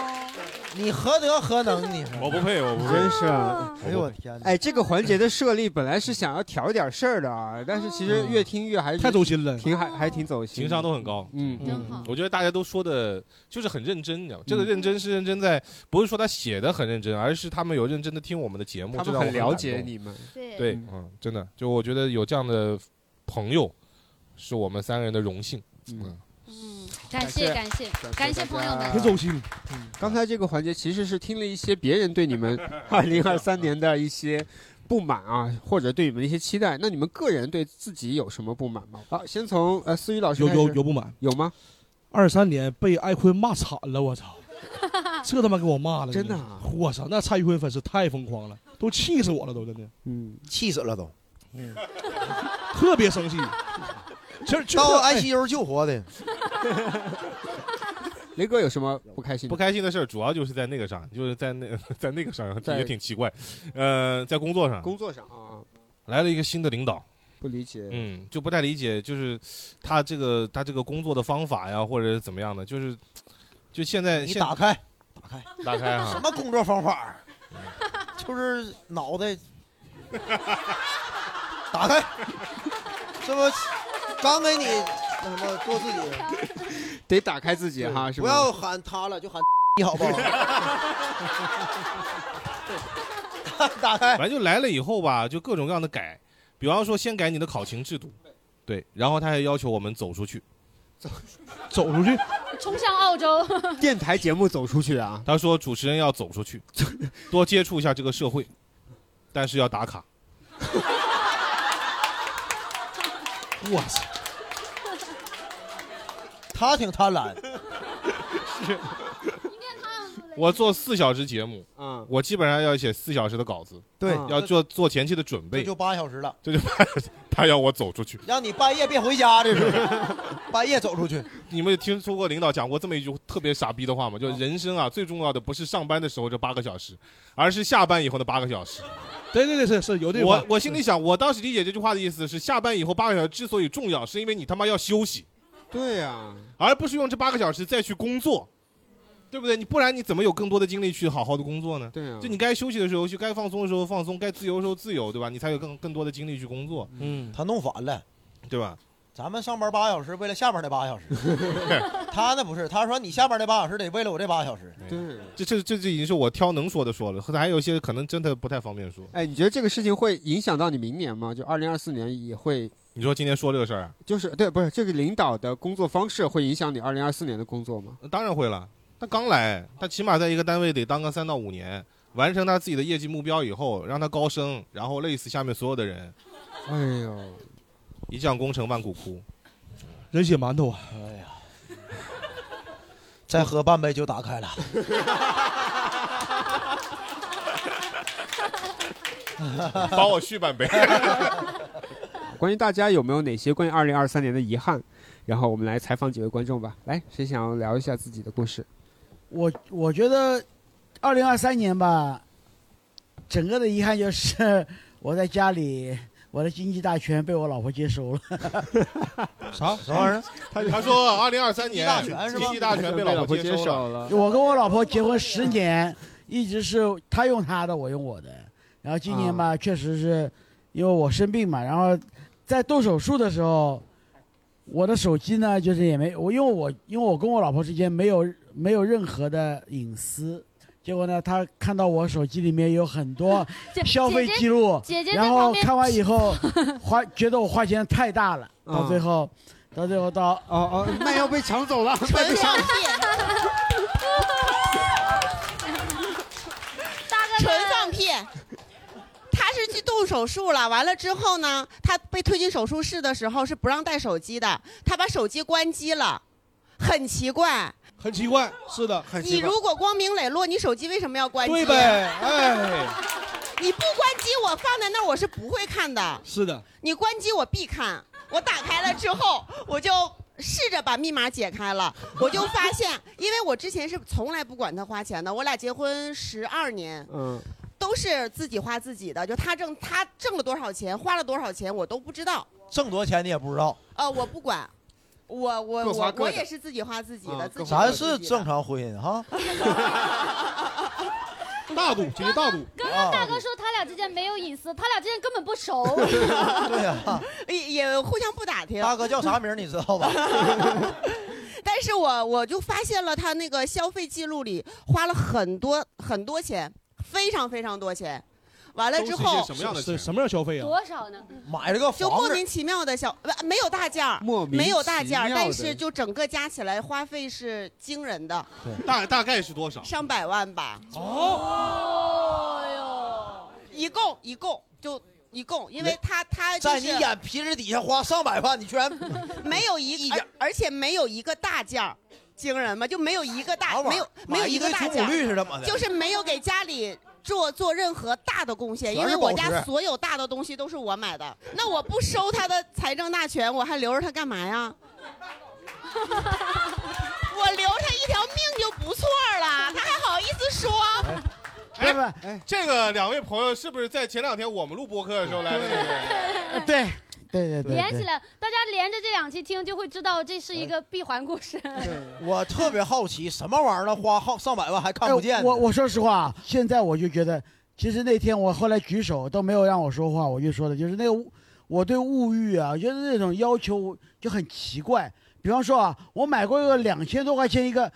Speaker 5: 你何德何能？你
Speaker 4: 我
Speaker 5: 说，
Speaker 4: 不配，我不配。
Speaker 1: 真是啊。
Speaker 5: 哎呦我天哪！
Speaker 1: 哎，这个环节的设立本来是想要挑一点事儿的啊，但是其实越听越还是
Speaker 3: 太走心了。
Speaker 1: 挺还还挺走心，
Speaker 4: 情商都很高。
Speaker 1: 嗯
Speaker 2: 真好
Speaker 4: 我觉得大家都说的就是很认真，你知道吗？这个认真是认真在，不是说他写的很认真，而是他们有认真的听我们的节目，
Speaker 1: 他
Speaker 4: 这
Speaker 1: 们
Speaker 4: 让我
Speaker 1: 很了解
Speaker 4: 感动。
Speaker 1: 你们。
Speaker 2: 对
Speaker 4: 对，嗯，真的，就我觉得有这样的朋友，是我们三个人的荣幸。嗯，
Speaker 2: 嗯，感谢感
Speaker 1: 感
Speaker 2: 谢感谢朋友们，
Speaker 3: 挺走心。
Speaker 1: 啊嗯刚才这个环节其实是听了一些别人对你们 二零二三年的一些不满啊，或者对你们的一些期待。那你们个人对自己有什么不满吗？好，先从呃思雨老师
Speaker 3: 有
Speaker 1: 开始
Speaker 3: 有有不满？
Speaker 1: 有吗？
Speaker 3: 二三年被艾坤骂惨了，我操！这他妈给我骂了，
Speaker 1: 真的啊
Speaker 3: 啊！我操，那蔡徐坤粉丝太疯狂了，都气死我了，都真的嗯
Speaker 1: 嗯，
Speaker 5: 气死了都，
Speaker 3: 特别生气。其实就
Speaker 5: 到
Speaker 3: 哎
Speaker 5: ICU 救活的。
Speaker 1: 雷哥有什么不开心的？
Speaker 4: 不开心的事儿主要就是在那个 上，就是在那在那个上
Speaker 1: 在
Speaker 4: 也挺奇怪，呃，在工作上，
Speaker 1: 工作上啊，
Speaker 4: 来了一个新的领导，
Speaker 1: 不理解，
Speaker 4: 嗯，就不太理解，就是他这个他这个工作的方法呀，或者是怎么样的，就是就现在
Speaker 5: 你
Speaker 4: 现
Speaker 5: 打开，打开，
Speaker 4: 打开啊哈
Speaker 5: 什么工作方法儿？就是脑袋 打开，这不刚给你那什么做自己，
Speaker 1: 得打开自己哈，是吧？
Speaker 5: 不要喊他了，就喊你好不好？打开，
Speaker 4: 反正就来了以后吧，就各种各样的改，比方说先改你的考勤制度，对，然后他还要求我们走出去，
Speaker 3: 走走出去，
Speaker 2: 冲向澳洲。
Speaker 1: 电台节目走出去啊，
Speaker 4: 他说主持人要走出去， 多接触一下这个社会，但是要打卡。
Speaker 5: 我操！他挺贪婪，
Speaker 4: 是。我做四小时节目，
Speaker 1: 嗯，
Speaker 4: 我基本上要写四小时的稿子，
Speaker 5: 对
Speaker 4: 要做做前期的准备，
Speaker 5: 这就八小时了，
Speaker 4: 这就他要我走出去。
Speaker 5: 让你半夜别回家，这是 半夜走出去。
Speaker 4: 你们有听说过领导讲过这么一句特别傻逼的话吗？就是人生啊，最重要的不是上班的时候这八个小时，而是下班以后的八个小时。
Speaker 3: 对对对，是是有这
Speaker 4: 我
Speaker 3: 话
Speaker 4: 我心里想，我当时理解这句话的意思是，下班以后八个小时之所以重要，是因为你他妈要休息，
Speaker 1: 对呀、
Speaker 4: 而不是用这八个小时再去工作，对不对？你不然你怎么有更多的精力去好好的工作呢？
Speaker 1: 对呀、
Speaker 4: 就你该休息的时候休息，该放松的时候放松，该自由的时候自由，对吧？你才有更更多的精力去工作。
Speaker 3: 嗯，
Speaker 5: 他弄反了，
Speaker 4: 对吧？
Speaker 5: 咱们上班八小时，为了下班那八 小时。他那不是，他说你下班那八小时得为了我这八小时。
Speaker 1: 对，
Speaker 4: 这这这这已经是我挑能说的说了，可能还有一些可能真的不太方便说。
Speaker 1: 哎，你觉得这个事情会影响到你明年吗？就二零二四年也会，
Speaker 4: 你说今天说这个事儿啊，
Speaker 1: 就是对，不是这个领导的工作方式会影响你二零二四年的工作吗？
Speaker 4: 当然会了。他刚来，他起码在一个单位得当个三到五年，完成他自己的业绩目标以后，让他高升，然后累死下面所有的人。
Speaker 1: 哎呦，
Speaker 4: 一将功成万骨 枯。
Speaker 3: 人血馒头啊！
Speaker 5: 哎呀，再喝半杯就打开了。
Speaker 4: 帮我续半杯。
Speaker 1: 关于大家有没有哪些关于二零二三年的遗憾？然后我们来采访几位观众吧。来，谁想要聊一下自己的故事？
Speaker 12: 我我觉得，二零二三年吧，整个的遗憾就是 我在家里，我的经济大权被我老婆接收了。
Speaker 4: 啥
Speaker 5: 啥玩意儿？
Speaker 4: 他他说二零二三年
Speaker 5: 经济大权是吧
Speaker 4: 经济大权被老婆接收了。
Speaker 12: 我跟我老婆结婚十年，一直是她用她的，我用我的。然后今年
Speaker 2: 啊
Speaker 12: 吧，确实是因为我生病嘛，然后在动手术的时候，我的手机呢，就是也没我，因为我因为我跟我老婆之间没有没有任何的隐私。结果呢，她看到我手机里面有很 多
Speaker 2: 姐
Speaker 12: 消费记录，
Speaker 2: 姐姐姐在
Speaker 12: 然后
Speaker 2: 旁边
Speaker 12: 看完以后花 觉得我花钱太大了，到
Speaker 2: 啊
Speaker 12: 最后，到最后到
Speaker 1: 哦哦，
Speaker 12: 麦
Speaker 1: 要被 抢走了，麦被抢。
Speaker 13: 大哥纯放屁。他是去动手术了，完了之后呢，他被推进手术室的时候是不让带手机的，他把手机关机了，很奇怪。
Speaker 3: 很奇怪，是的，很
Speaker 13: 你如果光明磊落，你手机为什么要关机？啊
Speaker 3: 对呗，哎，
Speaker 13: 你不关机，我放在那儿我是不会看的。
Speaker 3: 是的，
Speaker 13: 你关机我必看，我打开了之后，我就试着把密码解开了，我就发现，因为我之前是从来不管他花钱的，我俩结婚十二年，
Speaker 1: 嗯，
Speaker 13: 都是自己花自己的，就他挣他挣了多少钱，花了多少钱我都不知道，
Speaker 5: 挣多少钱你也不知道，
Speaker 13: 呃，我不管，我我
Speaker 5: 各花
Speaker 13: 我
Speaker 5: 各的
Speaker 13: 我也是自己花自己的，
Speaker 3: 嗯
Speaker 13: 自己
Speaker 5: 咱
Speaker 13: 花自
Speaker 5: 是
Speaker 13: 己的
Speaker 5: 正常婚姻哈。
Speaker 3: 大度，今天大度。
Speaker 2: 刚
Speaker 5: 哦
Speaker 2: 刚
Speaker 5: 啊
Speaker 2: 大哥说他俩之间没有隐私，他俩之间根本不熟。
Speaker 5: 对呀、
Speaker 13: 也也互相不打听。
Speaker 5: 大哥叫啥名儿你知道吧？
Speaker 13: 但是我我就发现了他那个消费记录里花了很多很多钱，非常非常多钱。完了之后，
Speaker 3: 是什么样消费啊？
Speaker 2: 多少呢？
Speaker 5: 买了个
Speaker 13: 就莫名其妙的小，不没有大件儿，
Speaker 3: 莫名
Speaker 13: 没有大件儿
Speaker 3: 其，妙的
Speaker 13: 但是就整个加起来花费是惊人的，
Speaker 4: 大大概是多少？
Speaker 13: 上百万吧。哦，一共一共就一共，因为他他就
Speaker 5: 在
Speaker 13: 是
Speaker 5: 你眼皮子底下花上百万，你居然
Speaker 13: 没有一而而且没有一个大件儿，惊人吗？就没有一个大，没有没有
Speaker 5: 买一
Speaker 13: 个
Speaker 5: 堆
Speaker 13: 大
Speaker 5: 祖
Speaker 13: 件
Speaker 5: 母绿是
Speaker 13: 儿，
Speaker 5: 怎么的？
Speaker 13: 就是没有给家里做做任何大的贡献，
Speaker 5: 全
Speaker 13: 因
Speaker 5: 是
Speaker 13: 为我
Speaker 5: 宝
Speaker 13: 家
Speaker 5: 石
Speaker 13: 所有大的东西都是我买的，那我不收他的财政大权，我还留着他干嘛呀？我留他一条命就不错了，他还好意思说？
Speaker 4: 哎，这个两位朋友是不是在前两天我们录播客的时候来的那个？
Speaker 12: 对对对对，
Speaker 2: 连起来，大家连着这两期听，就会知道这是一个闭环故事。
Speaker 5: 我特别好奇，什么玩意儿花好上百万还看不见
Speaker 12: 哎
Speaker 5: 呢？
Speaker 12: 我我说实话啊，现在我就觉得，其实那天我后来举手都没有让我说话，我就说的就是那个物我对物欲啊，就是那种要求就很奇怪。比方说啊，我买过一个两千多块钱一个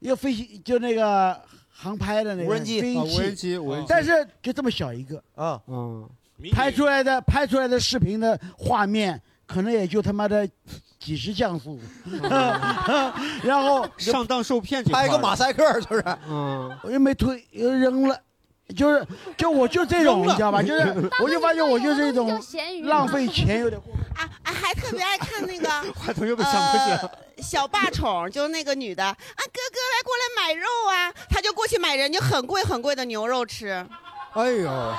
Speaker 12: 一个飞机，就那个航拍的那个
Speaker 1: 无人机
Speaker 12: 飞
Speaker 1: 啊
Speaker 12: 机，
Speaker 1: 无人机无人机
Speaker 12: 但是就这么小一个
Speaker 5: 啊，
Speaker 1: 嗯，
Speaker 12: 拍出来的拍出来的视频的画面，可能也就他妈的几十像素， 然后
Speaker 1: 上当受骗
Speaker 5: 拍个马赛克就是，
Speaker 1: 嗯，
Speaker 12: 我又没推，又扔了。就是，就我就这种，
Speaker 5: 扔
Speaker 12: 你
Speaker 5: 了
Speaker 12: 知道吧？就是
Speaker 5: 大哥，
Speaker 12: 我就发现我就这种
Speaker 13: 叫咸鱼吗
Speaker 12: 浪费钱，有点过。
Speaker 13: 啊，还特别爱看那个
Speaker 1: 话筒又
Speaker 12: 被抢过去
Speaker 13: 呃、小霸宠，就是那个女的啊，哥哥来过来买肉啊，她就过去买人家很贵很贵的牛肉吃。
Speaker 5: 哎呦，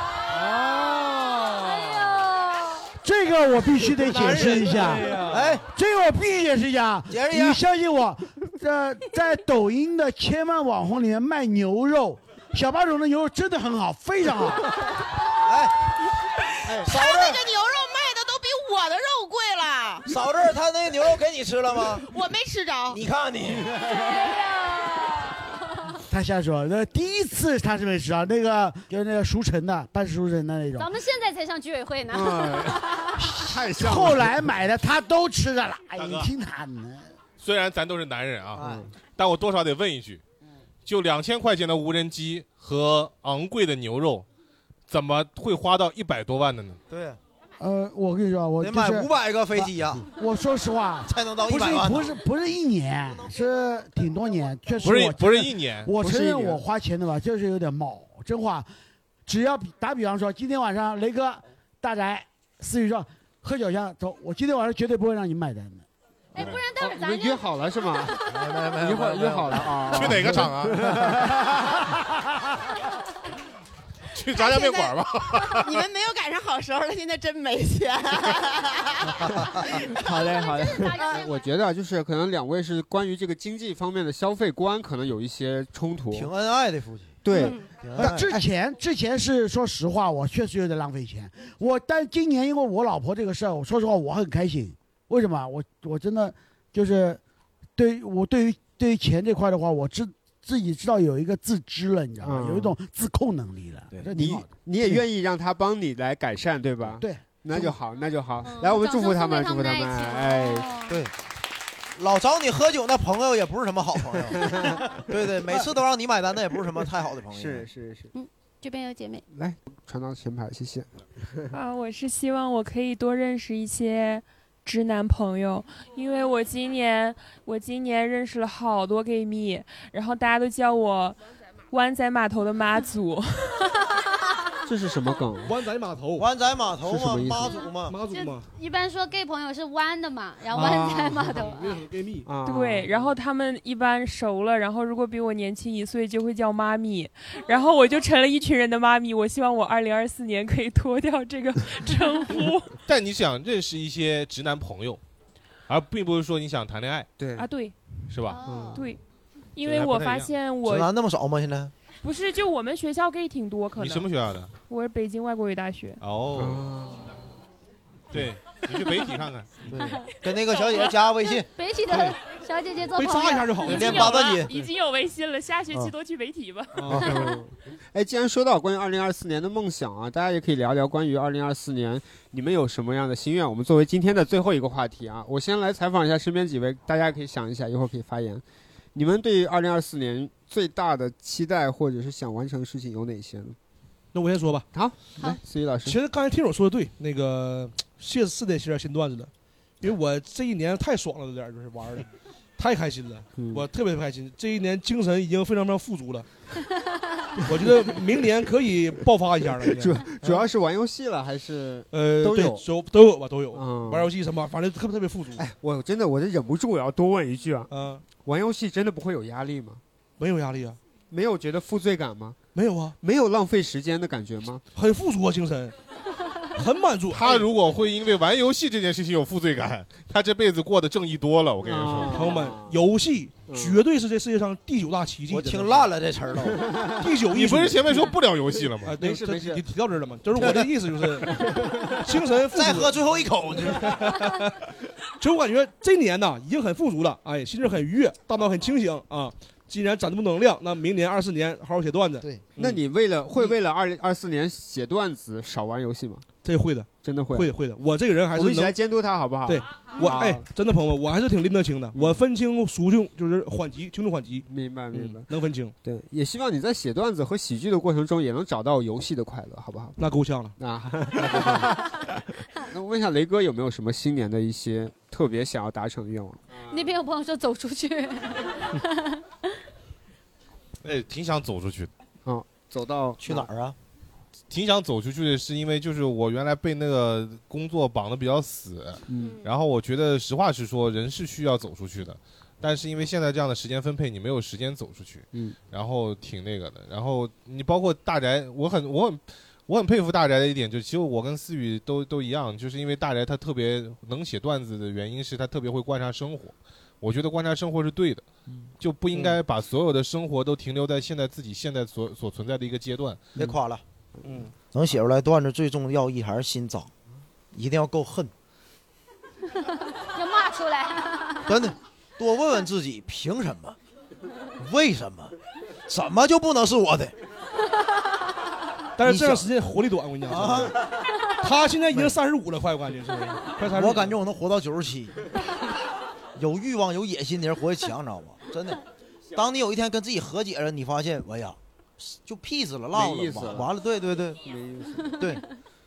Speaker 12: 这个我必须得解释一下
Speaker 5: 男人哎呀。
Speaker 12: 哎，这个我必须解释一下。
Speaker 5: 解释一下
Speaker 12: 你相信我，在在抖音的千万网红里面卖牛肉，小霸总的牛肉真的很好，非常好。
Speaker 13: 她那个牛肉卖的都比我的肉贵了。
Speaker 5: 嫂子，他那个牛肉给你吃了吗？
Speaker 13: 我没吃着。
Speaker 5: 你看你，
Speaker 1: 嗯
Speaker 12: 他瞎说，那第一次他是没吃啊，那个就是那个熟成的，半熟成的那种。
Speaker 2: 咱们现在才上居委会呢。
Speaker 1: 太
Speaker 4: 像了
Speaker 12: 后来买的他都吃着了，哎
Speaker 4: 大
Speaker 12: 呀，
Speaker 4: 哥
Speaker 12: 你听他呢。
Speaker 4: 虽然咱都是男人啊，但我多少得问一句，就两千块钱的无人机和昂贵的牛肉，怎么会花到一百多万 的呢？
Speaker 5: 对，啊
Speaker 12: 呃，我跟你说，我
Speaker 5: 得
Speaker 12: 就是
Speaker 5: 买500个飞机呀
Speaker 12: 我我说实话，
Speaker 5: 才能到
Speaker 12: 不是
Speaker 5: 100万呢
Speaker 12: 不是不是一年，是挺多年，确实
Speaker 4: 不是
Speaker 12: 我
Speaker 4: 不是
Speaker 12: 承认
Speaker 4: 一年
Speaker 12: 我
Speaker 4: 不是
Speaker 12: 承
Speaker 4: 一
Speaker 12: 认
Speaker 4: 年
Speaker 12: 我花钱的吧，就是有点冒，真话。只要比打比方说，今天晚上雷哥大宅思雨说喝酒去，走，我今天晚上绝对不会让你买单的。
Speaker 2: 哎，不然待会儿
Speaker 1: 你
Speaker 2: 咱
Speaker 1: 们约嗯好了是吗？
Speaker 5: 没
Speaker 1: 约好
Speaker 5: 没
Speaker 1: 约好了 啊！
Speaker 4: 哦去哪个厂
Speaker 1: 啊？
Speaker 4: 去炸酱面馆吧。
Speaker 13: 你们没有赶上好时候了，现在真没钱。
Speaker 1: 好嘞，好嘞。我觉得啊就是可能两位是关于这个经济方面的消费观，可能有一些冲突。
Speaker 5: 挺恩爱的夫妻。
Speaker 1: 对，
Speaker 12: 那之前之前是说实话，我确实有点浪费钱。我但今年因为我老婆这个事儿，我说实话我很开心。为什么？我我真的就是对于我对于对于钱这块的话，我知自己知道有一个自知了，你知道吗？
Speaker 1: 嗯
Speaker 12: 有一种自控能力了。这挺
Speaker 1: 你
Speaker 12: 好的
Speaker 1: 你也愿意让他帮你来改善，对吧？
Speaker 12: 对，
Speaker 1: 那就好，那就好。来，我们祝福他们，祝福他们。哎，
Speaker 5: 对，老找你喝酒那朋友也不是什么好朋友，对对，每次都让你买单，那也不是什么太好的朋友。
Speaker 1: 是是是，
Speaker 2: 嗯，
Speaker 11: 这边有姐妹，
Speaker 1: 来传到前排，谢谢。
Speaker 7: 啊，我是希望我可以多认识一些直男朋友，因为我今年我今年认识了好多 gay 蜜，然后大家都叫我湾仔码头的妈 祖。
Speaker 1: 这是什么梗？啊
Speaker 3: 湾仔码头，
Speaker 5: 湾仔码头
Speaker 1: 是什
Speaker 5: 嘛
Speaker 1: 么，意思
Speaker 5: 妈祖嘛，
Speaker 3: 妈祖嘛，
Speaker 2: 一般说 gay 朋友是弯的嘛，然后弯在码头。
Speaker 3: gay 蜜
Speaker 1: 啊
Speaker 7: 对，然后他们一般熟了，然后如果比我年轻一岁，就会叫妈咪，然后我就成了一群人的妈咪。我希望我二零二四年可以脱掉这 个称呼
Speaker 4: 但你想认识一些直男朋友，而并不是说你想谈恋爱，
Speaker 1: 对
Speaker 7: 啊，对
Speaker 4: 是吧？
Speaker 7: 对，因
Speaker 4: 这
Speaker 7: 为
Speaker 4: 还不
Speaker 7: 我
Speaker 4: 太
Speaker 7: 发
Speaker 4: 一样
Speaker 7: 现
Speaker 5: 直男
Speaker 7: 我
Speaker 5: 那么少吗？现在
Speaker 7: 不是就我们学校 gay 挺多，可能
Speaker 4: 你什么学校的？
Speaker 7: 我是北京外国语大学。
Speaker 4: 哦，对，你去北体看看，
Speaker 5: 跟那个小姐姐加微信，
Speaker 2: 北体的小姐姐做
Speaker 5: 被
Speaker 2: 朋
Speaker 5: 抓一下
Speaker 2: 友
Speaker 5: 就好了
Speaker 7: 已
Speaker 5: 练
Speaker 7: 经
Speaker 5: 八
Speaker 7: 有
Speaker 5: 段
Speaker 7: 了，
Speaker 5: 锦啊
Speaker 7: 已经有微信了，下学期
Speaker 1: 啊
Speaker 7: 多去北体吧。
Speaker 1: 哎，既然说到关于二零二四年的梦想啊，大家也可以聊聊关于二零二四年你们有什么样的心愿。我们作为今天的最后一个话题啊，我先来采访一下身边几位，大家可以想一下，一会儿可以发言。你们对于二零二四年最大的期待或者是想完成的事情有哪些呢？
Speaker 3: 那我先说吧。啊
Speaker 1: 好，来，思雨老师，
Speaker 3: 其实刚才听友说的对，那个是是得写点新段子了，因为我这一年太爽了，有点儿就是玩儿的，太开心了，我特别开心。这一年精神已经非常非常富足了，我觉得明年可以爆发一下了。
Speaker 1: 主主要是玩游戏了还是
Speaker 3: 呃
Speaker 1: 都
Speaker 3: 对
Speaker 1: 有
Speaker 3: 都都有吧，都有。
Speaker 1: 嗯
Speaker 3: 玩游戏什么，反正特别特别富足。
Speaker 1: 哎，我真的我就忍不住我要多问一句啊，
Speaker 3: 嗯，
Speaker 1: 玩游戏真的不会有压力吗？
Speaker 3: 没有压力啊，
Speaker 1: 没有觉得负罪感吗？
Speaker 3: 没有啊，
Speaker 1: 没有浪费时间的感觉吗？
Speaker 3: 很富足啊，精神。很满足。
Speaker 4: 他如果会因为玩游戏这件事情有负罪感， 他这辈子过得正义多了。我跟你说，
Speaker 7: 哦
Speaker 4: 哦
Speaker 3: 朋友们，游戏绝对是这世界上第九大奇迹。我
Speaker 5: 听烂了这词儿都
Speaker 3: 第九艺术，
Speaker 4: 你不是前面说不聊游戏了吗
Speaker 3: 啊对
Speaker 4: 没事
Speaker 3: 这
Speaker 4: 没事
Speaker 3: 你提到这儿了吗？就是我的意思，就是 精神富足
Speaker 5: 再喝最后一口，就是
Speaker 3: 其实我感觉这年呐已经很富足了，哎，心智很愉悦，大脑很清醒啊。既然攒这么多能量，那明年二四年好好写段子。嗯
Speaker 5: 对，
Speaker 1: 那你为了会为了二零二四年写段子少玩游戏吗？
Speaker 3: 这会的，
Speaker 1: 真的会，
Speaker 3: 会的会的。我这个人还是
Speaker 1: 我们一起
Speaker 3: 能
Speaker 1: 来监督他好不好？
Speaker 3: 对，我哎，真的朋友们，我还是挺拎得清的。我分清孰轻，就是缓急，轻重缓急。嗯
Speaker 1: 明白明白，
Speaker 3: 能分清。
Speaker 1: 对，也希望你在写段子和喜剧的过程中，也能找到游戏的快乐，好不好？
Speaker 3: 那够呛了。
Speaker 1: 那那我问一下雷哥，有没有什么新年的一些特别想要达成的愿望？
Speaker 2: 那边有朋友说走出去，
Speaker 4: 哎，挺想走出去的。
Speaker 1: 嗯，走到嗯
Speaker 5: 去哪儿啊？
Speaker 4: 挺想走出去的，是因为就是我原来被那个工作绑得比较死，
Speaker 1: 嗯
Speaker 4: 然后我觉得实话实说，人是需要走出去的，但是因为现在这样的时间分配，你没有时间走出去，
Speaker 1: 嗯，
Speaker 4: 然后挺那个的。然后你包括大宅，我很我很我很佩服大宅的一点，就其实我跟思雨都都一样，就是因为大宅他特别能写段子的原因是他特别会观察生活。我觉得观察生活是对的，就不
Speaker 5: 嗯
Speaker 4: 应该把所有的生活都停留在现在自己现在所所存在的一个阶段。
Speaker 5: 别夸了，
Speaker 3: 嗯，
Speaker 5: 能写出来段子最重要一还是心脏，一定要够恨，
Speaker 2: 要骂出来。
Speaker 5: 真的，多问问自己凭什么，为什么，怎么就不能是我的？
Speaker 3: 但是
Speaker 5: 你
Speaker 3: 这
Speaker 5: 想
Speaker 3: 段时间活力短，我跟你讲。
Speaker 5: 啊
Speaker 3: 真的他现在已经三十五了，快我感觉是不是，快三十。
Speaker 5: 我感觉我能活到九十七。有欲望、有野心的人活得强，知道吗？真的。当你有一天跟自己和解了，你发现，哎呀，就 peace 了，唠
Speaker 1: 没意思了
Speaker 5: 了，完了，对对对，
Speaker 1: 没意思。
Speaker 5: 对，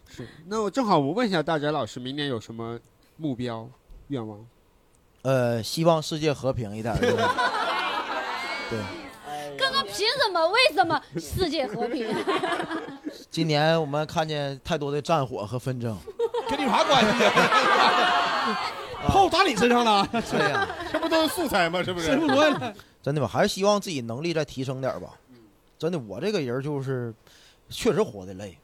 Speaker 1: 是。那我正好我问一下大宅老师，明年有什么目标、愿望？
Speaker 5: 呃，希望世界和平一点。对对，
Speaker 2: 刚刚凭什么？为什么世界和平？
Speaker 5: 今年我们看见太多的战火和纷争，
Speaker 3: 跟你有啥关
Speaker 4: 啊
Speaker 3: 系呀？炮打你身上了，
Speaker 5: 啊对 呀，
Speaker 4: 这不都是素材吗？是不是？
Speaker 3: 深入论 了。
Speaker 5: 真的吧？还是希望自己能力再提升点吧。真的，我这个人就是，确实活得累，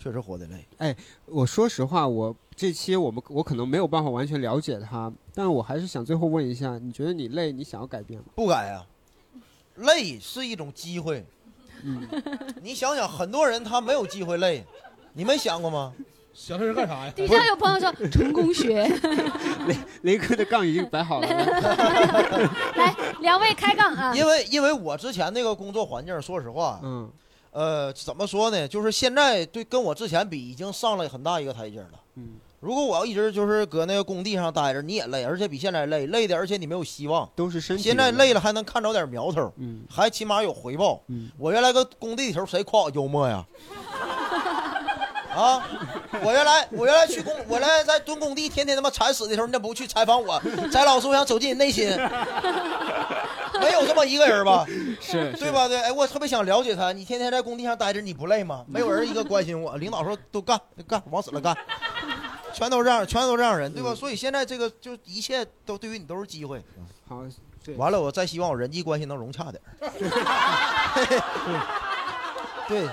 Speaker 5: 确实活得累。
Speaker 1: 哎，我说实话，我这期我们我可能没有办法完全了解他，但我还是想最后问一下，你觉得你累，你想要改变吗？
Speaker 5: 不改啊，累是一种机会。嗯你想想，很多人他没有机会累，你没想过吗？
Speaker 3: 想这是干啥呀？
Speaker 2: 底下有朋友 说成功学，
Speaker 1: 雷哥的杠已经摆好了，来
Speaker 2: 两位开杠啊！
Speaker 5: 因为因为我之前那个工作环境，说实话，
Speaker 1: 嗯，
Speaker 5: 呃，怎么说呢？就是现在对跟我之前比，已经上了很大一个台阶了。
Speaker 1: 嗯，
Speaker 5: 如果我要一直就是搁那个工地上待着，你也累，而且比现在累，累的，而且你没有希望。
Speaker 1: 都是身体。
Speaker 5: 现在累了还能看着点苗头，
Speaker 1: 嗯，
Speaker 5: 还起码有回报。
Speaker 1: 嗯，
Speaker 5: 我原来搁工地的时候，谁夸我幽默呀？
Speaker 1: 嗯
Speaker 5: 啊！我原来我原来去工，我原来在蹲工地，天天他妈惨死的时候，你怎么不去采访我？ 翟老师，我想走进你内心， 没有这么一个人 吧？
Speaker 1: 是
Speaker 5: 对吧？对，哎，我特别想了解他。你天天在工地上待着，你不累吗？
Speaker 3: 嗯
Speaker 5: 没有人一个关心 我。领导说都干，都干，往死了干，全都这样，全都这样人，对吧？
Speaker 3: 嗯
Speaker 5: 所以现在这个就一切都对于你都是机会。
Speaker 1: 好，对
Speaker 5: 完了，我再希望我人际关系能融洽点 儿。对，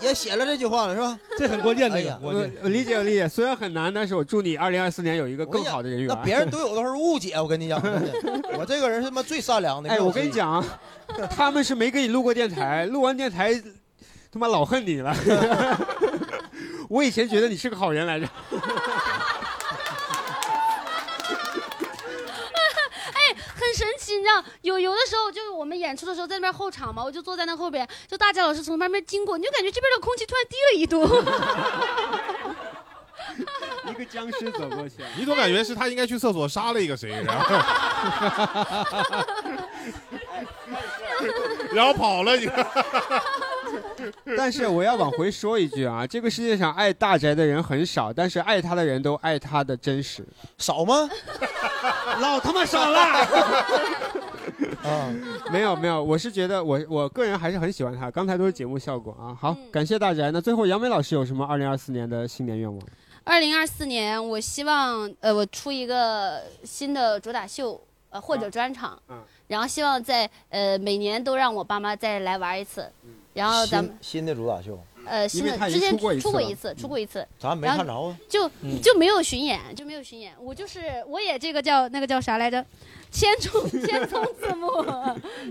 Speaker 5: 也写了这句话了，是吧？
Speaker 3: 这很关键的一个
Speaker 5: 哎呀
Speaker 1: 我我呃理解我理解，虽然很难，但是我祝你二零二四年有一个更好的人缘。
Speaker 5: 那别人对我都是误解，我跟你讲，真的我这个人是他妈最善良的。
Speaker 1: 哎，
Speaker 5: 没有
Speaker 1: 我跟你
Speaker 5: 之一，
Speaker 1: 讲啊，他们是没跟你录过电台，录完电台，他妈老恨你了。 我以前觉得你是个好人来着，
Speaker 2: 哎，很神奇，你知道，有有的时候就是我们演出的时候在那边后场嘛，我就坐在那后边，就大家老师从旁边经过，你就感觉这边的空气突然低了一度。
Speaker 1: 一个僵尸走过去。
Speaker 4: 你总感觉是他应该去厕所杀了一个谁，然后然后跑了。你 看，
Speaker 1: 但是我要往回说一句啊，这个世界上爱大宅的人很少，但是爱他的人都爱他的真实，
Speaker 5: 少吗？
Speaker 1: 老他妈少 了。
Speaker 5: 啊，
Speaker 1: 没有没有，我是觉得我我个人还是很喜欢他，刚才都是节目效果啊。好，
Speaker 14: 嗯
Speaker 1: 感谢大宅。那最后杨梅老师有什么二零二四年的新年愿望？
Speaker 11: 二零二四年，我希望呃，我出一个新的主打秀，呃或者专场，
Speaker 5: 嗯
Speaker 11: 然后希望在呃每年都让我爸妈再来玩一次，然后咱们
Speaker 5: 新新的主打秀，
Speaker 11: 呃
Speaker 5: 因
Speaker 11: 新
Speaker 5: 为
Speaker 11: 的
Speaker 5: 他已
Speaker 11: 之
Speaker 5: 经出
Speaker 11: 前
Speaker 5: 过一
Speaker 11: 出
Speaker 5: 次
Speaker 11: 过
Speaker 5: 了
Speaker 11: 一次，出过一次，
Speaker 5: 咱没
Speaker 11: 然后
Speaker 5: 看着啊
Speaker 11: 就
Speaker 5: 嗯
Speaker 11: 就 没有巡演，就没有巡演。我就是我也这个叫那个叫啥来着，千重 千重字 幕。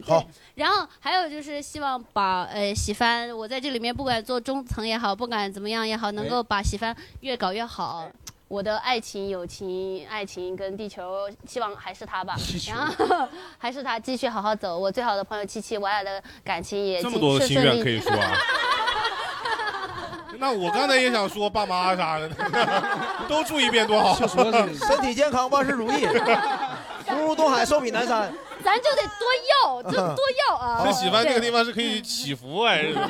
Speaker 5: 好，
Speaker 11: 然后还有就是希望把呃喜番，我在这里面不管做中层也好，不管怎么样也好，能
Speaker 5: 哎
Speaker 11: 够把喜番越搞越好。我的爱情、友情、爱情跟地球，希望还是他吧。然后 还是他继续好好走。我最好的朋友七七，我俩的感情也
Speaker 4: 这么
Speaker 11: 顺
Speaker 4: 多
Speaker 11: 顺
Speaker 4: 心
Speaker 11: 顺
Speaker 4: 愿
Speaker 11: 利
Speaker 4: 可以说 啊。那我刚才也想说爸妈啥的， 都住一遍 多好。
Speaker 5: 身体健康，万事如 意，福如东海，寿比南 山。
Speaker 11: 咱就得多要，就
Speaker 5: 嗯
Speaker 11: 多要啊！
Speaker 4: 这喜欢这个地
Speaker 11: 方，
Speaker 4: 方是可以祈福哎，是吧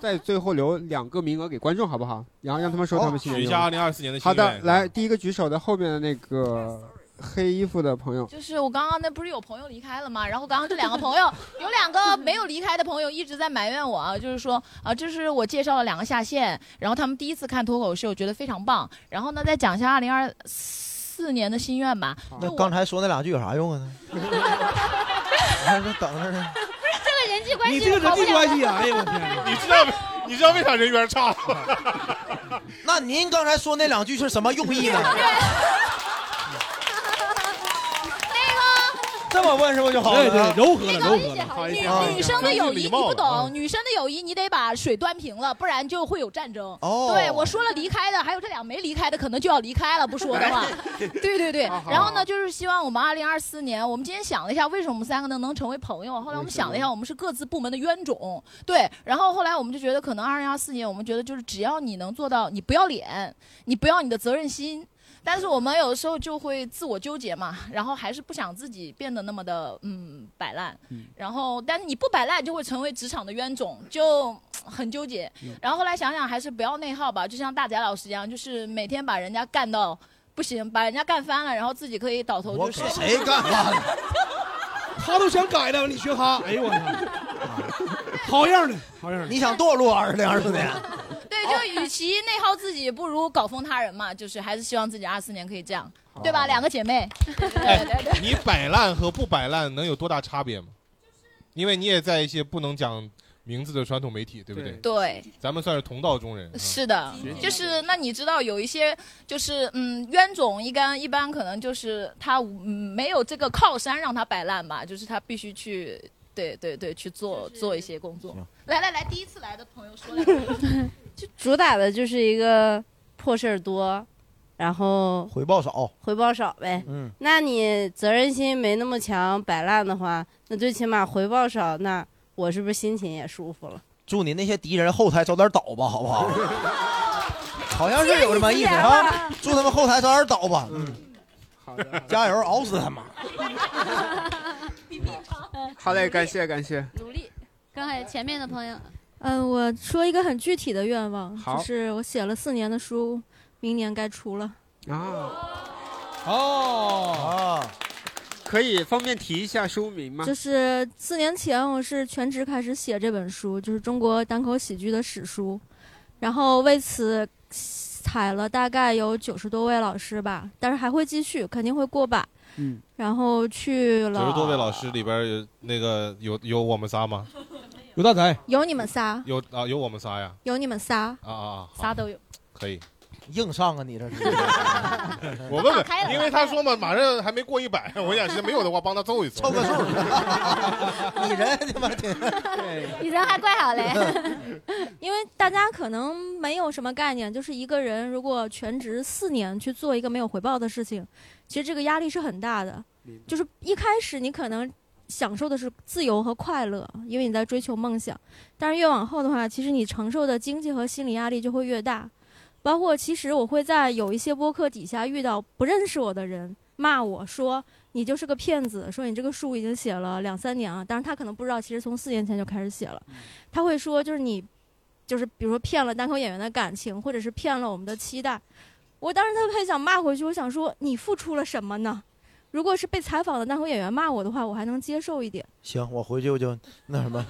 Speaker 1: 在最后留两个名额给观众，好不好？然后让他们说他们心里。
Speaker 4: 哦许一下2024年的心
Speaker 1: 好的，
Speaker 4: 愿
Speaker 1: 来第一个举手的，后面的那个黑衣服的朋 友，
Speaker 6: 就是我刚刚那不是有朋友离开了吗？然后刚刚这两个朋友有两个没有离开的朋友一直在埋怨我啊，就是说啊，这是我介绍了两个下线，然后他们第一次看脱口秀，觉得非常棒。然后呢，再讲一下二零二四年的心愿吧。
Speaker 5: 那啊刚才说那两句有啥用啊？还是等着呢。
Speaker 11: 这个人际关系
Speaker 5: 你这个人
Speaker 11: 好不
Speaker 5: 际
Speaker 11: 了
Speaker 5: 关系啊
Speaker 11: 的
Speaker 5: 哎呦我天
Speaker 4: 你知道你知道为啥人缘差吗？
Speaker 5: 那您刚才说那两句是什么用 意呢？
Speaker 6: 哎
Speaker 5: 这么问是不是就好了？
Speaker 3: 对对柔和了
Speaker 5: 柔
Speaker 3: 和了
Speaker 5: 好
Speaker 6: 女女生的友谊你
Speaker 5: 啊
Speaker 6: 不懂，女生的友谊你得把水端平了，不然就会有战争。
Speaker 5: 哦
Speaker 6: 对我说了离开的，还有这俩没离开的，可能就要离开了，不说的话。 对对对，然后呢，就是希望我们二零二四年，我们今天想了一下，为什么我们三个能能成为朋友？后来我们想了一下，我们是各自部门的冤种，对。然后后来我们就觉得，可能二零二四年，我们觉得就是只要你能做到，你不要脸，你不要你的责任心。但是我们有的时候就会自我纠结嘛，然后还是不想自己变得那么的嗯摆烂，然后但是你不摆烂就会成为职场的冤种，就嗯很纠结。
Speaker 5: 嗯
Speaker 6: 然后后来想想还是不要内耗吧，就像大贾老师一样，就是每天把人家干到不行，把人家干翻了，然后自己可以倒头就睡。
Speaker 5: 谁干嘛呢？
Speaker 3: 他都想改了，你学他，哎呦我操！ 好样的，好样的！
Speaker 5: 你想堕落二零二四年？
Speaker 6: 对，就与其内耗自己，不如搞疯他人嘛。就是还是希望自己二四年可以这样，对
Speaker 5: 哦
Speaker 6: 吧？两个姐妹，对对对。
Speaker 4: 你摆烂和不摆烂能有多大差别吗？因为你也在一些不能讲名字的传统媒体，对不对？
Speaker 6: 对
Speaker 4: 咱们算是同道中人。
Speaker 6: 是的，就是那你知道有一些就是嗯冤种一般一般可能就是他嗯没有这个靠山让他摆烂吧，就是他必须去对对对去做做一些工作。来来来，第一次来的朋友说两 句。
Speaker 15: 主打的就是一个破事儿多，然后
Speaker 5: 回报少。
Speaker 15: 回报少呗。
Speaker 5: 嗯，
Speaker 15: 那你责任心没那么强，摆烂的话，那最起码回报少，那我是不是心情也舒服了？
Speaker 5: 祝你那些敌人后台早点倒吧，好不好？好像是有这么意思啊！祝他们后台早点倒吧。嗯，好的，加油，熬死他 们！
Speaker 1: 好嘞，感谢感谢。
Speaker 2: 努力。刚才前面的朋友，
Speaker 14: 嗯，我说一个很具体的愿望，
Speaker 1: 好
Speaker 14: 就是我写了四年的书，明年该出了。
Speaker 1: 啊，
Speaker 5: 哦啊，
Speaker 1: 可以方便提一下书名吗？
Speaker 14: 就是四年前，我是全职开始写这本书，就是中国单口喜剧的史书，然后为此采了大概有九十多位老师吧，但是还会继续，肯定会过百。
Speaker 1: 嗯，
Speaker 14: 然后去
Speaker 4: 九十多
Speaker 14: 了
Speaker 4: 位老师里边有那个有有我们仨吗？
Speaker 3: 有大才，
Speaker 14: 有你们仨，
Speaker 4: 有啊有我们仨呀。
Speaker 14: 有你们仨，
Speaker 4: 啊啊啊！
Speaker 14: 仨都有。
Speaker 4: 可以。
Speaker 5: 硬上啊，你这是。
Speaker 4: 我问问，因为他说嘛，马上还没过一百，我想是没有的话帮他凑一凑，凑个数。
Speaker 5: 你人他妈挺
Speaker 2: 你人还怪好嘞。
Speaker 14: 因为大家可能没有什么概念，就是一个人如果全职四年去做一个没有回报的事情，其实这个压力是很大的。就是一开始你可能享受的是自由和快乐，因为你在追求梦想，但是越往后的话，其实你承受的经济和心理压力就会越大。包括其实我会在有一些播客底下遇到不认识我的人骂我说你就是个骗子，说你这个书已经写了两三年啊，当然他可能不知道，其实从四年前就开始写了。他会说就是你，就是比如说骗了单口演员的感情，或者是骗了我们的期待。我当时特别想骂回去，我想说你付出了什么呢？如果是被采访的单口演员骂我的话，我还能接受一点。
Speaker 5: 行，我回去我就那什 么。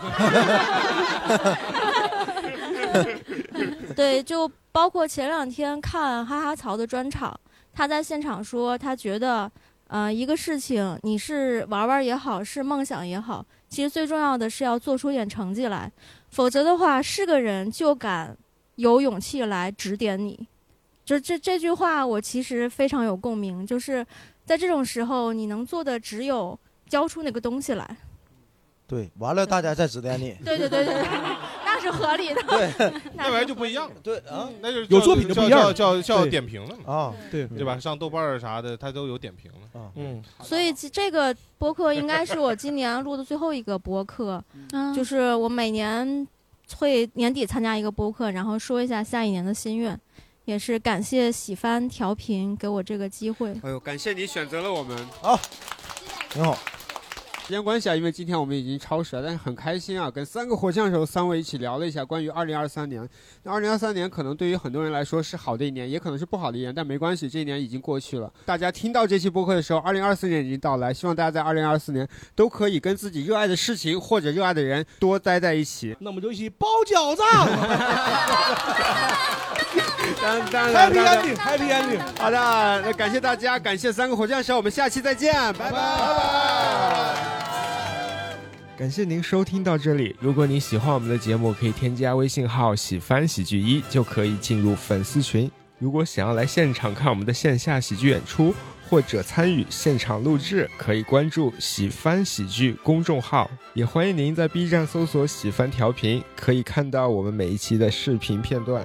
Speaker 14: 对，就包括前两天看哈哈曹的专场，他在现场说，他觉得呃，一个事情你是玩玩也好，是梦想也好，其实最重要的是要做出点成绩来，否则的话，是个人就敢有勇气来指点你。就是这这句话，我其实非常有共鸣。就是在这种时候，你能做的只有交出那个东西来。
Speaker 5: 对，完了大家再指点你。
Speaker 14: 对对对对对， 那是合理的。
Speaker 5: 对，
Speaker 4: 那玩意儿就不一样了。嗯
Speaker 5: 对啊，
Speaker 4: 那就是
Speaker 3: 有作品就不一样
Speaker 4: 叫叫叫叫
Speaker 3: 对
Speaker 4: 点评了嘛。
Speaker 5: 啊，
Speaker 3: 对
Speaker 4: 对吧？上豆瓣儿啥的，它都有点评了。
Speaker 5: 啊，
Speaker 3: 嗯，
Speaker 14: 所以其这个播客应该是我今年录的最后一个播客，
Speaker 2: 嗯
Speaker 14: 就是我每年会年底参加一个播客，然后说一下下一年的心愿，也是感谢喜番调频给我这个机会。
Speaker 1: 哎呦，感谢你选择了我们，
Speaker 5: 好，挺好。
Speaker 1: 时间关系啊，因为今天我们已经超时了，但是很开心啊，跟三个火枪手三位一起聊了一下关于二零二三年。那二零二三年可能对于很多人来说是好的一年，也可能是不好的一年，但没关系，这一年已经过去了。大家听到这期播客的时候，二零二四年已经到来，希望大家在二零二四年都可以跟自己热爱的事情或者热爱的人多待在一起。
Speaker 3: 那我们就一起包饺子。啊
Speaker 1: 当当
Speaker 3: Happy ending，Happy ending。
Speaker 1: 好的，那感谢大家，感谢三个火箭手，我们下期再见，拜拜。
Speaker 16: 感谢您收听到这里。如果你喜欢我们的节目，可以添加微信号“喜翻喜剧一”，就可以进入粉丝群。如果想要来现场看我们的线下喜剧演出，或者参与现场录制，可以关注“喜翻喜剧”公众号。也欢迎您在 B 站搜索“喜翻调频”，可以看到我们每一期的视频片段。